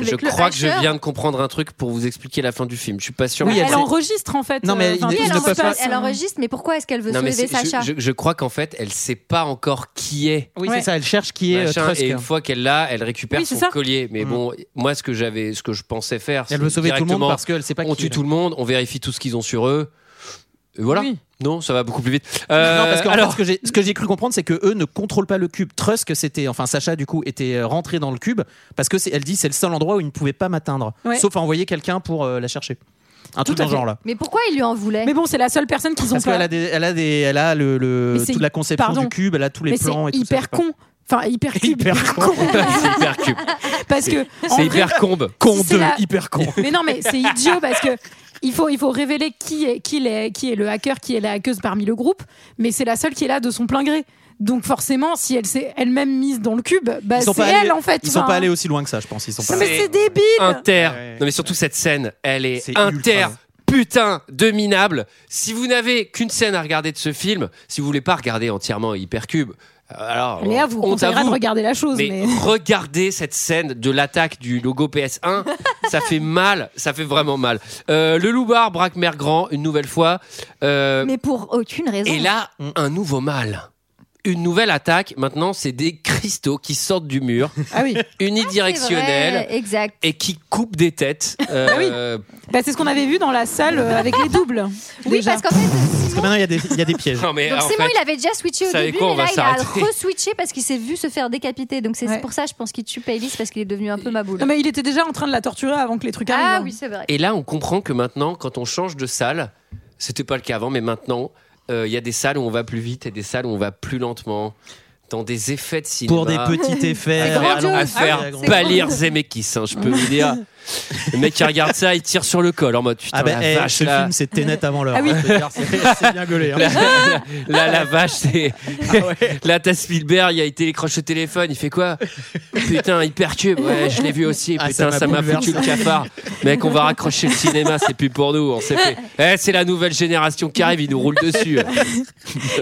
F: Je
H: le
F: crois que
G: E
F: je
H: hacheur.
F: viens de comprendre un truc pour vous expliquer la fin du film. Je suis pas sûr.
G: bah,
I: Oui,
G: elle,
I: elle-
G: enregistre en fait.
I: Non, mais
G: euh, enfin,
I: il-
H: Oui,
G: tout
I: ils
H: elle,
G: ce
I: ne
G: qui se
I: peuvent
H: enregistre,
I: pas-
G: passe.
H: elle enregistre, mais pourquoi est-ce qu'elle veut
F: Non, mais
H: sauver
F: c'est- je,
H: Sacha
F: je- je crois qu'en fait, elle sait pas encore qui est.
I: Oui,
G: Ouais.
I: c'est ça. Elle cherche qui est euh,
F: machin, et
I: Trusker.
F: une fois qu'elle l'a, elle récupère
G: Oui, c'est
F: son
G: ça.
F: collier. Mais
I: Mm.
F: bon, moi, ce que j'avais, ce que je pensais faire, c'est
I: Elle veut sauver tout le monde
F: directement,
I: parce qu'elle sait pas
F: on
I: qui.
F: tue tout le monde, on vérifie tout ce qu'ils ont sur eux. Et voilà.
G: Oui.
F: Non, ça va beaucoup plus vite.
I: Non,
F: Euh,
I: parce qu'en
F: alors,
I: fait, ce que j'ai- ce que j'ai cru comprendre, c'est que eux ne contrôlent pas le cube. Trusk, c'était, enfin Sacha du coup était euh, rentré dans le cube parce que c'est- elle dit c'est le seul endroit où il ne pouvait pas m'atteindre,
G: Ouais.
I: sauf à envoyer quelqu'un pour euh, la chercher. Un truc
G: Tout
I: dans
G: à
I: le
G: fait.
I: genre là.
H: Mais pourquoi il lui en voulait
G: Mais bon, c'est la seule personne qu'ils ont
I: Parce qu'elle
G: pas.
I: a, des, elle a, des, elle a le, le-
G: Mais c'est
I: toute la conception
G: pardon.
I: du cube, elle a tous les
G: Mais c'est
I: plans et tout ça, je sais
G: hyper
I: pas.
G: con. Enfin, hyper cube.
I: Hyper con.
F: c'est hyper cube.
G: Parce que. en
F: C'est
G: vrai,
F: hyper combe.
I: Con
G: C'est
I: de
G: la- Bah,
I: hyper con.
G: Mais non, mais c'est idiot parce que il faut, il faut révéler qui est, qui, est, qui est le hacker, qui est la hackeuse parmi le groupe, mais c'est la seule qui est là de son plein gré. Donc forcément, si elle s'est elle-même mise dans le cube, bah,
I: Ils sont
G: c'est
I: pas
G: elle
I: allés-
G: en fait.
I: Ils sont
G: Enfin,
I: pas allés aussi loin que ça, je pense. Ils sont pas
G: Mais
I: allés-
G: c'est débile
F: Inter.
I: Ouais.
F: Non, mais surtout cette scène, elle est,
I: C'est
F: inter.
I: ultra.
F: Putain de minable. Si vous n'avez qu'une scène à regarder de ce film, si vous voulez pas regarder entièrement Hypercube, euh, Alors,
G: Léa vous
F: on
G: conseillera de
F: t'avoue,
G: regarder la chose,
F: mais,
G: mais-
F: regardez cette scène de l'attaque du logo PS1, ça fait mal, ça fait vraiment mal. Euh, le loupard braque Mère Grand une nouvelle fois. Euh,
H: Mais pour aucune raison.
F: et là,
I: Mm.
F: un nouveau mal. Une nouvelle attaque. Maintenant, c'est des cristaux qui sortent du mur,
G: Ah oui.
F: unidirectionnels,
H: Ouais, Exact.
F: et qui coupent des têtes.
H: Ah
F: Euh,
G: Bah, c'est ce qu'on avait vu dans la salle euh, avec les doubles.
H: Oui, parce qu'en fait,
I: Parce que maintenant, il y a des- il y, a des pièges.
F: Non, mais
H: Donc
F: en
H: c'est bon,
F: fait-
H: il avait déjà switché au
F: savez
H: début,
F: quoi, on
H: mais là
F: va
H: il a
F: s'arrêter.
H: re-switché parce qu'il s'est vu se faire décapiter. Donc c'est pour ça, je pense qu'il tue Paylis parce qu'il est devenu un peu ma boule.
G: Non, mais il était déjà en train de la torturer avant que les trucs arrivent.
H: ah
G: hein.
H: oui, c'est vrai.
F: Et là, on comprend que maintenant, quand on change de salle, c'était pas le cas avant, mais maintenant, euh, il y a des salles où on va plus vite et des salles où on va plus lentement. Dans des effets de cinéma.
I: Pour des petits effets.
F: à faire,
I: allons-
F: Ah, à
H: Ah
F: faire
I: Ah, C'est grandiose.
F: pâlir Zemeckis, hein, je peux vous dire. Le mec qui regarde ça, il tire sur le col en mode putain,
I: Ah ben,
F: la
I: eh,
F: vache
I: ce
F: là.
I: film, c'est Tenet avant l'heure.
G: Ah oui.
I: hein, je veux dire, c'est c'est bien gaulé. hein.
F: Là, là, la vache, c'est. Là, t'as Spielberg, il a été croche au téléphone, il fait quoi Putain, il perturbe. Ouais, je l'ai vu aussi,
I: Ah,
F: putain,
I: ça
F: ça
I: m'a
F: m'a foutu le
I: bouleversé.
F: cafard. Mec, on va raccrocher le cinéma, c'est plus pour nous, on s'est fait. Eh, c'est la nouvelle génération qui arrive, il nous roule dessus.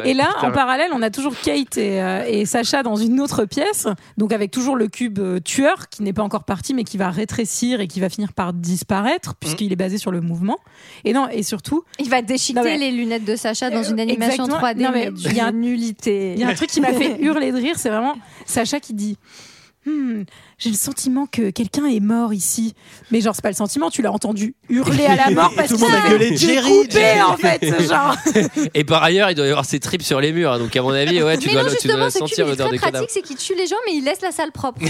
G: Et là,
F: Putain.
G: en parallèle, on a toujours Kate et, euh, et Sacha dans une autre pièce, donc avec toujours le cube euh, tueur qui n'est pas encore parti, mais qui va rétrécir et qui va finir par disparaître puisqu'il est basé sur le mouvement. Et non, et surtout,
H: Il va déchiqueter
G: Non, mais-
H: les lunettes de Sacha dans une animation
G: Exactement.
H: 3D.
G: Non, mais
H: mais
G: il y a-
H: d'une nullité.
G: il y a un truc qui m'a fait hurler de rire, c'est vraiment Sacha qui dit. Hmm, j'ai le sentiment que quelqu'un est mort ici. Mais genre, c'est pas le sentiment, tu l'as entendu hurler à la mort
I: Et
G: parce
I: tout le monde a
G: que
I: gueulé,
G: j'ai
I: Jerry,
G: coupé
I: Jerry.
G: en fait. Genre.
F: Et par ailleurs, il doit y avoir ses tripes sur les murs, hein, donc à mon avis, ouais, tu
H: mais
F: dois,
H: non,
F: tu dois
H: justement, ce cube
F: sentir
H: il est
F: l'odeur
H: très
F: des
H: pratique,
F: cadavres.
H: c'est qu'il tue les gens, mais il laisse la salle propre.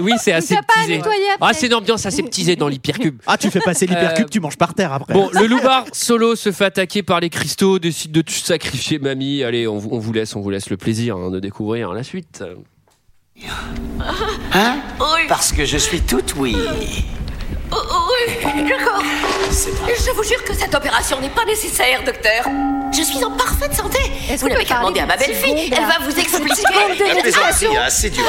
F: Oui, c'est
H: Il
F: assez
H: n'a pas à
F: petit.
H: nettoyer après.
F: Ah, c'est une ambiance aseptisée dans l'hypercube.
I: Ah, tu fais passer l'hypercube,
F: Euh,
I: tu manges par terre après.
F: Bon, le loupard solo se fait attaquer par les cristaux, décide de tout sacrifier mamie. Allez, on, vous- on vous laisse, on vous laisse le plaisir hein, de découvrir la suite.
J: Oui,
B: Parce que je suis toute oui.
J: oh, oh, oui, d'accord. Je vous jure que cette opération n'est pas nécessaire, docteur. Je suis en parfaite santé.
H: Est-ce qu'on
J: Vous
H: peut
J: n'avez qu'à
H: parler
J: demander à ma
H: d'une
J: belle-fille.
H: seconde,
J: Elle
H: là
J: va vous expliquer.
C: La plaisanterie hein, c'est dur.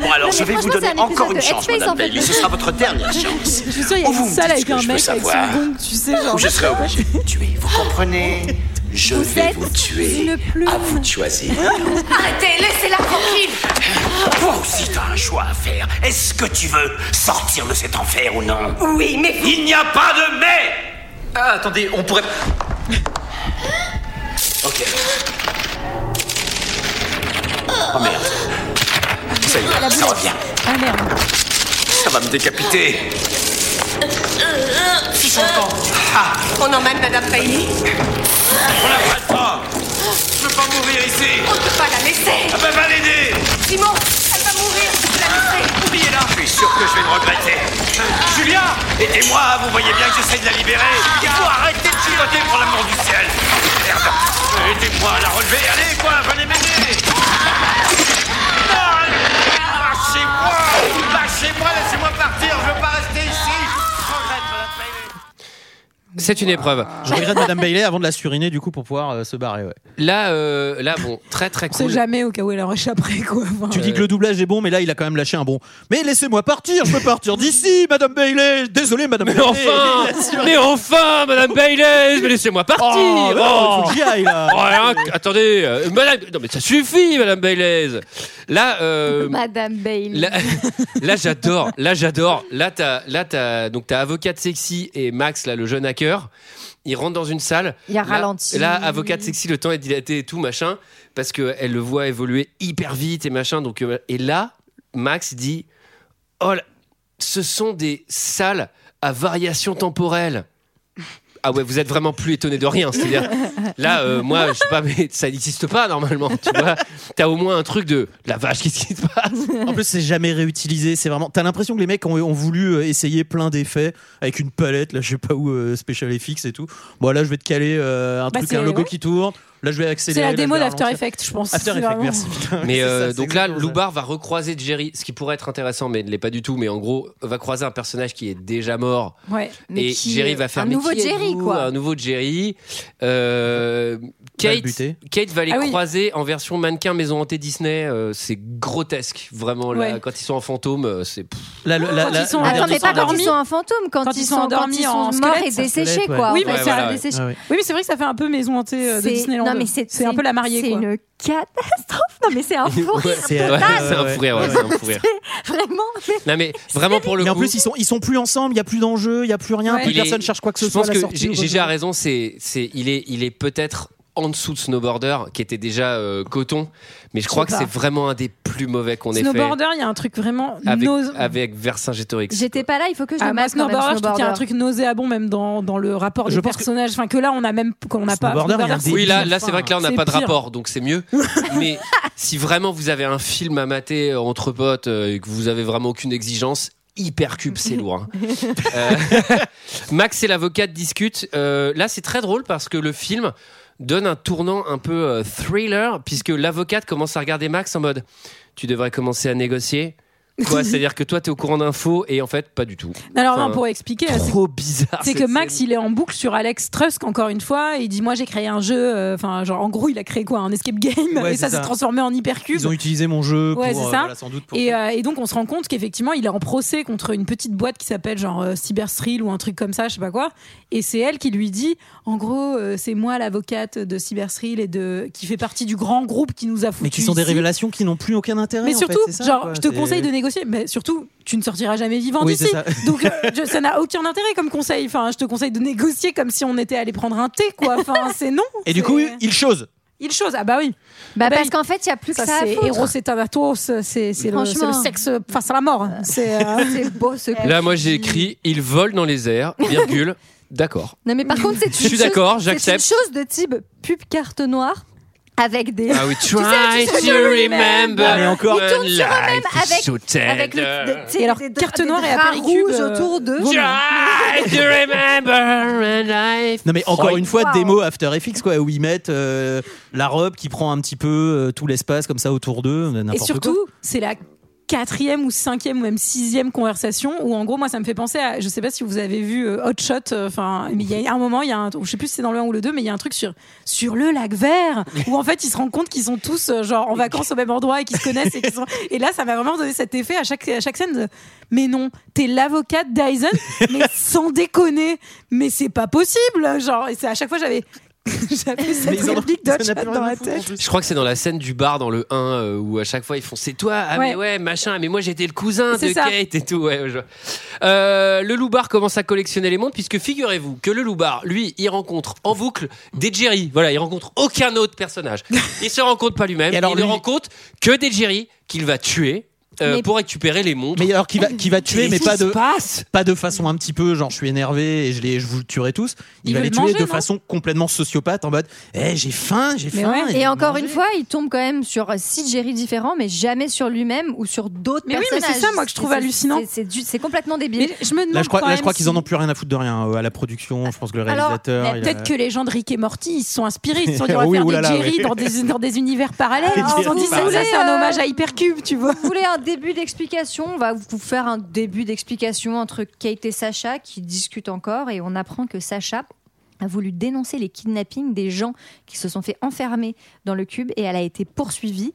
C: Bon, alors,
H: ah, Non,
C: je
H: mais
C: vais vous
H: franchement,
C: donner
H: c'est un
C: encore
H: épisode
C: une
H: de
C: chance,
H: Headspace, en
C: Madame
H: fait.
C: Bailey. Ce sera votre dernière chance.
G: Je suis sûre, il y a
C: Ou vous
G: une
C: me
G: salle
C: dites ce que
G: avec un
C: je veux
G: mec avec son
C: savoir.
G: gong, tu sais, genre.
C: Ou je serai obligé de vous tuer, vous comprenez Je
H: Vous
C: vais
H: êtes
C: vous tuer.
H: une plume.
C: À vous de choisir.
J: Arrêtez, laissez-la tranquille.
C: Toi aussi, t'as un choix à faire. Est-ce que tu veux sortir de cet enfer ou non
J: Oui, mais
C: Il n'y a pas de mais
L: Ah, attendez, on pourrait.
C: Ok. Oh merde. Ça y est, ça revient.
G: Ah merde.
C: Ça va me décapiter.
J: Fichons le camp. Ah, On emmène Madame Bailey.
C: On n'a pas le temps. Je veux pas mourir ici.
J: On ne peut pas la laisser.
C: Ah ben, va l'aider.
J: Simon, elle va mourir si vous la laissez.
C: Oubliez-la. Je suis sûr que je vais le regretter. Julien, aidez-moi. Vous voyez bien que j'essaie de la libérer. Il faut arrêter de chipoter pour l'amour du ciel. Merde. Aidez-moi à la relever. Allez, quoi, venez m'aider. Non, allez, Lâchez-moi. Lâchez-moi. Laissez-moi partir. Je veux pas rester ici. Je regrette, Madame Bailey.
F: C'est une épreuve.
I: Je regrette Madame Bailey avant de la suriner du coup pour pouvoir euh, se barrer. ouais.
F: Là, euh, là, bon, très très
G: On sait
F: cool.
G: jamais au cas où elle aurait échapperait quoi. Enfin,
I: Tu dis que le doublage est bon, mais là il a quand même lâché un bon. Mais laissez-moi partir, je peux partir d'ici, Madame Bailey. Désolé, Madame
F: Mais
I: Bailey.
F: enfin, mais enfin, Madame Bailey, mais laissez-moi partir.
I: Oh, mais non,
F: Oh.
I: faut que j'y aille, là.
F: Oh, hein, attendez, euh, Madame, non mais ça suffit, Madame Bailey. Là, euh,
H: Madame Bailey.
F: Là, là, j'adore, là j'adore. Là t'as, là t'as, donc t'as avocate sexy et Max là le jeune hacker. Ils rentrent dans une salle.
H: Il y a
F: Là-
H: ralenti.
F: Là, avocate sexy, le temps est dilaté et tout machin parce que elle le voit évoluer hyper vite et machin. Donc euh, et là, Max dit, oh, là, ce sont des salles à variation temporelle. Ah ouais, vous êtes vraiment plus étonné de rien. C'est-à-dire, là, euh, moi, je sais pas, mais ça n'existe pas normalement. Tu vois, t'as au moins un truc de la vache, qu'est-ce qui se passe
I: En plus, c'est jamais réutilisé. C'est vraiment. T'as l'impression que les mecs ont, ont voulu euh, essayer plein d'effets avec une palette. Là, je sais pas où euh, Special FX et tout. Bon, là, je vais te caler euh, un
G: Bah,
I: truc,
G: c'est-
I: un logo
G: ouais.
I: qui tourne. Là, je vais accélérer.
G: C'est la
I: là,
G: démo
I: je vais
G: d'After
F: hein,
I: ralentir.
G: Effects, je pense.
I: After
G: C'est
I: Effect,
G: vraiment-
I: merci.
F: Mais
I: C'est ça,
F: euh,
I: c'est
F: donc là,
I: exactement ça.
F: Loubar va recroiser Jerry, ce qui pourrait être intéressant, mais ne l'est pas du tout. Mais en gros, va croiser un personnage qui est déjà mort.
G: Ouais.
H: Mais
F: et
H: qui-
F: Jerry va faire
H: un
F: mais
H: nouveau
F: qui
H: Jerry,
F: êtes-vous
H: quoi.
F: Un nouveau Jerry. Euh, Kate,
I: buté.
F: Kate va les
G: Ah oui.
F: croiser en version mannequin maison hantée Disney. Euh, c'est grotesque, vraiment. là,
G: Ouais.
F: quand ils sont en fantôme, euh, c'est. pff,
I: La- la- la-
G: Quand ils sont-
I: la-
G: Attends,
H: Attends, mais pas quand ils
G: endormis.
H: sont un fantôme, quand, ils sont, quand
G: endormis
H: ils
G: en
H: sont morts et
G: squelette.
H: desséchés, quoi.
G: Oui,
H: en
G: mais
H: fait.
G: c'est
H: Ils sont
G: un-
H: desséchés.
I: Ah
G: Oui, mais c'est vrai que ça fait un peu maison hantée euh, de
H: C'est-
G: Disneyland.
H: non, mais c'est-
G: c'est un peu la mariée.
H: C'est
G: quoi.
H: une catastrophe. Non, mais c'est un fou rire
F: c'est
H: total.
F: un fou rire, ouais, c'est un fou rire.
H: Vraiment. mais-
F: Non mais vraiment pour le
I: Mais en
F: coup.
I: plus, ils sont, ils sont plus ensemble, il n'y a plus d'enjeu, il n'y a plus rien, plus
F: il est-
I: personne cherche quoi que ce
F: je
I: soit.
F: pense
I: à la
F: que
I: sortie,
F: G-
I: au
F: Gégé a raison, c'est, c'est, il est, il est peut-être en dessous de Snowboarder, qui était déjà euh, coton, mais je crois
G: sais
F: que c'est
G: pas.
F: vraiment un des plus mauvais qu'on ait fait
G: Snowboarder, il y a un truc vraiment
F: avec,
G: nose.
F: avec Vercingétorix.
H: J'étais pas là, il faut que je
G: Ah,
H: le
G: moi,
H: masse quand même,
G: snowboarder, je trouve qu'il y a un
H: Snowboarder.
G: truc nauséabond même dans, dans le rapport
I: Je
G: du
I: pense que-
G: personnage. Enfin, que là, on a même qu'on n'a pas.
I: Snowboarder, il y a un
G: c'est
I: début.
F: Oui, là,
G: pire.
F: là c'est vrai que là, on n'a
G: C'est
F: pas de
G: pire.
F: rapport, donc c'est mieux. Mais si vraiment vous avez un film à mater euh, entre potes euh, et que vous avez vraiment aucune exigence, Hypercube, c'est lourd. hein. Euh, Max et l'avocate discutent. Euh, là, c'est très drôle parce que le film donne un tournant un peu euh, thriller, puisque l'avocate commence à regarder Max en mode Tu devrais commencer à négocier. Quoi C'est-à-dire que toi, t'es au courant d'infos et en fait, pas du tout.
G: Alors,
F: Enfin,
G: non, pour expliquer, c'est
F: Trop bizarre.
G: C'est que
F: cette
G: Max,
F: scène.
G: il est en boucle sur Alex Trusk encore une fois. et Il dit moi j'ai créé un jeu, euh, enfin genre en gros il a créé quoi un escape game
I: Ouais,
G: et
I: c'est
G: ça s'est
I: ça.
G: transformé en hypercube.
I: Ils ont utilisé mon jeu
G: Ouais,
I: pour,
G: c'est
I: euh,
G: ça.
I: voilà, sans doute pour.
G: Et, euh, et donc on se rend compte qu'effectivement il est en procès contre une petite boîte qui s'appelle genre euh, Cyber Thrill ou un truc comme ça, je sais pas quoi. Et c'est elle qui lui dit en gros euh, c'est moi l'avocate de Cyber Thrill et de qui fait partie du grand groupe qui nous a foutu.
I: mais qui sont des
G: ici.
I: révélations qui n'ont plus aucun intérêt.
G: Mais
I: en
G: surtout,
I: fait, c'est ça,
G: genre,
I: quoi.
G: je te
I: C'est-
G: conseille de négocier, mais surtout, tu ne sortiras jamais vivant
I: Oui,
G: d'ici.
I: c'est ça.
G: Donc, euh, je- ça n'a aucun intérêt comme conseil. Enfin, je te conseille de négocier comme si on était allé prendre un thé, quoi. Enfin, c'est non.
I: Et du
G: c'est- euh,
I: coup, il chose.
G: il chose. Ah bah oui.
H: Bah,
G: Bah,
H: parce
G: il-
H: qu'en fait, il y a plus que
G: Ça,
H: ça à
G: c'est
H: foutre.
G: héros et Thanatos, c'est c'est le, c'est le
H: Franchement.
G: sexe face à la mort. C'est euh,
H: C'est beau ce
F: Là, moi, j'ai écrit Il vole dans les airs, virgule. D'accord.
H: Non, mais par contre, c'est une
F: Je suis
H: chose-
F: d'accord, j'accepte.
H: C'est une chose de type pub carte noire avec des.
F: Ah oui, try
H: tu sais,
F: to remember.
I: Mais encore-
H: Ils tournent sur eux-mêmes
F: Life is
H: avec-
F: so
H: Avec le,
F: tender.
H: tu sais,
G: alors,
H: des dra-
G: carte
H: des
G: noire et
H: draps
G: apéricube,
H: rouges
G: euh,
H: autour d'eux.
F: Try to remember a life.
I: Non mais encore une fois,
H: Wow.
I: des mots After Effects quoi, où ils mettent euh, la robe qui prend un petit peu euh, tout l'espace comme ça autour d'eux, euh, n'importe
G: Et surtout, c'est la quatrième ou cinquième ou même sixième conversation où en gros moi ça me fait penser à je sais pas si vous avez vu euh, Hot Shot euh, enfin mais il y a un moment il y a un, je sais plus si c'est dans le 1 ou le 2 mais il y a un truc sur sur le lac vert où en fait ils se rendent compte qu'ils sont tous euh, genre en vacances au même endroit et qu'ils se connaissent et, qu'ils sont... et là ça m'a vraiment donné cet effet à chaque à chaque scène de, mais non t'es l'avocate Dyson mais sans déconner mais c'est pas possible genre et c'est à chaque fois j'avais j'avais
I: Mais
G: cette
I: ils en ont-
G: réplique
I: ils en
G: d'Hot
I: ont plus rien
G: Shot dans
I: à
G: la
I: foutre, en
G: tête
I: plus.
F: Je crois que c'est dans la scène du bar dans le 1 euh, où à chaque fois ils font c'est toi, ah mais
G: Ouais.
F: ouais, machin, mais moi j'étais le cousin de
G: C'est ça.
F: Kate et tout. Ouais, je- Euh, le loup-bar commence à collectionner les montres puisque figurez-vous que le loup-bar, lui, il rencontre en boucle des Jerry. Voilà, il rencontre aucun autre personnage. Il se rencontre pas lui-même,
I: Et alors,
F: il
I: lui-
F: ne rencontre que des Jerry qu'il va tuer euh,
H: Mais-
F: pour récupérer les montres.
I: Mais alors qui va qui va tuer, mais
F: Qu'est-ce
I: pas
F: qui se
I: de
F: passe
I: pas de façon un petit peu genre je suis énervé et je les je vous tuerai tous. Il,
G: Il
I: va
G: veut
I: les
G: le
I: tuer
G: manger,
I: de
G: non
I: façon complètement sociopathe en mode eh j'ai faim j'ai
G: Mais
I: faim.
G: ouais.
I: je vais
H: Et encore
I: manger.
H: une fois, il tombe quand même sur euh, six Jerry différents, mais jamais sur lui-même ou sur d'autres
G: Mais oui,
H: personnages.
G: mais c'est ça, moi, que je trouve
H: C'est-
G: hallucinant.
H: c'est- C'est du- c'est complètement
G: mais
H: débile.
G: je me demande
I: Là je crois
G: quand
I: là
G: même
I: je crois qu'ils
G: si-
I: en ont plus rien à foutre de rien euh, à la production. Je pense que le
H: Alors,
I: réalisateur.
G: Mais
I: Ah, il a-
G: Bah, Peut-être que les gens de Rick et Morty ils se sont inspirés, ils se sont dit on va
I: Oui,
G: faire
I: oulala,
G: des Jerry
I: oui.
G: dans, des, dans des univers parallèles. hein.
I: Les
G: Ils se sont
I: Jerry
G: dit ça,
H: parallèles.
G: ça, c'est un hommage à Hypercube, tu vois.
H: Vous voulez un début d'explication On va vous faire un début d'explication entre Kate et Sacha qui discutent encore et on apprend que Sacha a voulu dénoncer les kidnappings des gens qui se sont fait enfermer dans le cube et elle a été poursuivie.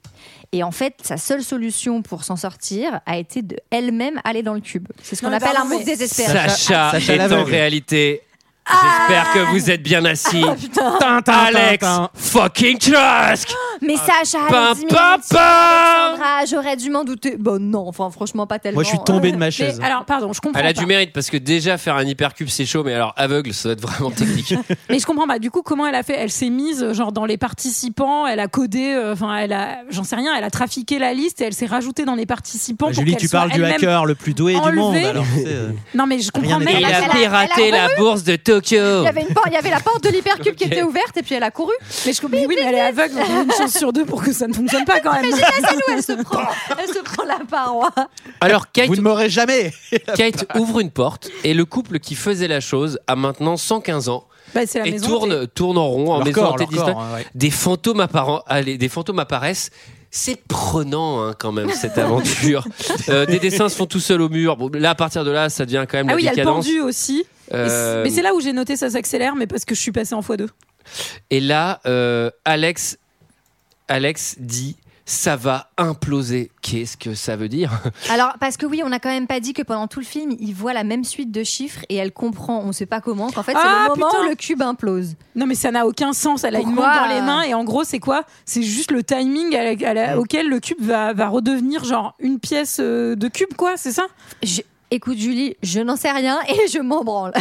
H: Et en fait, sa seule solution pour s'en sortir a été de elle-même aller dans le cube. C'est ce qu'on
G: Non, mais
H: appelle
G: pardon,
H: un move
G: mais-
H: désespéré.
F: Sacha,
I: Sacha
F: est en
I: l'aveugle.
F: réalité. J'espère que vous êtes bien assis.
I: Tin, tin, tin,
F: Alex
I: tin.
F: fucking Trask
H: Mais Sacha,
F: Pam,
H: allez-y, mais
F: pam,
H: tu-
F: pam
H: Sandra, j'aurais dû m'en douter. Bon, non, enfin, franchement, pas tellement.
I: Moi
H: euh.
I: je suis tombé de ma chaise.
G: Mais alors, pardon, je comprends
F: Elle a
G: pas.
F: du mérite parce que déjà faire un hypercube c'est chaud, mais alors aveugle ça doit être vraiment technique.
G: Mais je comprends pas. Du coup, comment elle a fait Elle s'est mise euh, genre dans les participants, elle a codé, euh, enfin, elle a, j'en sais rien, elle a trafiqué la liste et elle s'est rajoutée dans les participants. pour
I: Bah, Julie
G: qu'elle
I: tu
G: soit
I: parles du
G: elle-même-
I: hacker le plus doué du
G: enlevée.
I: monde. Alors, tu sais, euh,
G: Non, mais je comprends
I: n'est
G: même
F: il
H: elle a-
F: a
H: elle a-
F: piraté
H: elle a
F: la bourse de Tokyo.
H: Il y avait, une porte- il y avait la porte de l'hypercube qui
F: Ok.
H: était ouverte et puis elle a couru.
G: Mais je comprends. mais Oui, mais elle est aveugle. donc Il y a une chance sur deux pour que ça ne fonctionne pas quand même.
H: C'est où elle se prend, elle se prend la paroi.
F: Alors Kate,
I: vous ne m'aurez jamais.
F: Kate ouvre une porte et le couple qui faisait la chose a maintenant 115 ans
G: Bah, c'est la
F: et
G: maison.
F: tourne, tourne en rond en
I: Leur
F: maison
I: corps,
F: hantée
I: leur corps,
F: Disney.
I: hein, ouais.
F: Des fantômes apparents, allez, des fantômes apparaissent. C'est prenant hein, quand même cette aventure. Euh, des dessins se font tout seuls au mur. Bon, là à partir de là ça devient quand même
G: Ah
F: la
G: oui, il y a le
F: décadence.
G: pendu aussi. Et
F: Euh,
G: c'est- Mais c'est là où j'ai noté ça s'accélère, mais parce que je suis passée en x2.
F: Et là, euh, Alex, Alex dit ça va imploser. Qu'est-ce que ça veut dire
H: Alors, parce que oui, on n'a quand même pas dit que pendant tout le film, il voit la même suite de chiffres et elle comprend, on ne sait pas comment, qu'en fait, c'est
G: Ah,
H: le moment
G: putain.
H: où le cube implose.
G: Non, mais ça n'a aucun sens. Elle a une
H: Pourquoi
G: montre dans les mains et en gros, c'est quoi C'est juste le timing à la- à la- auquel le cube va, va redevenir genre une pièce euh, de cube, quoi, c'est ça
H: Écoute, Julie, je n'en sais rien et je m'en branle.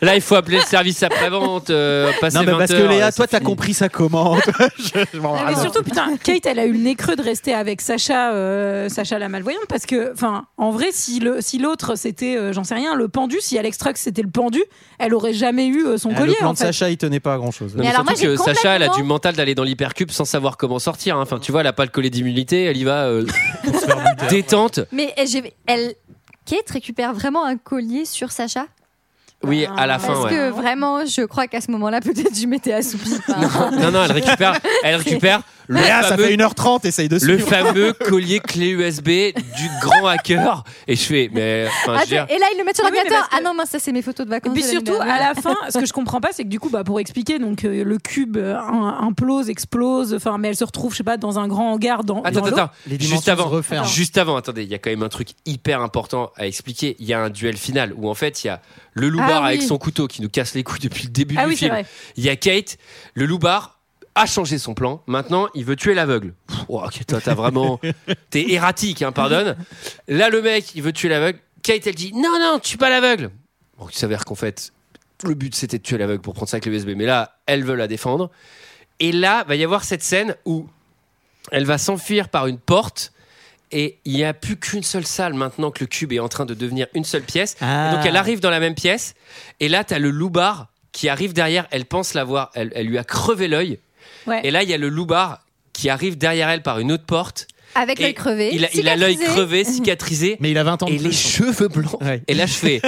F: Là, il faut appeler le service après-vente. euh, passer
I: Non, mais parce
F: 20
I: que
F: heures,
I: Léa,
F: ça
I: toi, t'as
F: finit.
I: compris sa commande. Je- je m'en
G: Non, mais
I: rends
G: surtout, putain, Kate, elle a eu le nez creux de rester avec Sacha, euh, Sacha la malvoyante, parce que, enfin, en vrai, si le, si l'autre c'était, euh, j'en sais rien, le pendu, si Alex Truck c'était le pendu, elle aurait jamais eu euh, son
I: Ah,
G: collier.
I: le plan
G: en
I: de
G: fait.
I: Sacha, il tenait pas à grand chose.
F: Non, mais surtout que Sacha, elle a du mental d'aller dans l'hypercube sans savoir comment sortir. hein. Enfin, tu vois, elle a pas le collet d'immunité, elle y va euh, détente.
H: mais eh, j'ai- elle, Kate récupère vraiment un collier sur Sacha
F: Oui, à
G: Ah,
F: la fin,
H: Parce
F: ouais.
H: que vraiment, je crois qu'à ce moment-là, peut-être je m'étais assoupie. Enfin,
F: Non, non, elle récupère, elle récupère le
I: Léa, ça
F: fameux
I: fait 1h30, essaye de
F: le
I: suivre.
F: fameux collier clé USB du grand hacker. Et je fais, mais enfin, je veux
H: attends,
F: dire,
H: et là, ils le mettent sur
G: Mais oui, mais
H: l'ordinateur.
G: parce que-
H: Ah non, mince, ça, c'est mes photos de
G: Et
H: vacances.
G: puis
H: de l'année
G: surtout, à
H: dernière.
G: la fin, ce que je comprends pas, c'est que du coup, bah, pour expliquer, donc euh, le cube euh, un- implose, explose, enfin, mais elle se retrouve, je sais pas, dans un grand hangar dans.
F: Attends,
G: dans l'eau.
F: attends,
I: Les dimensions
F: juste avant,
I: se referment.
F: juste avant, attendez, il y a quand même un truc hyper important à expliquer. Il y a un duel final où en fait il y a le loupard
G: Ah oui.
F: avec son couteau qui nous casse les couilles depuis le début
G: Ah
F: du
G: oui, c'est
F: film.
G: vrai.
F: Il y a Kate, le loupard a changé son plan. Maintenant, il veut tuer l'aveugle. Pff, Oh, Kate, toi, t'as vraiment, t'es erratique, hein, pardonne. Là, le mec, il veut tuer l'aveugle. Kate, elle dit non, non, tue pas l'aveugle. Bon, il s'avère qu'en fait, le but c'était de tuer l'aveugle pour prendre sa clé USB. Mais là, elle veut la défendre. Et là, va y avoir cette scène où elle va s'enfuir par une porte. Et il n'y a plus qu'une seule salle maintenant que le cube est en train de devenir une seule pièce.
I: Ah.
F: Et donc elle arrive dans la même pièce. Et là, tu as le loupard qui arrive derrière. Elle pense l'avoir. Elle, elle lui a crevé l'œil.
G: Ouais.
F: Et là, il y a le loupard qui arrive derrière elle par une autre porte.
G: ah,
H: Avec
F: Et
H: l'œil crevé.
F: Il a- il a l'œil
H: cicatrisé.
F: crevé, cicatrisé.
I: Mais il a 20 ans de
F: et les
I: plus.
F: cheveux blancs.
I: Ouais.
F: Et là, je fais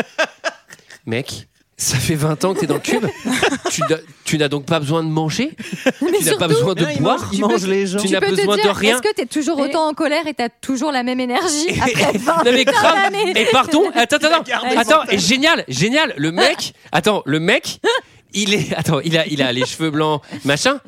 F: Mec, ça fait 20 ans que t'es dans le cube. tu n'as- tu n'as donc pas besoin de manger.
H: Mais
F: tu n'as pas
H: surtout,
F: besoin de
I: Non, hein, il mange-
F: boire.
I: il mange les gens.
F: Tu n'as
H: peux te
F: besoin
H: dire,
F: de rien.
H: Est-ce que t'es toujours autant en colère et t'as toujours la même énergie après 20
F: Non mais grave.
H: d'années
F: Et pardon, attends, attends,
I: gardé
F: attends, attends, et génial, génial. Le mec, attends, le mec, il est, attends, il a, il a les cheveux blancs, machin.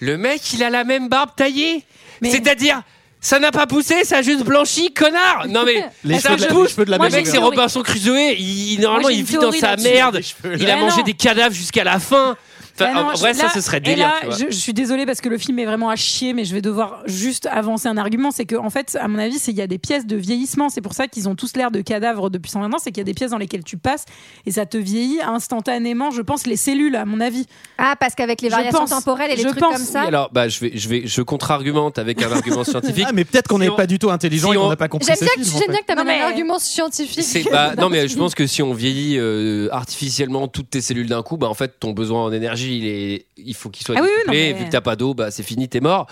F: Le mec, il a la même barbe taillée.
G: Mais-
F: C'est-à-dire, ça n'a pas poussé, ça a juste blanchi, connard. Non mais
I: Les cheveux
F: ça
I: de la- les
F: pousse.
I: cheveux de la
F: le
I: même
F: mec, c'est
G: couleur.
F: Robinson Crusoe. Il, normalement,
G: Moi, j'ai
F: il
G: une
F: vit dans
G: théorie
F: sa
G: là-dessus.
F: merde.
I: cheveux,
F: Il a
G: Mais
F: mangé
G: non.
F: des cadavres jusqu'à la fin. Enfin,
G: Mais non,
F: en
G: je-
F: vrai,
G: là-
F: ça, ce serait
G: et
F: délire.
G: là,
F: tu vois.
G: je, je suis désolée parce que le film est vraiment à chier, mais je vais devoir juste avancer un argument. C'est que, en fait, à mon avis, c'est- il y a des pièces de vieillissement. C'est pour ça qu'ils ont tous l'air de cadavres depuis 120 ans. C'est qu'il y a des pièces dans lesquelles tu passes et ça te vieillit instantanément, je pense, les cellules, à mon avis.
H: Ah, parce qu'avec les
G: Je
H: variations
G: pense.
H: temporelles et les
G: Je
H: trucs
G: pense.
H: comme ça.
F: Oui, alors, bah, je vais, je vais, je contre-argumente avec un argument scientifique.
I: Ah, mais peut-être qu'on
F: Si
I: n'est
F: on-
I: pas du tout intelligent
F: si
I: et qu'on
F: on-
I: n'a pas compris
H: J'aime
I: ce
H: bien que
I: film,
H: tu-
I: en
H: j'aime
I: fait.
H: bien que t'amènes
G: Non, mais-
H: un argument scientifique.
F: C'est- bah, non mais je pense que si on vieillit euh, artificiellement toutes tes cellules d'un coup, bah en fait ton besoin en énergie il est, il faut qu'il soit
G: Ah oui, oui,
F: décuplé.
G: non, mais-
F: Vu que t'as pas d'eau, bah c'est fini, t'es mort.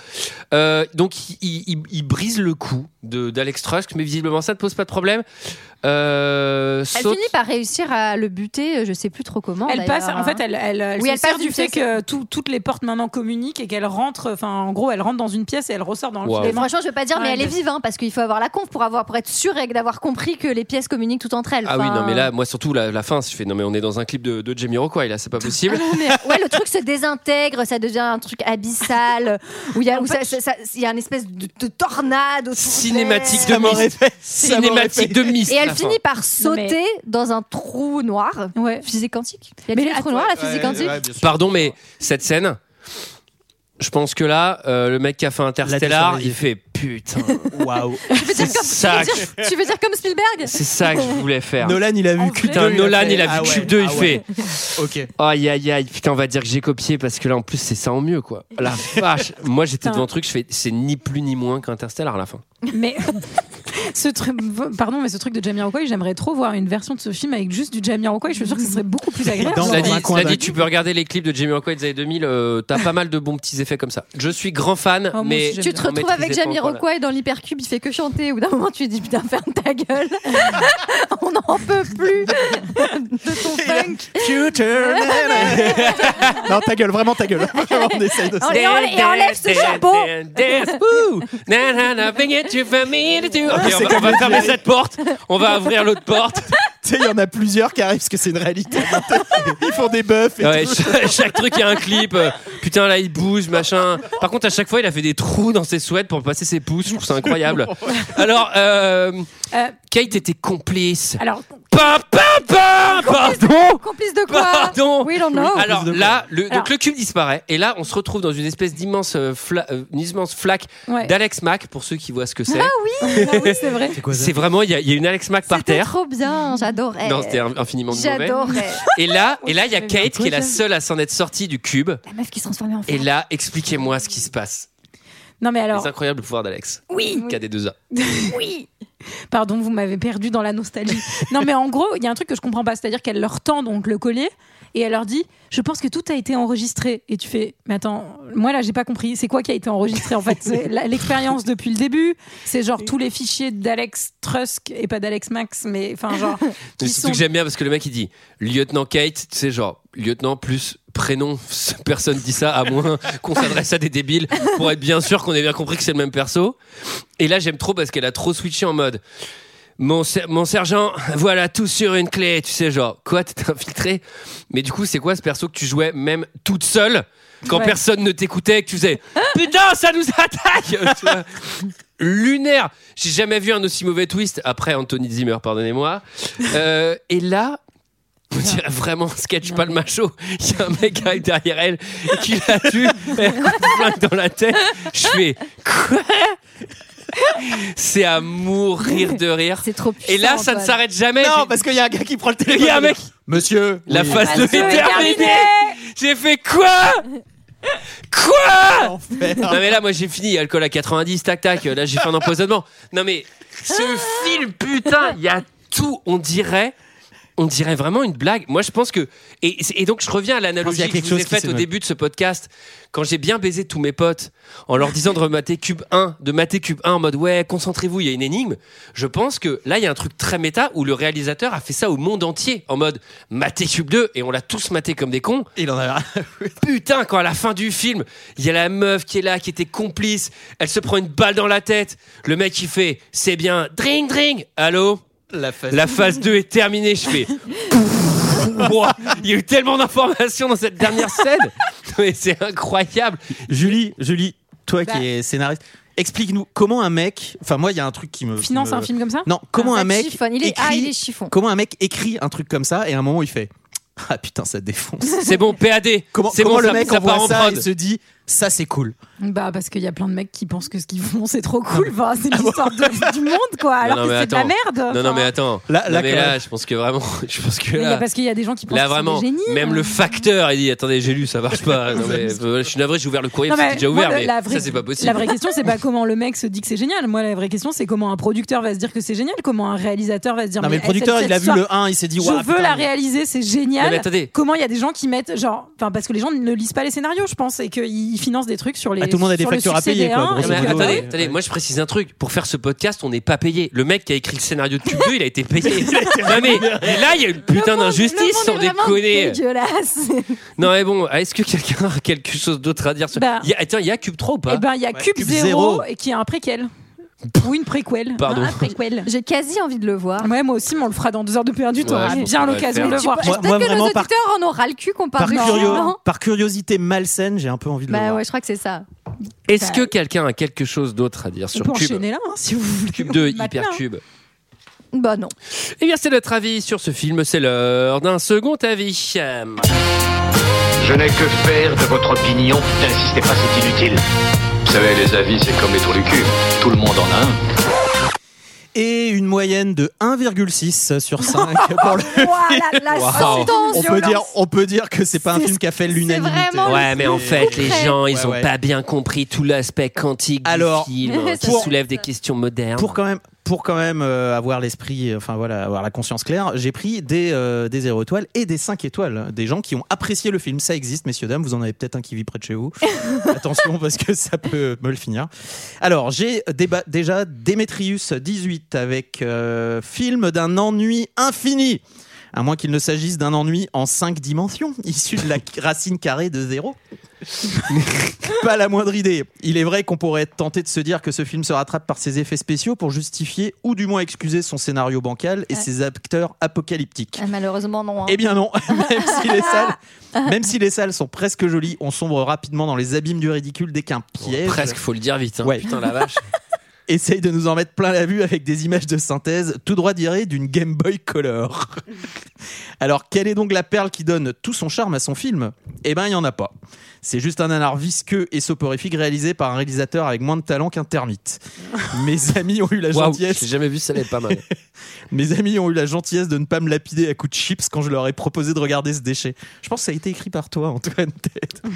F: Euh, donc il, il- il brise le cou de d'Alex Trusk, mais visiblement ça ne pose pas de problème. Euh,
H: Elle
F: saute-
H: finit par réussir à le buter, euh, je sais plus trop comment.
G: elle passe,
H: d'ailleurs,
G: en fait,
H: hein.
G: elle, elle, elle
H: Oui,
G: se
H: elle
G: sert
H: passe
G: du
H: d'une
G: fait
H: pièce-
G: que tout- toutes les portes maintenant communiquent et qu'elle rentre. Enfin, en gros, elle rentre dans une pièce et elle ressort dans le
F: Wow.
H: Mais
G: filet.
H: franchement, je veux pas dire, mais
G: Ouais,
H: elle est
G: mais-
H: vive, hein, parce qu'il faut avoir la conf pour avoir, pour être sûr et d'avoir compris que les pièces communiquent tout entre elles.
F: Ah oui
H: Enfin,
F: non mais là moi surtout la, la fin, je fais non mais on est dans un clip de, de Jamiroquai là, c'est pas possible.
H: Ah ouais, le truc se désintègre, ça devient un truc abyssal, où il y a, où ça- ça- ça- il y a une espèce de, de tornade. autour
F: Cinématique Ah,
H: d'elle.
I: Ça m'aurait
F: Mist.
I: fait- ça m'aurait fait-
F: Cinématique de Mist.
H: Et elle
F: la fin.
H: finit par
G: Non, mais-
H: sauter dans un trou noir.
G: Ouais.
H: Physique quantique. Il y a
G: Mais
H: mais
G: le-
H: trou noir, la physique
I: Ouais,
H: quantique.
I: ouais, bien sûr.
F: Pardon, mais cette scène, je pense que là, euh, le mec qui a fait
I: Là,
F: Interstellar,
I: tu sors les
F: il fait putain.
I: Waouh.
F: C'est ça, que-
H: Tu veux dire comme Spielberg
F: c'est ça que je voulais faire.
I: Nolan, il a vu Cube
F: Putain,
I: 2,
F: Nolan,
I: fait-
F: il a vu
I: Ah ouais,
F: Cube 2,
I: ah
F: il
I: ouais.
F: fait
I: Ok.
F: aïe aïe aïe, putain, on va dire que j'ai copié parce que là en plus c'est ça en mieux quoi. La vache, moi j'étais
G: Putain.
F: devant le truc, je fais c'est ni plus ni moins qu'Interstellar à la fin.
G: Mais ce truc, pardon, mais ce truc de Jamiroquai, j'aimerais trop voir une version de ce film avec juste du Jamiroquai. Je suis sûre que ce serait beaucoup plus agréable.
I: Dans-
F: Cela
I: dans
F: dit,
I: un coin
F: cela
I: d'un-
F: dit, tu peux regarder les clips de Jimmy Rockwell des années 2000, euh, t'as pas mal de bons petits effets comme ça. Je suis grand fan,
G: Oh, moi
F: mais.
G: aussi, j'aime
H: Tu te
F: on
H: retrouves avec
F: maîtrisait pas
H: Jamie
F: encore la-
H: Rockway dans l'hypercube, il fait que chanter. Au bout d'un moment, tu dis putain, ferme ta gueule. On n'en peut plus de ton funk.
I: Future. non, ta gueule, vraiment ta gueule. on essaye de
H: Et enlève- et enlève ce
F: Dance,
H: chapeau.
F: dance, dance, woo. Na, na, na, bring it to family, to- Ok, on va, on va fermer cette porte, on va ouvrir l'autre porte.
I: sais, il y en a plusieurs qui arrivent parce que c'est une réalité. Ils font des bœufs. et
F: Ouais,
I: tout.
F: chaque, chaque truc, il y a un clip. euh, Putain, là, il bouge, machin. Par contre, à chaque fois, il a fait des trous dans ses sweats pour passer ses pouces. Je trouve ça incroyable. Alors, euh, Kate était complice.
G: Alors,
F: pam, pam, pam, pardon.
H: Complice de quoi
F: Pardon.
H: We don't know.
F: Alors là, le,
H: Alors.
F: donc le cube disparaît et là on se retrouve dans une espèce d'immense euh, fla- euh, une immense flaque
G: Ouais.
F: d'Alex Mack pour ceux qui voient ce que c'est.
H: Ah oui, ah oui, c'est vrai.
F: C'est vraiment il y, a- il y a une Alex Mack par
H: C'était
F: terre.
H: trop bien, j'adorais.
F: Non, c'était infiniment mauvais.
H: J'adorais.
F: Et là, et là, il y a Kate qui est la
G: projet.
F: seule à s'en être sortie du cube.
H: La meuf qui se transformait en
F: Et là, expliquez-moi ce qui se passe.
G: Non, mais alors.
F: Les incroyables pouvoirs d'Alex.
G: Oui.
F: KD2A.
G: Oui. Pardon, vous m'avez perdu dans la nostalgie. Non, mais en gros, il y a un truc que je comprends pas, c'est-à-dire qu'elle leur tend donc le collier et elle leur dit "Je pense que tout a été enregistré." Et tu fais "Mais attends, moi là, j'ai pas compris. C'est quoi qui a été enregistré en fait C'est la- L'expérience depuis le début, c'est genre tous les fichiers d'Alex Trusk et pas d'Alex Max, mais enfin genre
F: Mais
G: qui
F: surtout
G: sont
F: que j'aime bien parce que le mec il dit lieutenant Kate, tu sais, genre lieutenant plus prénom. Personne dit ça à moins qu'on s'adresse à des débiles pour être bien sûr qu'on ait bien compris que c'est le même perso. Et là, j'aime trop parce qu'elle a trop switché en mode. Mon, ser- mon sergent, voilà tout sur une clé. Tu sais, genre, quoi, t'es infiltré Mais du coup, c'est quoi ce perso que tu jouais même toute seule quand
C: Ouais.
F: personne ne t'écoutait et que tu faisais Putain, ça nous attaque Tu vois lunaire. J'ai jamais vu un aussi mauvais twist après Anthony Zimmer, pardonnez-moi. Euh, et là. On dirait vraiment un sketch pas le macho. Il y a un mec qui arrive derrière elle et qui la tue. Elle a un flingue dans la tête. Je fais quoi C'est à mourir de rire.
H: C'est trop
F: Et là, ça ne s'arrête jamais.
I: Non, parce qu'il y a un gars qui prend le téléphone.
F: Il y a un mec.
I: Monsieur.
F: La
I: oui.
F: phase de
I: Monsieur
F: est
I: est
F: terminée.
I: terminée.
F: J'ai fait quoi Quoi
I: Enfer.
F: Non mais là moi j'ai fini alcool à 90 tac tac là j'ai fait un empoisonnement. Non mais ce film putain, il y a tout, on dirait on dirait vraiment une blague. Moi, je pense que et, et donc je reviens à
I: Je
F: l'analogie
I: pense qu'il y a
F: que
I: quelque
F: je vous ai
I: chose qui
F: faite
I: s'est
F: au
I: mal-
F: début de ce podcast quand j'ai bien baisé tous mes potes en leur disant de remater Cube 1, de mater Cube 1 en mode ouais, concentrez-vous, il y a une énigme. Je pense que là, il y a un truc très méta où le réalisateur a fait ça au monde entier en mode mater Cube 2 et on l'a tous maté comme des cons.
I: Il en a
F: Putain, quand à la fin du film, il y a la meuf qui est là, qui était complice, elle se prend une balle dans la tête, le mec il fait c'est bien, dring dring, allô
I: La phase,
F: la phase 2 est terminée, je fais. Ouah, il y a eu tellement d'informations dans cette dernière scène. Mais c'est incroyable.
I: Julie, Julie, toi
G: Bah.
I: qui es scénariste, explique-nous comment un mec. Enfin, moi, il y a un truc qui me. qui
G: finance
I: me-
G: un film comme ça
I: Non, comment
G: Ah,
I: un mec.
H: Chiffon. Il est... Ah,
I: écrit-
H: il est chiffon.
I: Comment un mec écrit un truc comme ça et à un moment il fait Ah putain, ça défonce.
F: C'est bon, PAD.
I: Comment,
F: c'est
I: comment
F: bon,
I: le
F: ça-
I: mec
F: ça
I: envoie
F: part en
I: ça
F: prod.
I: et se dit Ça, c'est cool.
G: Bah parce qu'il y a plein de mecs qui pensent que ce qu'ils font c'est trop cool, Enfin, c'est l'histoire de- du monde quoi, alors
F: Non, non,
G: que
F: mais
G: c'est de la
F: attends.
G: merde.
F: Non, non,
G: Enfin,
F: mais attends.
I: Là-
F: Non,
I: là,
F: mais
I: quand
F: là,
I: même.
F: je pense que vraiment. Je pense que
G: mais il y a-
F: là.
G: parce qu'il y a des gens qui pensent
F: Là
G: que c'est
F: vraiment,
G: des génies. hein.
F: même le facteur, il dit attendez, j'ai lu, ça marche pas. Non, mais, euh, je suis navré, j'ai ouvert le courrier,
G: Non,
F: parce que
G: mais
F: c'était déjà
G: moi,
F: ouvert,
G: la-
F: mais
G: la vraie-
F: ça c'est pas possible.
G: La vraie question, c'est pas comment le mec se dit que c'est génial. Moi, la vraie question, c'est comment un producteur va se dire que c'est génial, comment un réalisateur va se dire.
I: Non, mais le
G: elle,
I: producteur,
G: cette-
I: il a
G: cette
I: vu le
G: histoire,
I: 1, il s'est dit
G: Je
I: Waouh.
G: veux la réaliser, c'est génial.
F: Non, mais attendez.
G: Comment il y a des gens qui mettent genre, enfin parce que les gens ne lisent pas les scénarios, je pense, et qu'ils financent des trucs sur les.
I: Bah, tout le monde a des
G: sur le
I: factures à
G: succès
I: payer,
G: des
I: quoi,
G: uns,
I: grosso
G: et
F: Non, Ah, mais
G: que-
I: modo.
F: attendez,
I: Ouais.
F: attendez, moi je précise un truc. Pour faire ce podcast, on n'est pas payé. Le mec qui a écrit le scénario de Cube 2, il a été payé. non mais là, il y a une putain d'injustice,
H: Le
F: sans
H: monde est vraiment
F: déconner.
H: dégueulasse.
F: Non mais bon, est-ce que quelqu'un a quelque chose d'autre à dire sur...
G: Bah.
F: Il y a- Attends, il y a Cube 3 ou pas
G: Eh ben, il y a
F: Ouais,
G: Cube
F: Cube
G: 0
F: Zéro.
G: et qui est un préquel. Ou une préquel.
F: Pardon.
G: Un préquel.
H: J'ai quasi envie de le voir. Bah,
G: Ouais, moi aussi, mais on le fera dans deux heures de perdu.
F: Ouais,
G: T'auras
F: je pense
G: bien
F: qu'on va
G: l'occasion
F: le
G: de le
F: faire.
G: voir.
I: Moi-
H: Peut-être
I: moi,
H: que
I: vraiment,
H: nos
I: par-
H: auditeurs en aura le cul qu'on
I: Par,
H: parle de
I: curio-
H: Cube, non
I: par curiosité malsaine, j'ai un peu envie de le
H: Bah
I: voir.
H: ouais, je crois que c'est ça.
F: Est-ce
H: bah.
F: que quelqu'un a quelque chose d'autre à dire
G: On
F: sur
G: peut
F: Cube
G: enchaîner là, hein, si vous voulez.
F: Cube 2,
G: Maintenant.
F: Hypercube
H: Bah non.
F: Eh bien c'est notre avis sur ce film, c'est l'heure d'un second avis. Euh,
H: Oh,
B: Je n'ai que faire de votre opinion. N'insistez pas, c'est inutile.
E: Vous savez, les avis, c'est comme les trous du cul. Tout le monde en a un.
I: Et une moyenne de 1,6 sur 5 pour le
H: Voilà, la
I: Wow.
H: sentence
I: Oh. on peut, dire, on peut dire que c'est pas un
H: C'est-
I: film qui a fait l'unanimité.
H: vraiment-
F: Ouais, mais en fait, les gens, ils
I: Ouais,
F: ont
I: ouais.
F: pas bien compris tout l'aspect quantique
I: Alors,
F: du film, hein, qui
I: pour-
F: soulève des questions modernes.
I: Pour quand même, pour quand même euh, avoir l'esprit, euh, enfin voilà, avoir la conscience claire, j'ai pris des, euh, des 0 étoiles et des 5 étoiles. Des gens qui ont apprécié le film. Ça existe, messieurs, dames. Vous en avez peut-être un qui vit près de chez vous. Attention, parce que ça peut me le finir. Alors, j'ai déba- déjà Démétrius 18 avec euh, film d'un ennui infini. à moins qu'il ne s'agisse d'un ennui en cinq dimensions, issu de la racine carrée de zéro. pas la moindre idée. Il est vrai qu'on pourrait être tenté de se dire que ce film se rattrape par ses effets spéciaux pour justifier ou du moins excuser son scénario bancal et
H: Ouais.
I: ses acteurs apocalyptiques.
H: Ah, malheureusement, non. hein.
I: Eh bien non, même si, les salles, même si les salles sont presque jolies, on sombre rapidement dans les abîmes du ridicule dès qu'un piège...
F: presque, faut le dire vite. hein.
I: Ouais.
F: Putain, la vache.
I: Essaye de nous en mettre plein la vue avec des images de synthèse, tout droit diré d'une Game Boy Color. Alors, quelle est donc la perle qui donne tout son charme à son film Eh ben, il n'y en a pas. C'est juste un anard visqueux et soporifique réalisé par un réalisateur avec moins de talent qu'un termite. Mes amis ont eu la
F: Waouh,
I: gentillesse.
F: j'ai jamais vu ça, elle est pas mal.
I: Mes amis ont eu la gentillesse de ne pas me lapider à coups de chips quand je leur ai proposé de regarder ce déchet. Je pense que ça a été écrit par toi, Antoine Tête.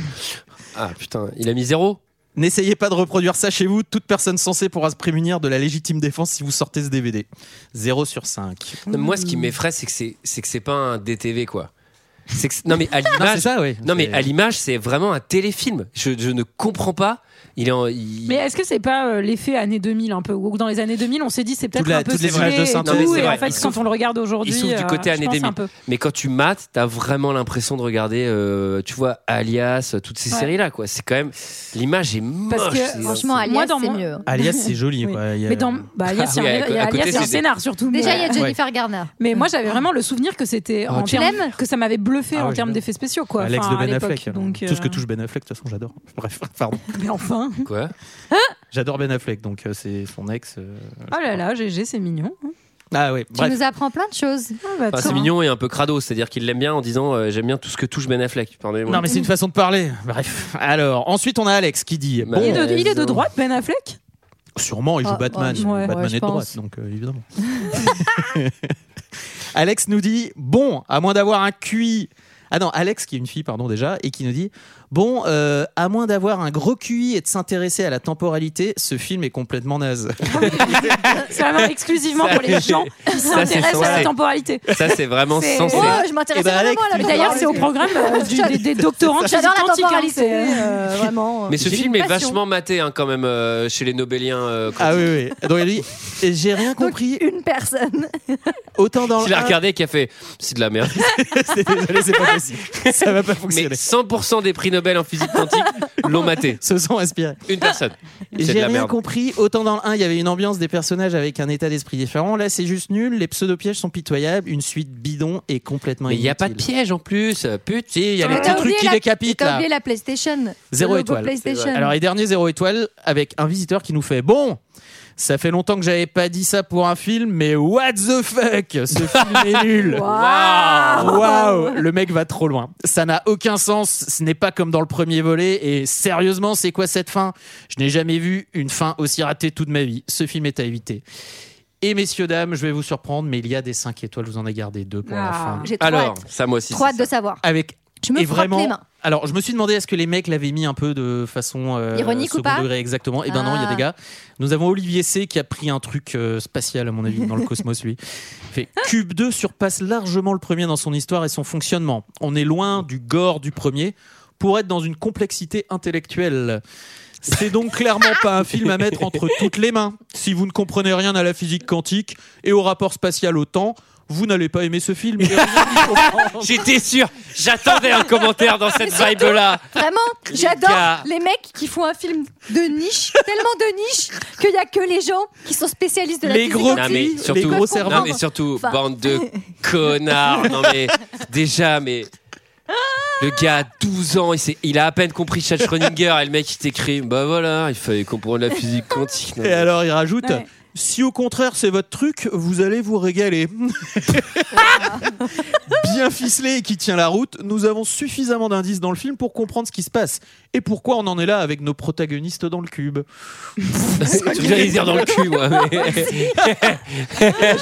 F: Ah putain, il a mis zéro
I: N'essayez pas de reproduire ça chez vous, toute personne censée pourra se prémunir de la légitime défense si vous sortez ce DVD. 0 sur 5.
G: Mmh.
F: Non, mais moi, ce qui m'effraie, c'est que c'est, c'est que c'est pas un DTV, quoi. C'est que Ah, c'est- non, mais à l'image,
I: c'est ça, oui.
F: non, mais
I: C'est-
F: à l'image, c'est vraiment un téléfilm. Je, je ne comprends pas. Il est en- il-
G: Mais est-ce que c'est pas euh, l'effet années 2000 un peu Ou dans les années 2000, on s'est dit c'est peut-être
I: Toute la-
G: un peu
I: toutes les
G: stylé
I: images de
G: et
I: synthèse,
G: tout,
I: c'est
G: et
I: vrai.
G: en fait
I: Ils
G: quand on le regarde aujourd'hui,
F: il souffle du
G: euh,
F: côté
G: je
F: années
G: pense
F: 2000.
G: un peu.
F: Mais quand tu mates, t'as vraiment l'impression de regarder, euh, tu vois, Alias, euh, toutes ces
G: Ouais.
F: séries-là, quoi. C'est quand même l'image est moche.
G: Parce que
F: c'est-
H: Franchement, Alias,
G: Moi, dans
H: c'est
G: mon-
H: mieux.
I: Alias, c'est joli.
G: Oui.
I: quoi. Il y a-
G: Mais dans bah, Alias,
F: Ah
G: il y a
F: oui,
G: un-
F: à
G: il y
F: côté,
G: a Alias, il y a un
F: c'est des-
G: scénar surtout.
H: Déjà, il
G: mais-
H: y a Jennifer Garner.
G: Mais moi, j'avais vraiment le souvenir que c'était en
H: tu
G: termes-
H: l'aimes
G: que ça m'avait bluffé
I: Oh, Ah
G: en
I: ouais,
G: termes
I: je-
G: d'effets spéciaux, quoi.
I: Alex
G: Enfin,
I: de Ben
G: à l'époque.
I: Affleck.
G: Donc,
I: Tout ce que
G: euh,
I: touche Ben Affleck, de toute façon, j'adore. Bref, pardon.
G: Mais enfin.
F: Quoi
I: J'adore Ben Affleck, donc euh, c'est son ex. euh,
G: Oh là là, GG, c'est mignon.
I: Ah oui,
H: Tu
I: bref.
H: nous apprends plein de choses.
I: Eh
G: Ah, bah,
F: Enfin,
G: tiens.
F: c'est mignon et un peu crado, c'est-à-dire qu'il l'aime bien en disant euh, j'aime bien tout ce que touche Ben Affleck. Pardonnez-moi.
I: Non, mais c'est une façon de parler. Bref. Alors, ensuite, on a Alex qui dit
F: Bah,
I: Bon,
G: Il est de, il est de
F: Euh,
G: droite, Ben Affleck
I: sûrement, il joue
H: Ah,
I: Batman.
H: ouais,
G: ouais,
I: Batman
H: je
I: est de droite,
H: pense.
I: donc euh, évidemment. Alex nous dit Bon, à moins d'avoir un QI. Ah non, Alex, qui est une fille, pardon, déjà, et qui nous dit Bon, euh, à moins d'avoir un gros QI et de s'intéresser à la temporalité, ce film est complètement naze.
G: C'est vraiment exclusivement
F: Ça,
G: pour les
F: c'est-
G: gens qui
F: ça, c'est
G: s'intéressent à
F: censé.
G: la temporalité.
F: Ça, c'est vraiment
G: C'est-
F: sensé.
H: Oh,
I: c'est-
H: je
I: Eh
H: m'intéresse
I: ben, Alex,
H: vraiment à la
I: tu-
G: Mais d'ailleurs, c'est au
H: temporalité.
G: programme euh, du- des, des doctorants de
H: J'adore la
G: physique quantique, hein,
H: temporalité.
G: c'est-
H: euh, vraiment.
F: Mais ce
H: J'ai
F: film
H: une
F: est
H: passion.
F: vachement maté hein, quand même euh, chez les Nobéliens. euh, quand-
I: Ah oui, oui. Donc, il dit Et J'ai rien compris.
H: Une personne.
I: Autant
H: Ah,
I: dans
F: Qui l'a
I: un-
F: regardé et qui a fait c'est de la merde.
I: C'est désolé, c'est pas possible. Ça va pas
F: Mais
I: fonctionner.
F: 100% des prix Nobel en physique quantique l'ont maté.
I: se sont inspirés.
F: Une personne. C'est de
I: J'ai
F: la
I: rien
F: merde.
I: compris. Autant dans le 1, il y avait une ambiance des personnages avec un état d'esprit différent. Là, c'est juste nul. Les pseudo-pièges sont pitoyables. Une suite bidon et complètement
F: Mais il n'y a pas de
I: inutile.
F: piège en plus. Putain, il y a
I: Mais
F: les
I: petit
H: Mais t'as
F: petits
I: truc
H: oublié
I: qui
H: la-
I: décapite, là.
H: T'as oublié la PlayStation.
I: Zéro
H: Le logo
I: étoile, c'est
H: PlayStation.
I: Alors, les derniers 0 étoile avec un visiteur qui nous fait Bon, ça fait longtemps que j'avais pas dit ça pour un film, mais what the fuck Ce film est nul. Waouh, le mec va trop loin. Ça n'a aucun sens, ce n'est pas comme dans le premier volet et sérieusement, c'est quoi cette fin Je n'ai jamais vu une fin aussi ratée toute ma vie. Ce film est à éviter. Et messieurs dames, je vais vous surprendre mais il y a des 5 étoiles, je vous en ai gardé deux pour la
G: Ah.
I: fin.
H: J'ai trop
F: Alors,
H: hâte.
F: ça moi aussi.
H: Trop
F: c'est
H: hâte de
F: ça.
H: savoir.
I: Avec
H: Je me
I: et
H: frappe
I: vraiment
H: les mains.
I: alors, je me suis demandé est-ce que les mecs l'avaient mis un peu de façon euh,
H: Ironique ou
I: second
H: pas
I: degré exactement. Et ben non, il y a
H: Ah.
I: des gars. Nous avons Olivier C qui a pris un truc euh, spatial à mon avis dans le cosmos lui. Il Fait Cube 2 surpasse largement le premier dans son histoire et son fonctionnement. On est loin du gore du premier pour être dans une complexité intellectuelle. C'est donc clairement pas un film à mettre entre toutes les mains. Si vous ne comprenez rien à la physique quantique et au rapport spatial au temps, vous n'allez pas aimer ce film. Il y a rien d'y comprendre.
F: J'étais sûr. J'attendais un commentaire dans cette vibe là.
H: Vraiment,
F: gars.
H: j'adore les mecs qui font un film de niche, tellement de niche qu'il n'y a que les gens qui sont spécialistes de la
I: Les
H: physique
I: gros
F: Non,
H: quantique.
F: mais
I: culs,
F: surtout-
I: les gros cerveaux.
F: Non mais surtout
H: Enfin.
F: bande de connards. Non mais déjà mais le gars a 12 ans, il, s'est- il a à peine compris Chad Schrödinger et le mec il t'écrit bah voilà, il fallait comprendre la physique quantique. Non,
I: Et
F: mais-
I: alors il rajoute
G: Ouais.
I: si au contraire c'est votre truc, vous allez vous régaler. Bien ficelé et qui tient la route, nous avons suffisamment d'indices dans le film pour comprendre ce qui se passe et pourquoi on en est là avec nos protagonistes dans le cube.
F: Tu viens les dire dans le cul, moi.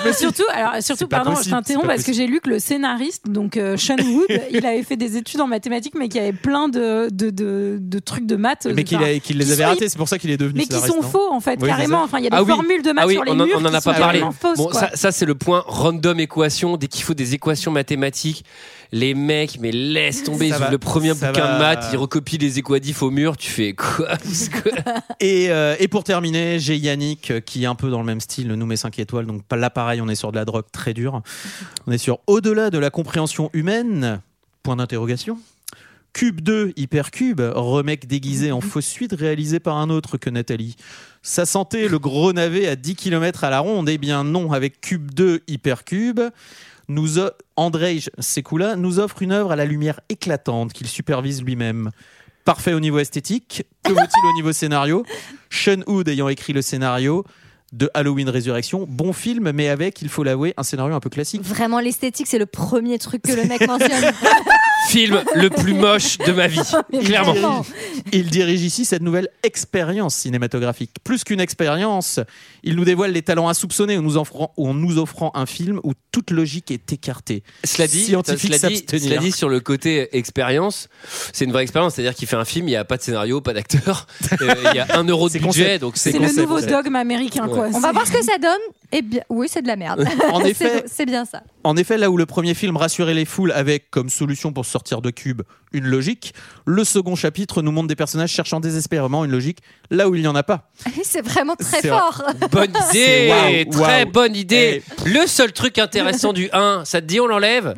F: mais-
G: Surtout, alors, surtout
I: pas
G: pardon,
I: possible,
G: je
I: c'est
G: t'interromps
I: pas
G: parce que j'ai lu que le scénariste, donc euh, Sean Wood, il avait fait des études en mathématiques, mais qu'il y avait plein de, de, de, de trucs de maths.
I: Mais
G: enfin,
I: qu'il a- qu'il les
G: qui
I: avait
G: sont
I: ratés, c'est pour ça qu'il est devenu
G: mais qui
I: scénariste,
G: sont
I: non
G: faux en fait
I: Oui, c'est
G: carrément
I: ça.
G: enfin il y a des
F: Ah oui.
G: formules de maths
F: Ah oui,
G: sur les
F: on en,
G: murs
F: on en
G: qui
F: a
G: sont
F: pas parlé.
G: carrément fausses,
F: Bon,
G: quoi.
F: ça, ça, c'est le point random équation. Dès qu'il faut des équations mathématiques, les mecs, mais laisse
I: Ça
F: tomber. Ils ouvrent
I: va,
F: le premier
I: ça
F: bouquin de
I: va.
F: maths, ils recopient les équations modif au mur, tu fais quoi
I: et, euh, et pour terminer, j'ai Yannick euh, qui, un peu dans le même style, nous met 5 étoiles. Donc pas- là, pareil, on est sur de la drogue très dure. On est sur au-delà de la compréhension humaine. Point d'interrogation. Cube 2, Hypercube, remake déguisé en fausse suite réalisé par un autre que Nathalie. Ça sentait le gros navet à 10 km à la ronde Eh bien non, avec Cube 2, Hypercube, nous o- Andrzej Sekula nous offre une œuvre à la lumière éclatante qu'il supervise lui-même. Parfait au niveau esthétique, que vaut-il au niveau scénario Sean Hood ayant écrit le scénario de Halloween Résurrection, bon film, mais avec, il faut l'avouer, un scénario un peu classique.
H: Vraiment, l'esthétique, c'est le premier truc que le mec mentionne.
F: Film le plus moche de ma vie,
H: Mais
F: clairement.
H: vraiment.
I: Il dirige ici cette nouvelle expérience cinématographique. Plus qu'une expérience, il nous dévoile les talents insoupçonnés en nous, offrant, ou en nous offrant un film où toute logique est écartée.
F: Cela dit,
I: Scientifique
F: cela dit,
I: s'abstenir.
F: cela dit, sur le côté euh, expérience, c'est une vraie expérience, c'est-à-dire qu'il fait un film, il n'y a pas de scénario, pas d'acteur, euh, il y a un euro de
I: C'est
F: budget,
I: concept.
F: donc c'est
G: C'est le
F: concept.
G: nouveau dogme américain, quoi.
H: On va voir ce que ça donne. Eh bien, oui, c'est de la merde.
I: En
H: C'est-
I: effet.
H: C'est bien ça.
I: En effet, là où le premier film rassurait les foules avec, comme solution pour sortir de Cube, une logique, le second chapitre nous montre des personnages cherchant désespérément une logique là où il n'y en a pas.
H: C'est vraiment très
I: C'est
H: fort.
F: Bonne idée,
I: C'est waouh,
F: très
I: waouh.
F: bonne idée. Le seul truc intéressant du 1, ça te dit on l'enlève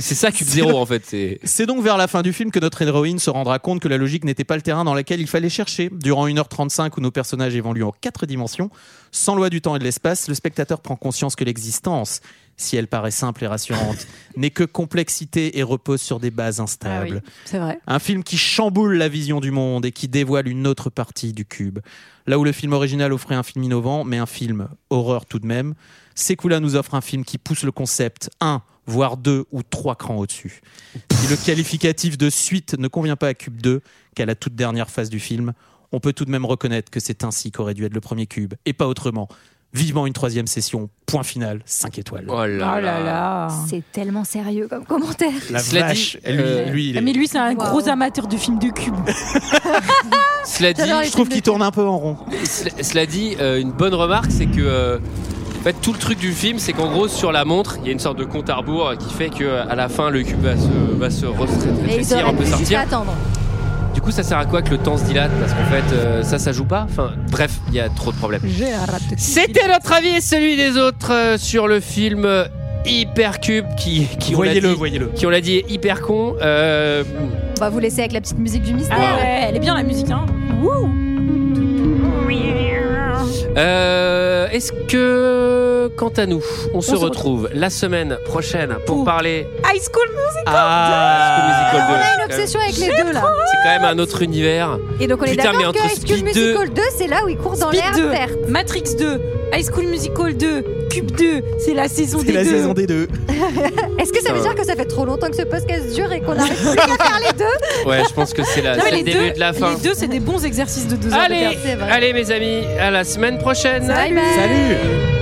F: C'est ça Cube 0 en fait, c'est
I: C'est donc vers la fin du film que notre héroïne se rendra compte que la logique n'était pas le terrain dans lequel il fallait chercher. Durant 1h35 où nos personnages évoluent en quatre dimensions, sans loi du temps et de l'espace, le spectateur prend conscience que l'existence, si elle paraît simple et rassurante, n'est que complexité et repose sur des bases instables.
G: C'est vrai.
I: Un film qui chamboule la vision du monde et qui dévoile une autre partie du cube. Là où le film original offrait un film innovant, mais un film horreur tout de même, Sekula nous offre un film qui pousse le concept un, voire deux ou trois crans au-dessus. Si le qualificatif de suite ne convient pas à Cube 2, qu'à la toute dernière phase du film, on peut tout de même reconnaître que c'est ainsi qu'aurait dû être le premier cube, et pas autrement. Vivement une troisième session, point final, 5 étoiles.
F: Oh là là.
G: Ah.
H: C'est tellement sérieux comme commentaire.
I: La
F: Cela
I: vache,
F: dit,
I: lui,
F: euh,
I: lui, il est-
G: Mais lui, c'est un
H: Waouh.
G: gros amateur de films de cube.
F: Cela dit,
I: je trouve qu'il tourne un peu en rond.
F: Cela- Cela dit, euh, une bonne remarque, c'est que euh, en fait, tout le truc du film, c'est qu'en gros, sur la montre, il y a une sorte de compte à rebours qui fait que euh, à la fin, le cube va se, va se
H: Mais ils
F: refrétir,
H: auraient
F: on peut
H: pu juste
F: sortir.
H: attendre.
F: Du coup, ça sert à quoi que le temps se dilate Parce qu'en fait, euh, ça, ça joue pas. Enfin, bref, il y a trop de problèmes. C'était notre avis et celui des autres euh, sur le film euh, Hypercube qui, qui on l'a
I: Voyez-le,
F: dit-
I: voyez-le.
F: qui on l'a dit est hyper con. Euh,
H: On va vous laisser avec la petite musique du mystère.
G: Ah ouais, elle est bien la musique, hein. Wouh.
F: euh, Est-ce que, quant à nous, on, se,
G: se
F: retrouve, la semaine prochaine pour parler
G: High School Music.
I: Ah,
F: Musical
H: On a une
F: 2.
H: obsession avec les deux là.
F: C'est quand même un autre univers.
H: Et donc on est
F: Putain, mais
H: d'accord que
F: entre
H: High School
F: Speed 2
H: Musical 2, c'est là où il court dans
G: Speed
H: l'air
G: 2,
H: verte.
G: Matrix 2, High School Musical 2, Cube 2, c'est la saison
I: C'est
G: des
I: la
G: deux.
I: saison des deux.
H: Est-ce que ça veut
F: Putain.
H: dire que ça fait trop longtemps que ce podcast dure et qu'on arrive plus à faire les deux
F: Ouais, je pense que c'est la-
G: Non,
F: c'est
G: mais
F: le
G: les,
F: début
G: deux
F: de la fin.
G: les deux, c'est des bons exercices de deux heures de
F: Allez,
G: perf.
H: C'est vrai.
F: allez mes amis, à la semaine prochaine.
H: Bye bye.
I: Salut